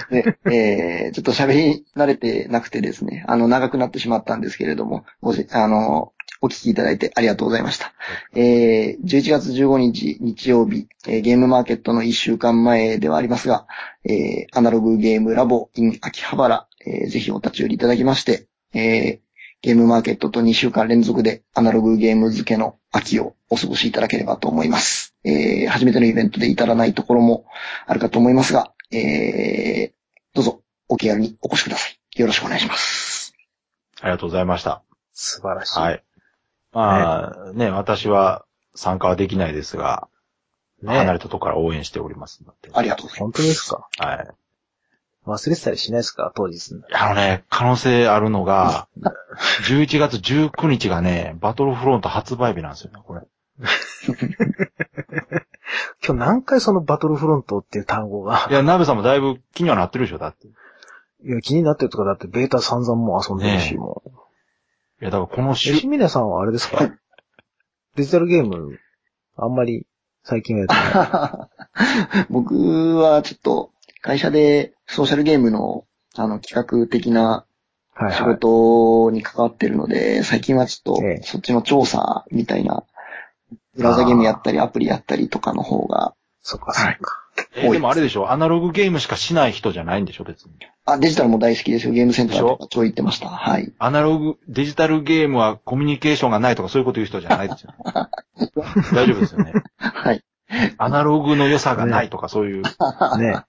[SPEAKER 4] で、えー、ちょっと喋り慣れてなくてですね、あの、長くなってしまったんですけれども、ごせ、あの、お聞きいただいてありがとうございました。えー、11月15日日曜日、えーゲームマーケットの1週間前ではありますが、えー、アナログゲームラボ in 秋葉原、えーぜひお立ち寄りいただきまして、えー、ゲームマーケットと2週間連続でアナログゲーム付けの秋をお過ごしいただければと思います。えー、初めてのイベントで至らないところもあるかと思いますが、えー、どうぞお気軽にお越しください。よろしくお願いします。
[SPEAKER 2] ありがとうございました。
[SPEAKER 1] 素晴らしい。
[SPEAKER 2] はい。まあ、ね、私は参加はできないですが、離れ
[SPEAKER 1] ね
[SPEAKER 2] たところから応援しておりますので。
[SPEAKER 4] ありがとうございま
[SPEAKER 1] 本当ですか
[SPEAKER 2] はい。
[SPEAKER 1] 忘れてたりしないですか当日。
[SPEAKER 2] あのね、可能性あるのが、11月19日がね、バトルフロント発売日なんですよね、これ。
[SPEAKER 1] 今日何回そのバトルフロントっていう単語が
[SPEAKER 2] い、や、ナベさんもだいぶ気にはなってるでしょ、だって。い
[SPEAKER 1] いや、気になってるとかだってベータ散々もう遊んでるし、
[SPEAKER 2] ねえ
[SPEAKER 1] もう。
[SPEAKER 2] や、だからこの週、
[SPEAKER 1] 吉峰さんはあれですかデジタルゲーム、あんまり最近はやってない。
[SPEAKER 4] す。 僕はちょっと会社でソーシャルゲームのあの企画的な
[SPEAKER 1] はい
[SPEAKER 4] 仕
[SPEAKER 1] はい。
[SPEAKER 4] 事に関わってるので、最近はちょっ
[SPEAKER 1] ええ
[SPEAKER 4] とそっちの調査みたいな、ブラウザゲームやったりアプリやったりとかの方が、
[SPEAKER 1] そっかそっか。
[SPEAKER 2] えでもあれでしょ、アナログゲームしかしない人じゃないんでしょ、別に。
[SPEAKER 4] あ、デジタルも大好きですよ。ゲームセンターとかちょい行ってました。はい。
[SPEAKER 2] アナログ、デジタルゲームはコミュニケーションがないとかそういうこと言う人じゃないですよね。大丈夫ですよね。
[SPEAKER 4] はい。
[SPEAKER 2] アナログの良さがないとかそういう。
[SPEAKER 1] ね。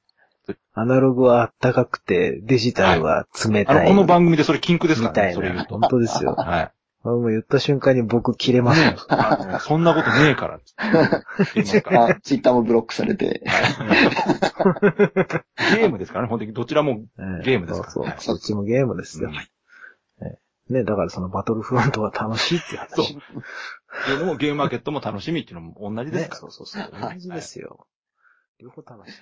[SPEAKER 1] アナログはあったかくて、デジタルは冷
[SPEAKER 2] あ
[SPEAKER 1] た
[SPEAKER 2] の、
[SPEAKER 1] い。
[SPEAKER 2] この番組でそれ禁句です
[SPEAKER 1] み
[SPEAKER 2] から
[SPEAKER 1] た
[SPEAKER 2] ね、
[SPEAKER 1] い
[SPEAKER 2] それ言う
[SPEAKER 1] な。
[SPEAKER 2] と
[SPEAKER 1] 本。当ですよ。
[SPEAKER 2] はい。
[SPEAKER 1] 俺も言った瞬間に僕切れますよ。
[SPEAKER 2] あ のそんなことねえから。言いますから
[SPEAKER 4] あツイッターもブロックされて、
[SPEAKER 2] ゲームですからね、本当にどちらも。
[SPEAKER 1] ええ
[SPEAKER 2] ゲームですから
[SPEAKER 1] そうそう
[SPEAKER 2] はい
[SPEAKER 1] そっちもゲームですよ。ええね、だからそのバトルフロントは楽しいっていう話。
[SPEAKER 2] そう。ゲームもゲームマーケットも楽しみっていうのも同じです
[SPEAKER 1] ね
[SPEAKER 2] か。ら。
[SPEAKER 1] そうそうそう。
[SPEAKER 4] は
[SPEAKER 1] 同
[SPEAKER 4] い
[SPEAKER 1] じですよ。両方楽しい。